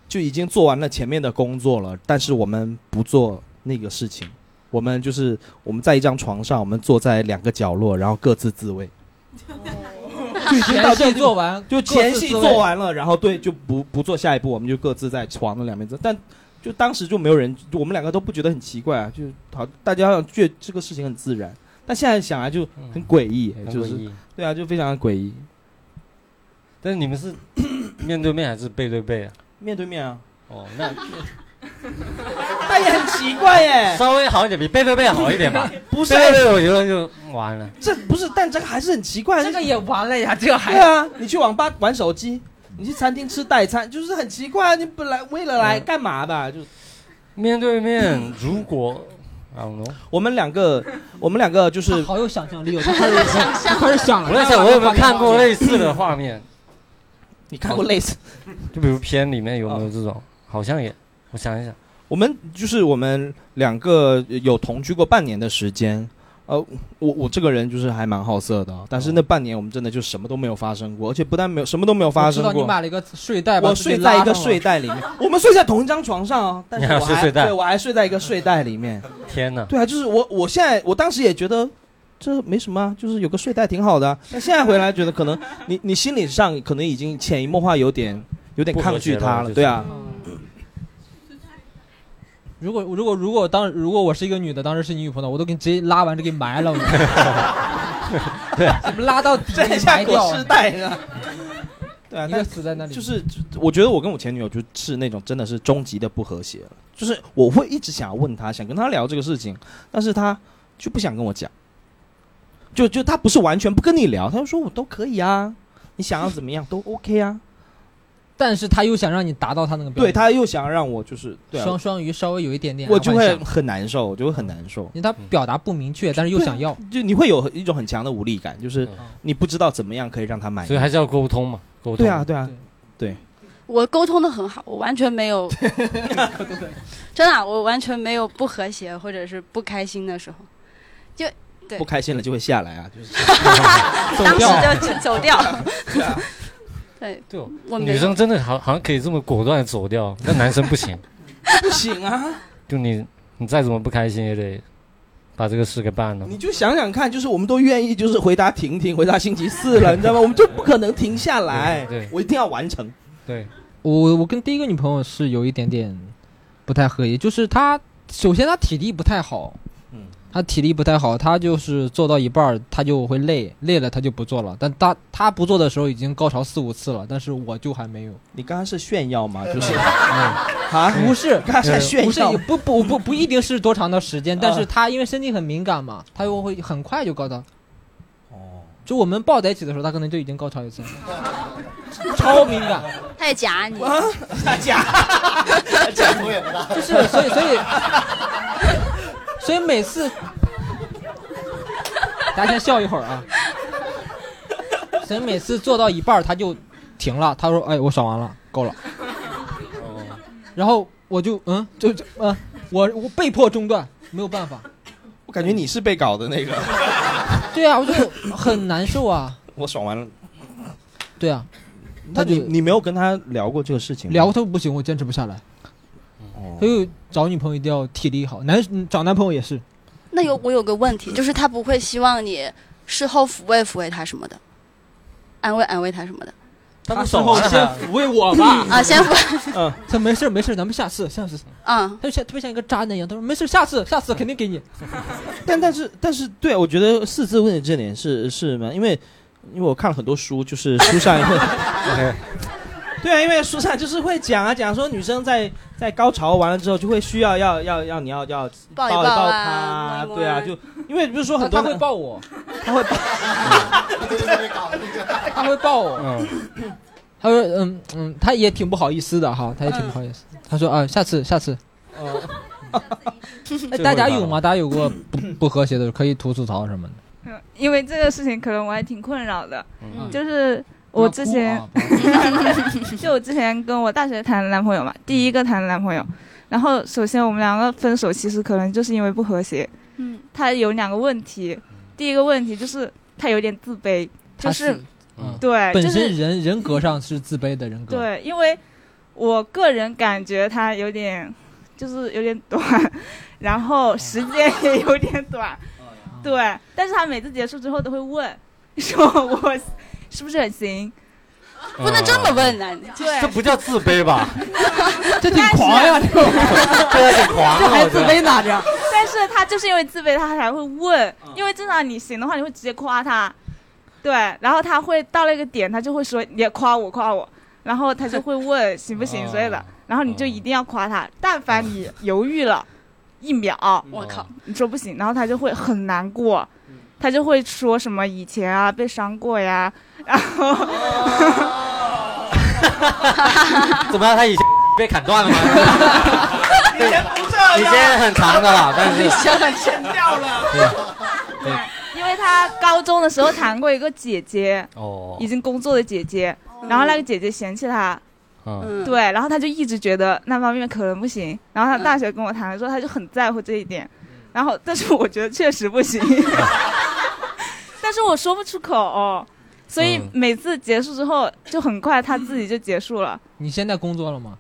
S4: 就已经做完了前面的工作了，但是我们不做那个事情，我们就是我们在一张床上，我们坐在两个角落，然后各自自慰。
S1: 就前戏做完，
S4: 就前戏
S1: 各自自
S4: 做
S1: 慰，
S4: 完了，然后对就不不做下一步，我们就各自在床的两边坐。但就当时就没有人，就我们两个都不觉得很奇怪啊，就好大家觉得这个事情很自然。但现在想来就很诡异，
S2: 嗯很
S4: 就
S2: 诡
S4: 是
S2: 异
S4: 对啊，就非常的诡异。
S2: [LAUGHS] 但是你们是面对面还是背对背啊？
S4: 面对面啊，
S2: [LAUGHS] 哦，
S4: [LAUGHS]
S2: 那
S4: 但也很奇怪耶。
S2: 稍微好一点，比背对背好一点吧。
S4: [LAUGHS] 不是，哎
S2: 背对背我觉得就完了。
S4: 这不是，但这个还是很奇怪。
S1: 这个也完了呀，这个
S4: 对
S1: 还
S4: 啊，你去网吧玩手机，你去餐厅吃代餐，就是很奇怪啊。你本来为了来
S2: 嗯
S4: 干嘛的？就
S2: 面对
S4: [LAUGHS]
S2: 面，如果 I don't know，
S4: 我们两个，我们两个就是
S1: [LAUGHS] 他好有想象力哦，他开始他开始想了。
S2: 我在想我有没有看过类似的画面，
S4: 你看过类似
S2: 就比如片里面有
S4: 哦
S2: 没有这种？好像也，我想一想，
S4: 我们就是我们两个有同居过半年的时间，呃，我我这个人就是还蛮好色的啊，但是那半年我们真的就什么都没有发生过，而且不但没有什么都没有发
S1: 我哦知
S4: 生
S1: 道你
S4: 过，
S1: 买了一个睡袋吧，把
S4: 我
S1: 自己
S4: 睡在一
S1: 拉
S4: 个
S1: 上了
S4: 睡袋里面， [LAUGHS] 我们睡在同一张床上
S1: [LAUGHS]
S4: 啊，但是
S2: 你还
S4: 我
S2: 睡
S4: 还
S2: 睡袋
S4: 对我还睡在一个睡袋里面，
S2: 天哪！
S4: 对啊，就是我我现在我当时也觉得。这没什么、啊，就是有个睡袋挺好的啊、那现在回来觉得，可能你你心理上可能已经潜移默化有点有点
S2: 不和
S4: 抗拒
S2: 谐了
S4: 它
S2: 就
S4: 了，
S2: 是
S4: 对啊，
S1: 嗯如果如果如果当如果我是一个女的，当时是你女朋友，我都给你直接拉完就给你
S4: [LAUGHS]
S1: 埋了， [LAUGHS] 我跟你说怎么拉到底
S4: 这一下
S1: 埋
S4: 裹
S1: 掉，
S4: 尸袋啊！ [LAUGHS] 对啊，
S1: 一
S4: 但
S1: 个死在那里，
S4: 就是我觉得我跟我前女友就是那种真的是终极的不和谐了，就是我会一直想要问她，想跟她聊这个事情，但是她就不想跟我讲，就就她不是完全不跟你聊，她就说我都可以啊，你想要怎么样都 OK 啊，
S1: 但是他又想让你达到他那个标
S4: 对，
S1: 准，
S4: 她又想让我就是对、啊
S1: 双，双鱼稍微有一啊点点，
S4: 我就会，很难受，我就会很难受
S1: 因，为他表达不明确，但是又想要，
S4: 就你会有一种很强的无力感，就是
S2: 嗯
S4: 你不知道怎么样可以让她满
S2: 所以
S4: 意，
S2: 还是要沟通嘛，沟通。
S4: 对啊，对啊，
S3: 我沟通的很好，我完全没有，真的啊、我完全没有不和谐或者是不开心的时候，对
S4: 不开心了就会下来啊， [LAUGHS] 就是
S3: 当时就走掉。对，
S2: 对哦，
S3: 我没
S2: 女
S3: 有
S2: 生真的好好像可以这么果断地走掉，但男生不行。
S4: 不行啊。
S2: 就你你再怎么不开心也得把这个事给办了。
S4: 你就想想看，就是我们都愿意，就是回答婷婷，回答星期四 [LAUGHS] 了，你知道吗？我们就不可能停下来
S2: 对对，
S4: 我一定要完成。
S2: 对，
S1: 我我跟第一个女朋友是有一点点不太合意，就是她首先她体力不太好，
S4: 嗯，
S1: 她体力不太好，她就是做到一半儿她就会累，累了她就不做了。但她她不做的时候已经高潮四五次了，但是我就还没有。
S4: 你刚刚是炫耀吗？ [LAUGHS] 就是啊，
S1: 不是，
S4: 刚刚是在炫
S1: 不是
S4: 耀吗，
S1: 不不不不一定是多长的时间，但
S4: 啊
S1: 是她因为身体很敏感嘛，她又会很快就高潮。哦，就我们抱在一起的时候，她可能就已经高潮一次了，超敏感。
S3: 他也夹你，
S4: 大家
S7: 这头也不大。
S1: 就是所以所以所以每次，大家先笑一会儿啊。所以每次做到一半儿他就停了，他说：“哎，我爽完了，够了。”然后我就嗯，就就嗯，我我被迫中断，没有办法。
S4: 我感觉你是被搞的那个。
S1: 对啊，我就很难受啊。
S4: 我爽完了，
S1: 对啊，
S4: 那
S1: 他就
S4: 你你没有跟他聊过这个事情吗？哦
S1: 聊他不行，我坚持不下来。所以找女朋友一定要体力好，男嗯找男朋友也是。
S3: 那有我有个问题，就是他不会希望你事后抚慰抚慰他什么的，安慰安慰他什么的
S2: 他
S1: 他
S2: 不
S1: 事
S2: 爽
S1: 后
S2: 完了
S1: 先
S2: 还
S1: 抚慰我吧。
S2: [LAUGHS]
S3: 啊，先抚
S1: 他没事儿没事儿，咱们下次下次。
S3: 嗯，
S1: 他就像特别像一个渣男一样，他说没事，下次下次肯定给你。
S4: 但但是但是，对我觉得四字问的这点是是吗？因为因为我看了很多书，就是书上也会
S2: OK，
S4: 对啊，因为书上就是会讲啊讲说女生在在高潮完了之后就会需要要要要你要要
S1: 抱
S4: 抱
S1: 一抱啊摸
S4: 她啊，
S1: 一摸啊
S4: 对啊，就因为不是说很
S1: [LAUGHS]
S4: 多
S1: 他会抱我，
S4: 他会抱，
S1: [LAUGHS] 他会抱我。 [COUGHS] 他说嗯嗯，他也挺不好意思的哈，他也挺不好意思。他说啊，下次下次。
S2: 哦
S1: [LAUGHS] 哎，大家有吗？大家有过
S2: [LAUGHS]
S1: 不不和谐的，可以吐吐槽什么的。
S9: 嗯因为这个事情可能我还挺困扰的，
S1: 嗯
S9: [LAUGHS] 就是我之前，
S2: 啊
S9: 就我之前跟我大学谈的男朋友嘛，第一个谈的男朋友，然后首先我们两个分手，其实可能就是因为不和谐，
S3: 嗯，
S9: 他有两个问题，第一个问题就是他有点自卑， [LAUGHS] 就
S1: 他
S9: 是
S1: 嗯
S9: 对
S1: 本
S9: 就是
S1: 身人人格上是自卑的人格。
S9: 对，因为我个人感觉他有点，就是有点短，然后时间也有点短，对。但是他每次结束之后都会问，说我是不是很行？
S3: 不能
S1: 哦
S2: 啊
S3: 这么问呢、
S9: 对，
S2: 这不叫自卑吧？
S1: 这挺狂呀，
S2: [LAUGHS]
S1: 这
S2: 这挺狂啊，
S3: 这还
S2: 我觉
S3: 自
S2: 得
S3: 卑呢，这样。
S9: 但是他就是因为自卑，他才会问，因为正常你行的话，你会直接夸他，对，然后他会到了一个点，他就会说你也夸我夸我，然后他就会 [LAUGHS] 问行不行之类的，然后你就一定要夸他，但凡你犹豫了一秒，
S3: 我靠，
S9: 你说不行，然后他就会很难过。他就会说什么以前啊被伤过呀， [LAUGHS] 然后
S2: 怎么样？他以前被砍断了吗？以前很长的了，但是
S3: 想想这
S9: [LAUGHS] 因为他高中的时候谈过一个姐姐，
S2: 哦
S9: 已，经工作的姐姐，哦然后那个姐姐嫌弃他，
S2: 嗯， [LAUGHS]
S3: 嗯，
S9: 对，然后他就一直觉得那方面可能不行，然后他大学跟我谈的时候，他就很在乎这一点，
S2: 嗯
S9: 然后但是我觉得确实
S2: [LAUGHS]
S9: 不行，但是我说不出口、哦所以
S2: 嗯
S9: 每次结束之后就很快他自己就结束了，
S1: 你现在工作了吗？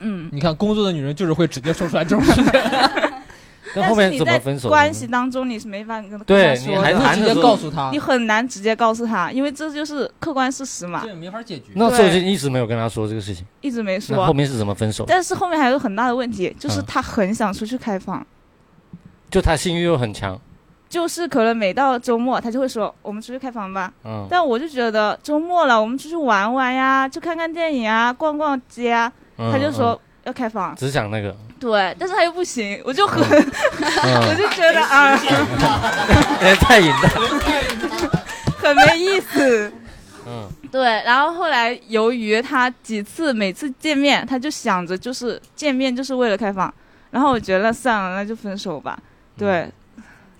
S9: 嗯。
S1: 你看，工作的女人就是会直接说出来这种事情，
S2: 但后
S9: 但是
S2: 面
S9: 你
S2: 怎么
S9: 在
S2: 分手呢？
S9: 关系当中你是没法跟跟他
S2: 对你
S9: 说
S2: 还
S9: 的，
S2: 谈
S1: 直
S2: 的
S1: 接
S2: 时
S1: 告
S2: 候，
S1: 诉他
S9: 你，很难直接告诉他，因为这就是客观事实嘛
S1: 这，个没法解决。
S2: 那时候就一直没有跟他说这个事情。
S9: 一直没
S2: 那后
S9: 说。
S2: 面是怎么分手？
S9: 啊但是后面还有很大的问题，就是
S2: 嗯
S9: 他很想出去开房，
S2: 就他性欲又很强，
S9: 就是可能每到周末他就会说我们出去开房吧，
S2: 嗯，
S9: 但我就觉得周末了，我们出去玩玩呀，去看看电影啊，逛逛街啊。
S2: 嗯
S9: 他就
S2: 嗯
S9: 说要开房，
S2: 只想那
S9: [LAUGHS]
S2: 个，
S9: 对，但是他又不行，我就很， [LAUGHS] 我
S2: 嗯，
S9: 就觉得啊，
S2: 太淫荡，
S9: 很没意 [LAUGHS] 思。
S2: 嗯，
S9: 对，然后后来由于他几次每次见面，他就想着就是见面就是为了开房，然后我觉得算了，那就分手吧。对，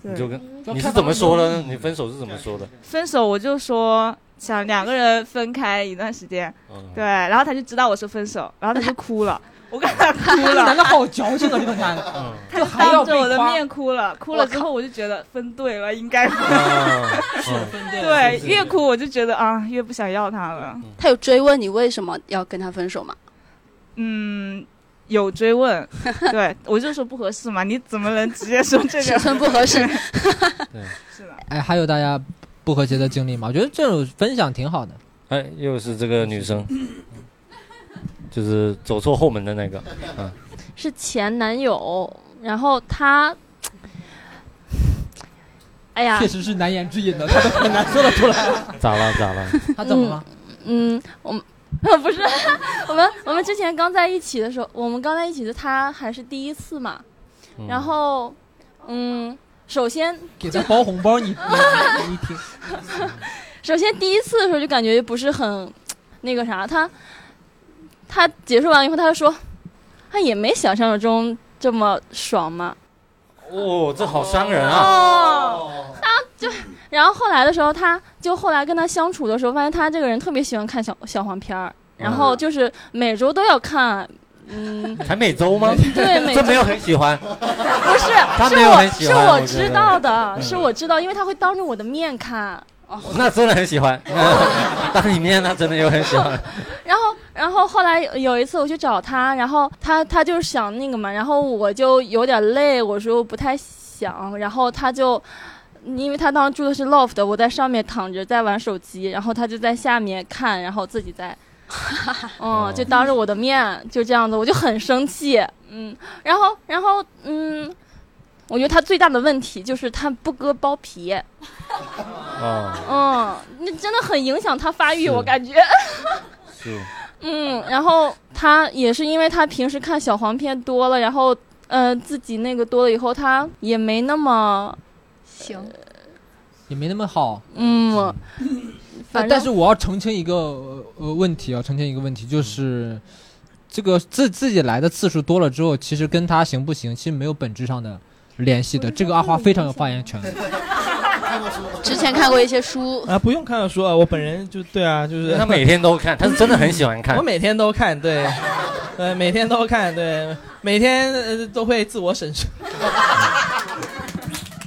S2: 嗯你就
S9: 对，
S2: 跟
S1: 嗯
S2: 你是怎么说的呢？你分手是怎么说的？
S9: 分手我就说想两个人分开一段时间，
S2: 嗯，
S9: 对，然后他就知道我说分手，然后他就
S2: [LAUGHS]
S9: 哭了，我看他哭
S1: 这个男
S9: 了，
S1: 的好矫情啊！这个男的， [LAUGHS]
S2: 嗯，
S9: 他就
S1: 还要
S9: 当
S1: 被
S9: 着我的
S1: 夸
S9: 面哭了，哭了之后我就觉得分对了，应该
S2: 嗯
S9: 对，越哭我就觉得啊，越不想要他了。
S3: 他有追问你为什么要跟他分手吗？
S9: 嗯，有
S1: [LAUGHS]
S9: 追问，对我就说不合适嘛，你怎么能直接说这
S3: 尺
S9: 个？
S3: 寸不合适，
S9: 是的，
S1: 哎，还有大家不和谐的经历吗？我觉得这种分享挺好的。
S2: 哎，又是这个女生，就是走错后门的那个，
S6: 是前男友，然后他，哎呀
S1: 确，实是难言之隐的，他都很难说得出来。
S2: 咋了咋了？
S1: [LAUGHS] 他怎么了？
S6: 嗯，我们。 [LAUGHS] 不是，我们我们之前刚在一起的时候，我们刚在一起的他还是第一次嘛。
S2: 嗯
S6: 然后，嗯，首先
S1: [LAUGHS] 给他包红包，你你你听，
S6: 首先第一次的时候就感觉不是很那个啥，他他结束完以后，他就说，他也没想象中这么爽嘛。
S2: 哦，这好伤人啊！
S6: 哦
S2: 嗯
S6: 然后后来的时候，他就后来跟他相处的时候，发现他这个人特别喜欢看小小黄片儿，然后就是每周都要看。嗯，
S9: 哦
S2: 还每周吗？
S6: 对，每周
S2: 这没有很喜欢，
S6: 不是，
S2: 他
S6: 是
S2: 没有
S6: 我
S2: 很喜
S6: 是
S2: 欢
S6: 我
S2: 我觉
S6: 知
S2: 得
S6: 道的，是我知道，因为他会当着我的面看，
S2: 那真的很喜欢。 [LAUGHS] 当里面他真的有很喜欢，
S6: 然后，然后后来有有一次我去找他，然后他他就是想那个嘛，然后我就有点累，我说不太想，然后他就，因为他当时住的是 loft，我在上面躺着在玩手机，然后他就在下面看，然后自己在，嗯，就当着我的面就这样子，我就很生气，嗯，然后，然后，嗯，我觉得他最大的问题就是他不割包皮，
S2: 哦，
S6: 嗯，那真的很影响他发育，
S2: 是
S6: 我感觉。
S2: 是，
S6: 嗯，然后他也是因为他平时看小黄片多了，然后呃自己那个多了以后，他也没那么
S10: 行，
S1: 也没那么好。
S4: [LAUGHS]
S6: 嗯，
S1: 但
S6: 反正
S1: 但是我要澄清一个呃呃问题啊，澄清一个问题，就是这个自自己来的次数多了之后，其实跟他行不行，其实没有本质上的联系的。这个阿花非常有发言权。
S3: 之前看过一些书，
S4: 啊，不用看了书啊，我本人就对啊，就是
S2: 他每天都看，他是真的很喜欢看
S4: [LAUGHS] 我。每天都看，对，对，每天都看，对，每天、呃、都会自我审视。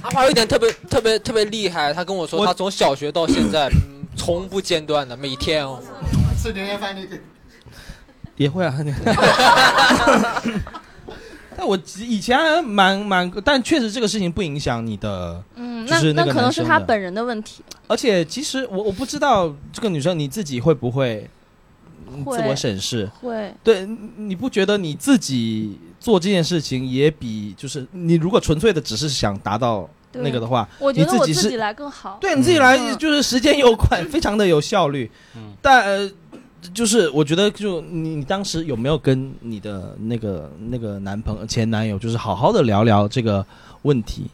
S11: 阿花有一点特别特别特别厉害，他跟我说
S4: 我
S11: 他从小学到现在、嗯从不间断的每天哦。
S7: 吃年夜饭那个，
S4: 也会啊。 [LAUGHS] 但我以前还蛮蛮，但确实这个事情不影响你的，
S6: 嗯，
S4: 就
S6: 那
S4: 是那个
S6: 可能是
S4: 男生
S6: 他
S4: 的
S6: 本人的问题。
S4: 而且其实我我不知道这个女生你自己会不会嗯
S6: 会
S4: 自我审视，
S6: 会，
S4: 对，你不觉得你自己做这件事情也比就是你如果纯粹的只是想达到
S6: 对
S4: 那个的话，
S6: 我觉得
S4: 你
S6: 我
S4: 自己
S6: 自己
S4: 是
S6: 来更好。
S4: 对你自己来
S6: 嗯
S4: 就是时间有管，非常的有效率。
S2: 嗯
S4: 但呃，就是我觉得就你你当时有没有跟你的那个那个男朋友前男友就是好好的聊聊这个问题？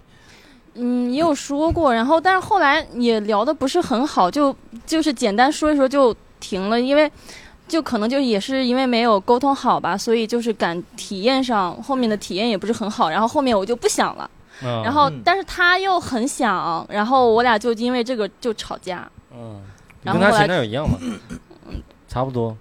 S6: 嗯，也有说过，然后但是后来也聊的不是很好，就就是简单说一说就停了，因为就可能就也是因为没有沟通好吧，所以就是感体验上后面的体验也不是很好，然后后面我就不想了，
S2: 嗯
S6: 然后
S4: 嗯
S6: 但是他又很想，然后我俩就因为这个就吵架，
S2: 嗯，你
S6: 然
S2: 跟
S6: 后
S2: 他
S6: 后
S2: 前
S6: 来
S2: 男友一样嘛，差不多。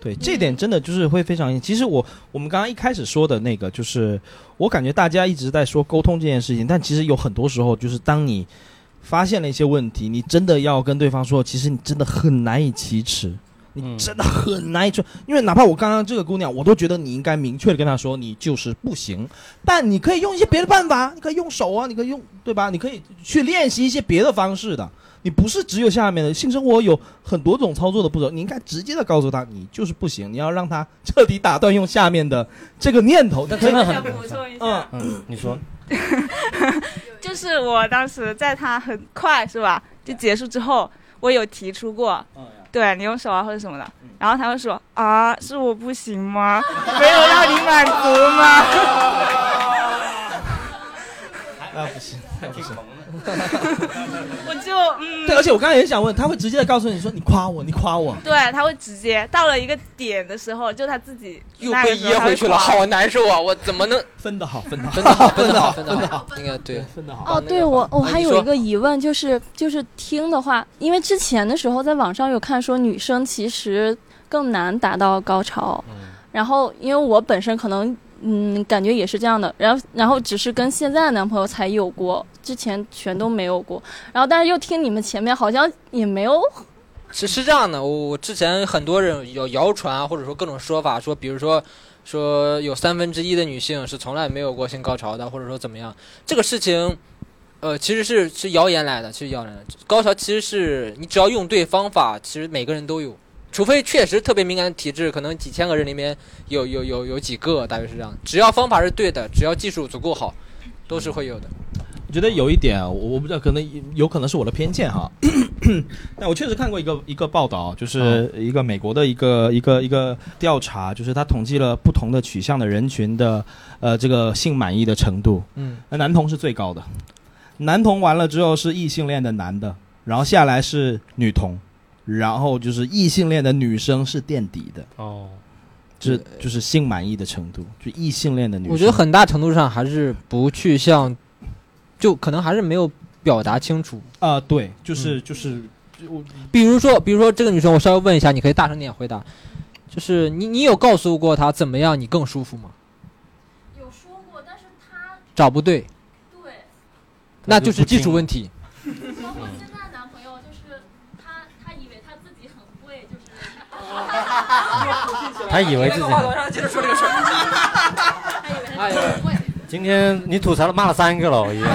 S4: 对，这点真的就是会非常。其实我我们刚刚一开始说的那个，就是我感觉大家一直在说沟通这件事情，但其实有很多时候，就是当你发现了一些问题，你真的要跟对方说，其实你真的很难以启齿，你
S2: 嗯
S4: 真的很难以说。因为哪怕我刚刚这个姑娘，我都觉得你应该明确的跟她说，你就是不行。但你可以用一些别的办法，你可以用手啊，你可以用对吧？你可以去练习一些别的方式的。你不是只有下面的性生活有很多种操作的步骤，你应该直接的告诉他，你就是不行，你要让他彻底打断用下面的这个念头。 [LAUGHS] 那可以
S2: 真的很
S9: 想补充一下，
S4: 嗯，
S2: 嗯，你说，
S9: 就是我当时在他很快是吧，就结束之后，我有提出过，对你用手啊或者什么的，然后他就说啊，是我不行吗？没有让你满足吗？
S4: 那不行，那不行。
S9: [LAUGHS] 我就嗯，
S4: 对，而且我刚才也想问，他会直接的告诉你说，你夸我，你夸我。
S9: 对，他会直接到了一个点的时候，就他自己
S11: 又
S9: 那
S11: 被
S9: 个时候
S11: 噎
S9: 他
S11: 回
S9: 会
S11: 去了，
S9: 狂
S11: 好难受啊！我怎么能
S4: 分的好，分的好，
S11: 分的好，分
S4: 分
S11: 的
S4: 的
S11: 好，
S4: 好，
S11: 分
S4: 分
S11: 的
S4: 的
S11: 好，应该对。
S4: 分的好。
S11: 那
S6: 哦，
S11: 个
S6: 对
S11: 吧
S6: 我我
S11: 啊
S6: 还
S11: 你
S6: 有
S11: 说
S6: 一个疑问，就是就是听的话，因为之前的时候在网上有看说女生其实更难达到高潮，然后因为我本身可能嗯感觉也是这样的，然后然后只是跟现在的男朋友才有过，之前全都没有过，然后但是又听你们前面好像也没有，
S11: 是是这样的，我我之前很多人有谣传啊，或者说各种说法，说比如说说有三分之一的女性是从来没有过性高潮的，或者说怎么样，这个事情，呃，其实是是谣言来的，是谣言来的。高潮其实是你只要用对方法，其实每个人都有，除非确实特别敏感的体质，可能几千个人里面有有有有几个，大约是这样。只要方法是对的，只要技术足够好，都是会有的。
S4: 我觉得有一点啊，我我不知道，可能有可能是我的偏见
S1: [COUGHS]
S4: 哈。但我确实看过一个一个报道，就是
S1: 啊
S4: 一个美国的一个一个一个调查，就是他统计了不同的取向的人群的呃这个性满意的程度。
S1: 嗯，
S4: 那男同是最高的，男同完了之后是异性恋的男的，然后下来是女同，然后就是异性恋的女生是垫底的，
S2: 哦，
S4: 这就是性满意的程度，就异性恋的女生。
S1: 我觉得很大程度上还是不去向，就可能还是没有表达清楚。
S4: 啊、对，就是、就是我
S1: 比如说，比如说这个女生，我稍微问一下，你可以大声点回答，就是你你有告诉过她怎么样你更舒服吗？
S6: 有说过，但是他
S1: 找不对，
S6: 对。
S1: 那就是技术问题。
S6: 包括现在男朋友，就是他，他以为他自己很会，就是
S2: 他以为自己
S11: 上接着说这个事儿。哎呀，
S2: 今天你吐槽了骂了三个了，已经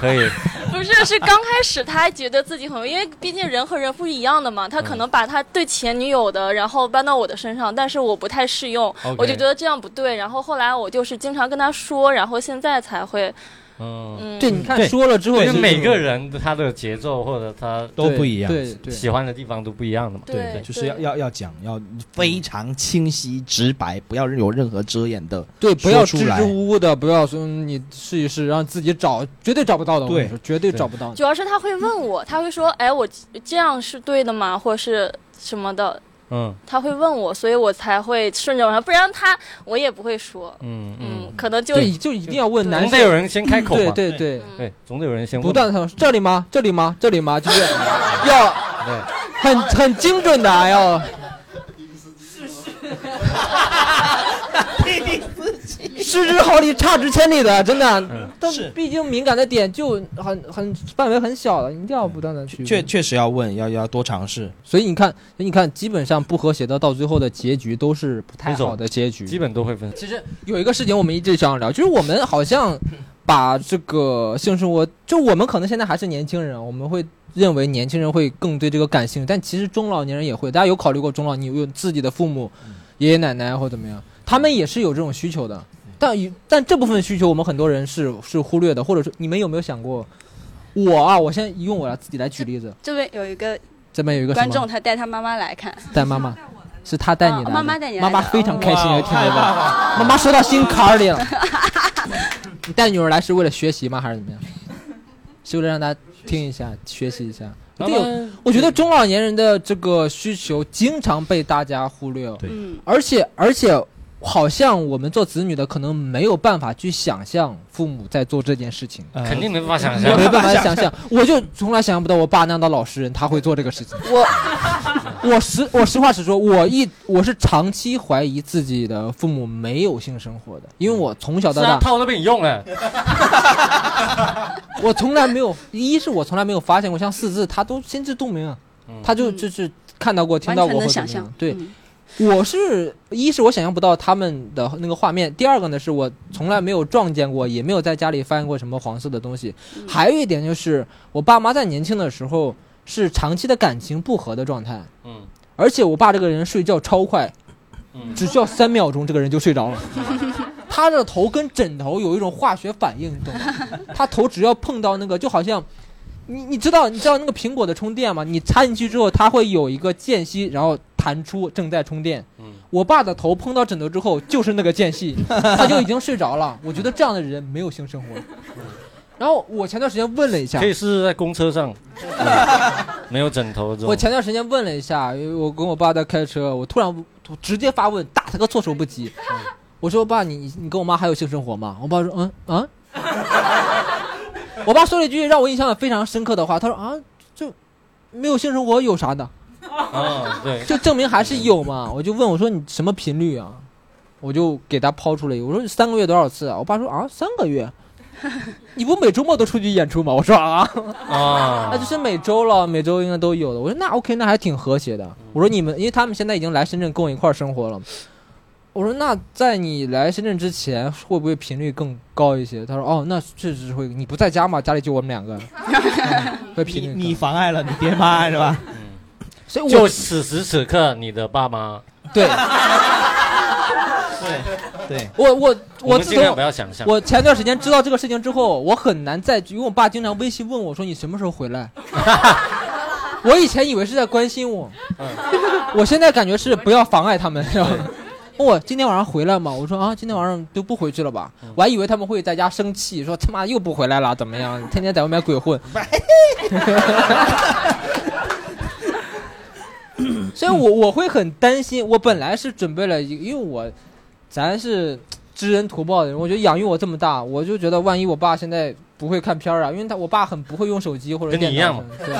S2: 可以。
S6: 不是是刚开始他还觉得自己很会，因为毕竟人和人不是一样的嘛，他可能把他对前女友的，然后搬到我的身上，但是我不太适用
S2: OK
S6: 我就觉得这样不对。然后后来我就是经常跟他说，然后现在才会
S2: 嗯，
S1: 这你看
S4: 对
S1: 说了之后
S2: 因
S1: 就
S2: 为
S1: 是，
S2: 每个人他的节奏或者他
S4: 都不一样
S1: 对对，
S2: 喜欢的地方都不一样的嘛。
S6: 对对
S4: 就是要要要讲，要非常清晰直白，不要有任何遮掩的。
S1: 对，不要
S4: 说
S1: 支
S4: 出来
S1: 支吾吾的，不要说嗯你试一试，让自己找，绝对找不到的。我跟你
S4: 对
S1: 说，绝对
S2: 对
S1: 找不到的。
S6: 主要是他会问我，他会说，哎，我这样是对的吗？或者是什么的，
S2: 嗯
S6: 他会问我，所以我才会顺着往上，不然他我也不会说，
S2: 嗯
S6: 嗯
S2: 嗯，，
S6: 可能就
S1: 就就一定要问
S6: 对
S1: 男
S2: 总
S1: 生
S2: 得，有人先开口
S1: 对
S2: 嘛。
S1: 对对，
S6: 嗯
S2: 对，总得有人先问
S1: 不断的这里吗？这里吗？这里吗？就是要
S2: 对
S1: 很很精准的啊，要失之毫厘，差之千里的，真的
S2: 嗯。
S1: 但
S4: 是
S1: 毕竟敏感的点就很很范围很小的，你一定要不断的去。
S4: 确确实要问，要要多尝试。
S1: 所以你看，所以你看，基本上不和谐的到最后的结局都是不太
S2: 那种
S1: 好的结局。
S2: 基本都会分。
S1: 其实有一个事情我们一直想聊，就是我们好像把这个性生活，就我们可能现在还是年轻人，我们会认为年轻人会更对这个感兴趣，但其实中老年人也会。大家有考虑过中老年有自己的父母、爷爷奶奶或怎么样，他们也是有这种需求的。但与但这部分需求，我们很多人是是忽略的，或者说你们有没有想过？我啊，我先用我来自己来举例子。
S3: 这边有一个
S1: 这边有一个什
S3: 观
S1: 么
S3: 众，他带他妈妈来看，
S1: 带妈妈，是他带你来的，
S3: 哦妈妈带你来
S1: 妈
S3: 的哦
S1: 妈非常开心，
S4: 哇
S1: 要听得到。
S4: 棒了！
S1: 妈妈说到心坎儿里了。你带女儿来是为了学习吗？还是怎么样？是为了让她听一下、学习一下？
S2: 他
S1: 对，
S2: 们
S1: 我觉得中老年人的这个需求经常被大家忽略，
S4: 对
S3: 嗯，
S1: 而且而且好像我们做子女的可能没有办法去想象父母在做这件事情。
S4: 呃
S2: 肯定没法想象
S1: 没。办法想象，我就从来想象不到我爸那样的老实人，他会做这个事情。
S3: 我
S1: 我实我实话实说，我一我是长期怀疑自己的父母没有性生活的，因为我从小
S2: 是
S1: 到
S2: 啊，
S1: 大，
S2: 套都被你用了。
S1: 我从来没有，一是我从来没有发现过像四字，他都心知肚明啊，他就
S3: 嗯
S1: 就是看到过、听
S3: 完
S1: 到
S3: 全
S1: 过或
S3: 能
S1: 者
S3: 想
S1: 怎么
S3: 象
S1: 样。，对，
S3: 嗯
S1: 我是一是我想象不到他们的那个画面，第二个呢是我从来没有撞见过，也没有在家里发现过什么黄色的东西。
S3: 嗯
S1: 还有一点就是，我爸妈在年轻的时候是长期的感情不和的状态，
S2: 嗯
S1: 而且我爸这个人睡觉超快，
S2: 嗯
S1: 只需要三秒钟，这个人就睡
S2: [LAUGHS]
S1: 着了。他的头跟枕头有一种化学反应，你
S2: [LAUGHS]
S1: 懂吗？他头只要碰到那个，就好像你你知道你知道那个苹果的充电吗？你插进去之后，它会有一个间隙，然后弹出正在充电。
S2: 嗯，
S1: 我爸的头碰到枕头之后，就是那个间
S2: [LAUGHS]
S1: 隙，他就已经睡着了。我觉得这样的人没有性生活。
S2: 嗯
S1: 然后我前段时间问了一下
S2: 可，以是在公车上，嗯没有枕头这
S1: 我
S2: 种。
S1: 前段时间问了一下，因为我跟我爸在开车，我突然直接发问，打他个措手不及。我说：“爸，你你跟我妈还有性生活吗？”我爸说：“嗯啊。” [LAUGHS] 我爸说了一句让我印象非常深刻的话，他说：“啊，就没有性生活有啥的，
S2: 嗯，对，
S1: 就证明还是有嘛。”我就问我说：“你什么频率啊？”我就给他抛出了一个，我说：“三个月多少次啊？”我爸说：“啊，三个月。”你不每周末都出去演出吗？我说啊，
S2: 啊
S1: 那就是每周了，每周应该都有的。我说那 OK，那还挺和谐的。我说你们，因为他们现在已经来深圳跟我一块儿生活了。我说那在你来深圳之前，会不会频率更高一些？他说哦，那确实是会。你不在家嘛，家里就我们两个，嗯会频
S4: 你
S1: 率更
S4: 你妨碍了你爹妈是吧？
S1: 所以
S2: 就
S1: 我
S2: 此时此刻，你的爸妈，
S1: 对
S4: [LAUGHS] 对，
S1: 我我
S2: 我
S1: 我
S2: 们
S1: 自
S2: 尽量
S1: 从
S2: 不要想象。
S1: 我前段时间知道这个事情之后，我很难再，因为我爸经常微信问我说你什么时候回来。我以前以为是在关心我，我现在感觉是不要妨碍他们。是吧 [LAUGHS] 问我今天晚上回来吗？我说啊，今天晚上就不回去了吧。我还以为他们会在家生气，说他妈又不回来了，怎么
S2: [LAUGHS]
S1: 样？天天在外面鬼混。 [LAUGHS] 所以我，我会很担心。我本来是准备了一个，因为我咱是知恩图报的人，我觉得养育我这么大，我就觉得万一我爸现在不会看片儿啊，因为他我爸很不会用手机或者
S2: 跟你
S1: 电
S2: 一
S1: 脑
S2: 样
S1: 什么的。对，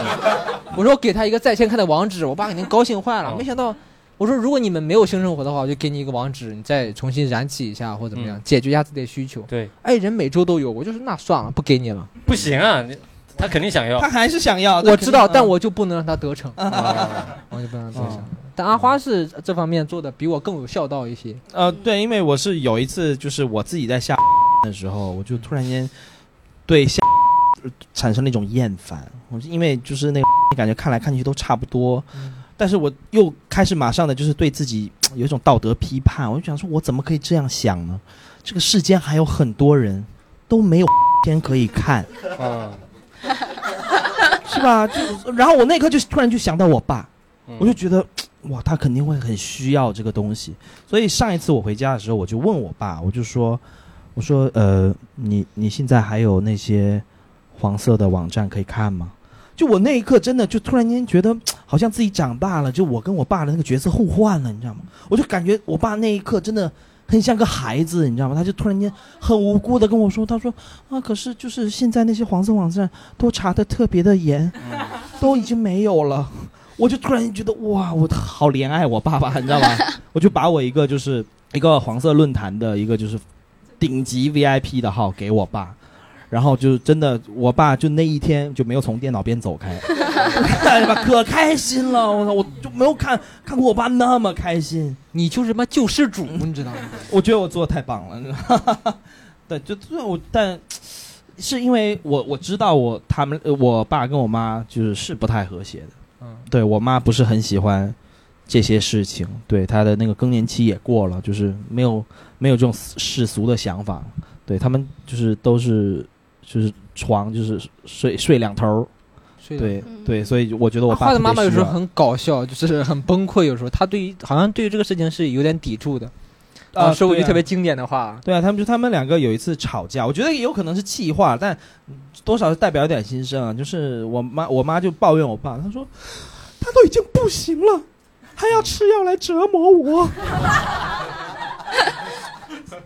S1: 我说给他一个在线看的网址，我爸肯定高兴坏了。
S2: 哦
S1: 没想到我说如果你们没有性生活的话，我就给你一个网址，你再重新燃起一下或怎么样，解决一下自己的需求。
S2: 对，
S1: 哎，人每周都有，我就是那算了，不给你了。
S2: 不行啊，你他肯定想要
S4: 他。嗯还是想要。
S1: 我知道，但
S4: 我。
S1: 我就不能让他得逞，
S2: 啊
S1: 啊 [LAUGHS] 我就不能让他得逞
S4: 哦。
S1: 但阿花是这方面做的比我更有孝道一些。
S4: 呃，对，因为我是有一次，就是我自己在下的时候，我就突然间对下产生了一种厌烦。我是因为就是那个感觉看来看去都差不多，但是我又开始马上的就是对自己有一种道德批判。我就想说，我怎么可以这样想呢？这个世间还有很多人都没有 [LAUGHS] 天可以看，
S2: 嗯，
S4: 是吧？就然后我那一刻就突然就想到我爸，
S2: 嗯
S4: 我就觉得哇，他肯定会很需要这个东西。所以上一次我回家的时候，我就问我爸，我就说，我说呃，你你现在还有那些黄色的网站可以看吗？就我那一刻真的就突然间觉得好像自己长大了，就我跟我爸的那个角色互换了，你知道吗？我就感觉我爸那一刻真的很像个孩子，你知道吗？他就突然间很无辜的跟我说，他说啊，可是就是现在那些黄色网站都查的特别的严，都已经没有了。我就突然间觉得哇，我好怜爱我爸爸，你知道吗？我就把我一个就是一个黄色论坛的一个就是顶级 VIP 的号给我爸，然后就真的我爸就那一天就没有从电脑边走开， [LAUGHS] 看吧，可开心了，我操，我就没有看看过我爸那么开心。
S1: 你就是妈救世主，你知道吗？ [LAUGHS]
S4: 我觉得我做的太棒了，你 [LAUGHS] 知道吗对，就就我但。是因为我我知道我他们呃我爸跟我妈就是是不太和谐的，
S1: 嗯，
S4: 对我妈不是很喜欢这些事情，对她的那个更年期也过了，就是没有没有这种世俗的想法，对他们就是都是就是床就是睡睡两头儿，
S1: 睡两
S4: 对对，所以我觉得我
S1: 阿
S4: 爸
S1: 啊花的
S4: 特别
S1: 妈妈有
S4: 需
S1: 时候
S4: 要
S1: 很搞笑，就是很崩溃。有时候她对于好像对于这个事情是有点抵触的，
S4: 啊
S1: 然后说过一
S4: 对
S1: 句
S4: 啊
S1: 特别经典的话，
S4: 对啊，他们就他们两个有一次吵架，我觉得也有可能是气话，但多少是代表一点心声啊。就是我妈，我妈就抱怨我爸，她说他都已经不行了，还要吃药来折磨我。 [LAUGHS]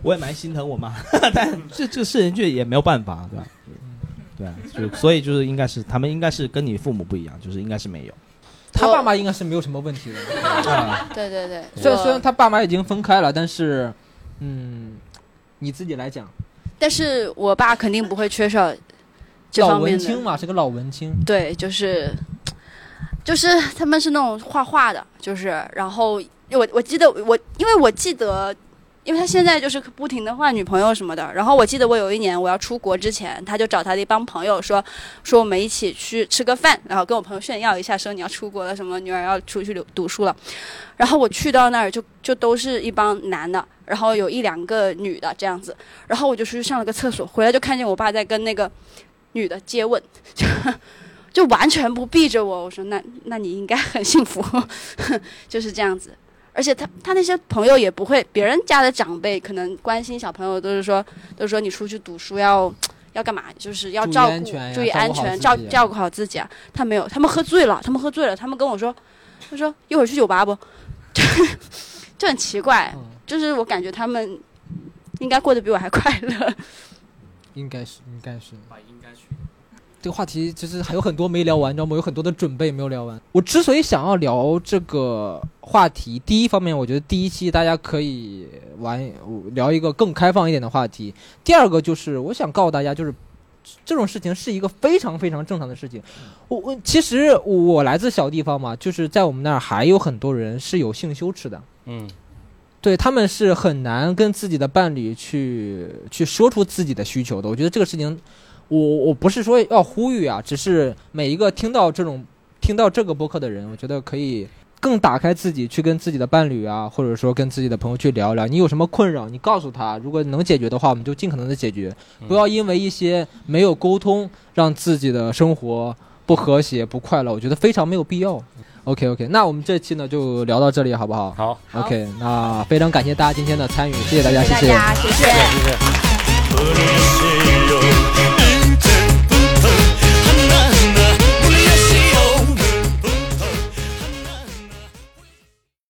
S4: 我也蛮心疼我妈， [LAUGHS] 但这这事情就也没有办法，对吧？对啊，就所以就是应该是他们应该是跟你父母不一样，就是应该是没有。 [LAUGHS]
S1: 她爸妈应该是没有什么问题的。
S3: 对对对，
S1: 虽然
S3: 我
S1: 虽然她爸妈已经分开了，但是，嗯，你自己来讲，
S3: 但是我爸肯定不会缺少这
S1: 老
S3: 方面
S1: 文
S3: 的
S1: 青。嘛，是个老文青。
S3: 对，就是就是他们是那种画画的，就是然后我我记得我因为我记得。因为他现在就是不停的换女朋友什么的，然后我记得我有一年我要出国之前，他就找他的一帮朋友说，说我们一起去吃个饭，然后跟我朋友炫耀一下，说你要出国了，什么女儿要出去留读书了，然后我去到那儿就就都是一帮男的，然后有一两个女的这样子，然后我就出去上了个厕所，回来就看见我爸在跟那个女的接吻， [LAUGHS] 就就完全不避着我。我说那那你应该很幸福， [LAUGHS] 就是这样子。而且他他那些朋友也不会，别人家的长辈可能关心小朋友都是说都是说你出去读书要要干嘛，就是要
S1: 注意
S3: 照
S1: 安
S3: 顾
S1: 全呀
S3: 注意
S1: 照顾
S3: 安
S1: 好
S3: 全，
S1: 自
S3: 照
S1: 己啊
S3: 照顾好自己啊。他没有，他们喝醉了，他们喝醉了，他们跟我说，他说一会儿去酒吧不， [LAUGHS] 就就很奇怪，就是我感觉他们应该过得比我还快乐。
S1: 应该是，应该是，应该去。这个话题其实还有很多没聊完，你知道吗？有很多的准备没有聊完。我之所以想要聊这个话题，第一方面，我觉得第一期大家可以玩聊一个更开放一点的话题；第二个就是我想告诉大家，就是这种事情是一个非常非常正常的事情。我我其实我来自小地方嘛，就是在我们那儿还有很多人是有性羞耻的。
S2: 嗯，
S1: 对他们是很难跟自己的伴侣去去说出自己的需求的。我觉得这个事情，我我不是说要呼吁啊，只是每一个听到这种听到这个播客的人，我觉得可以更打开自己，去跟自己的伴侣啊，或者说跟自己的朋友去聊一聊，你有什么困扰，你告诉他，如果能解决的话，我们就尽可能的解决，不要因为一些没有沟通，让自己的生活不和谐、不快乐，我觉得非常没有必要。OK OK，那我们这期呢就聊到这里，好不好？
S2: 好
S1: ，OK，那非常感谢大家今天的参与，谢谢大家，谢
S3: 谢谢大家，谢谢。
S2: 谢谢。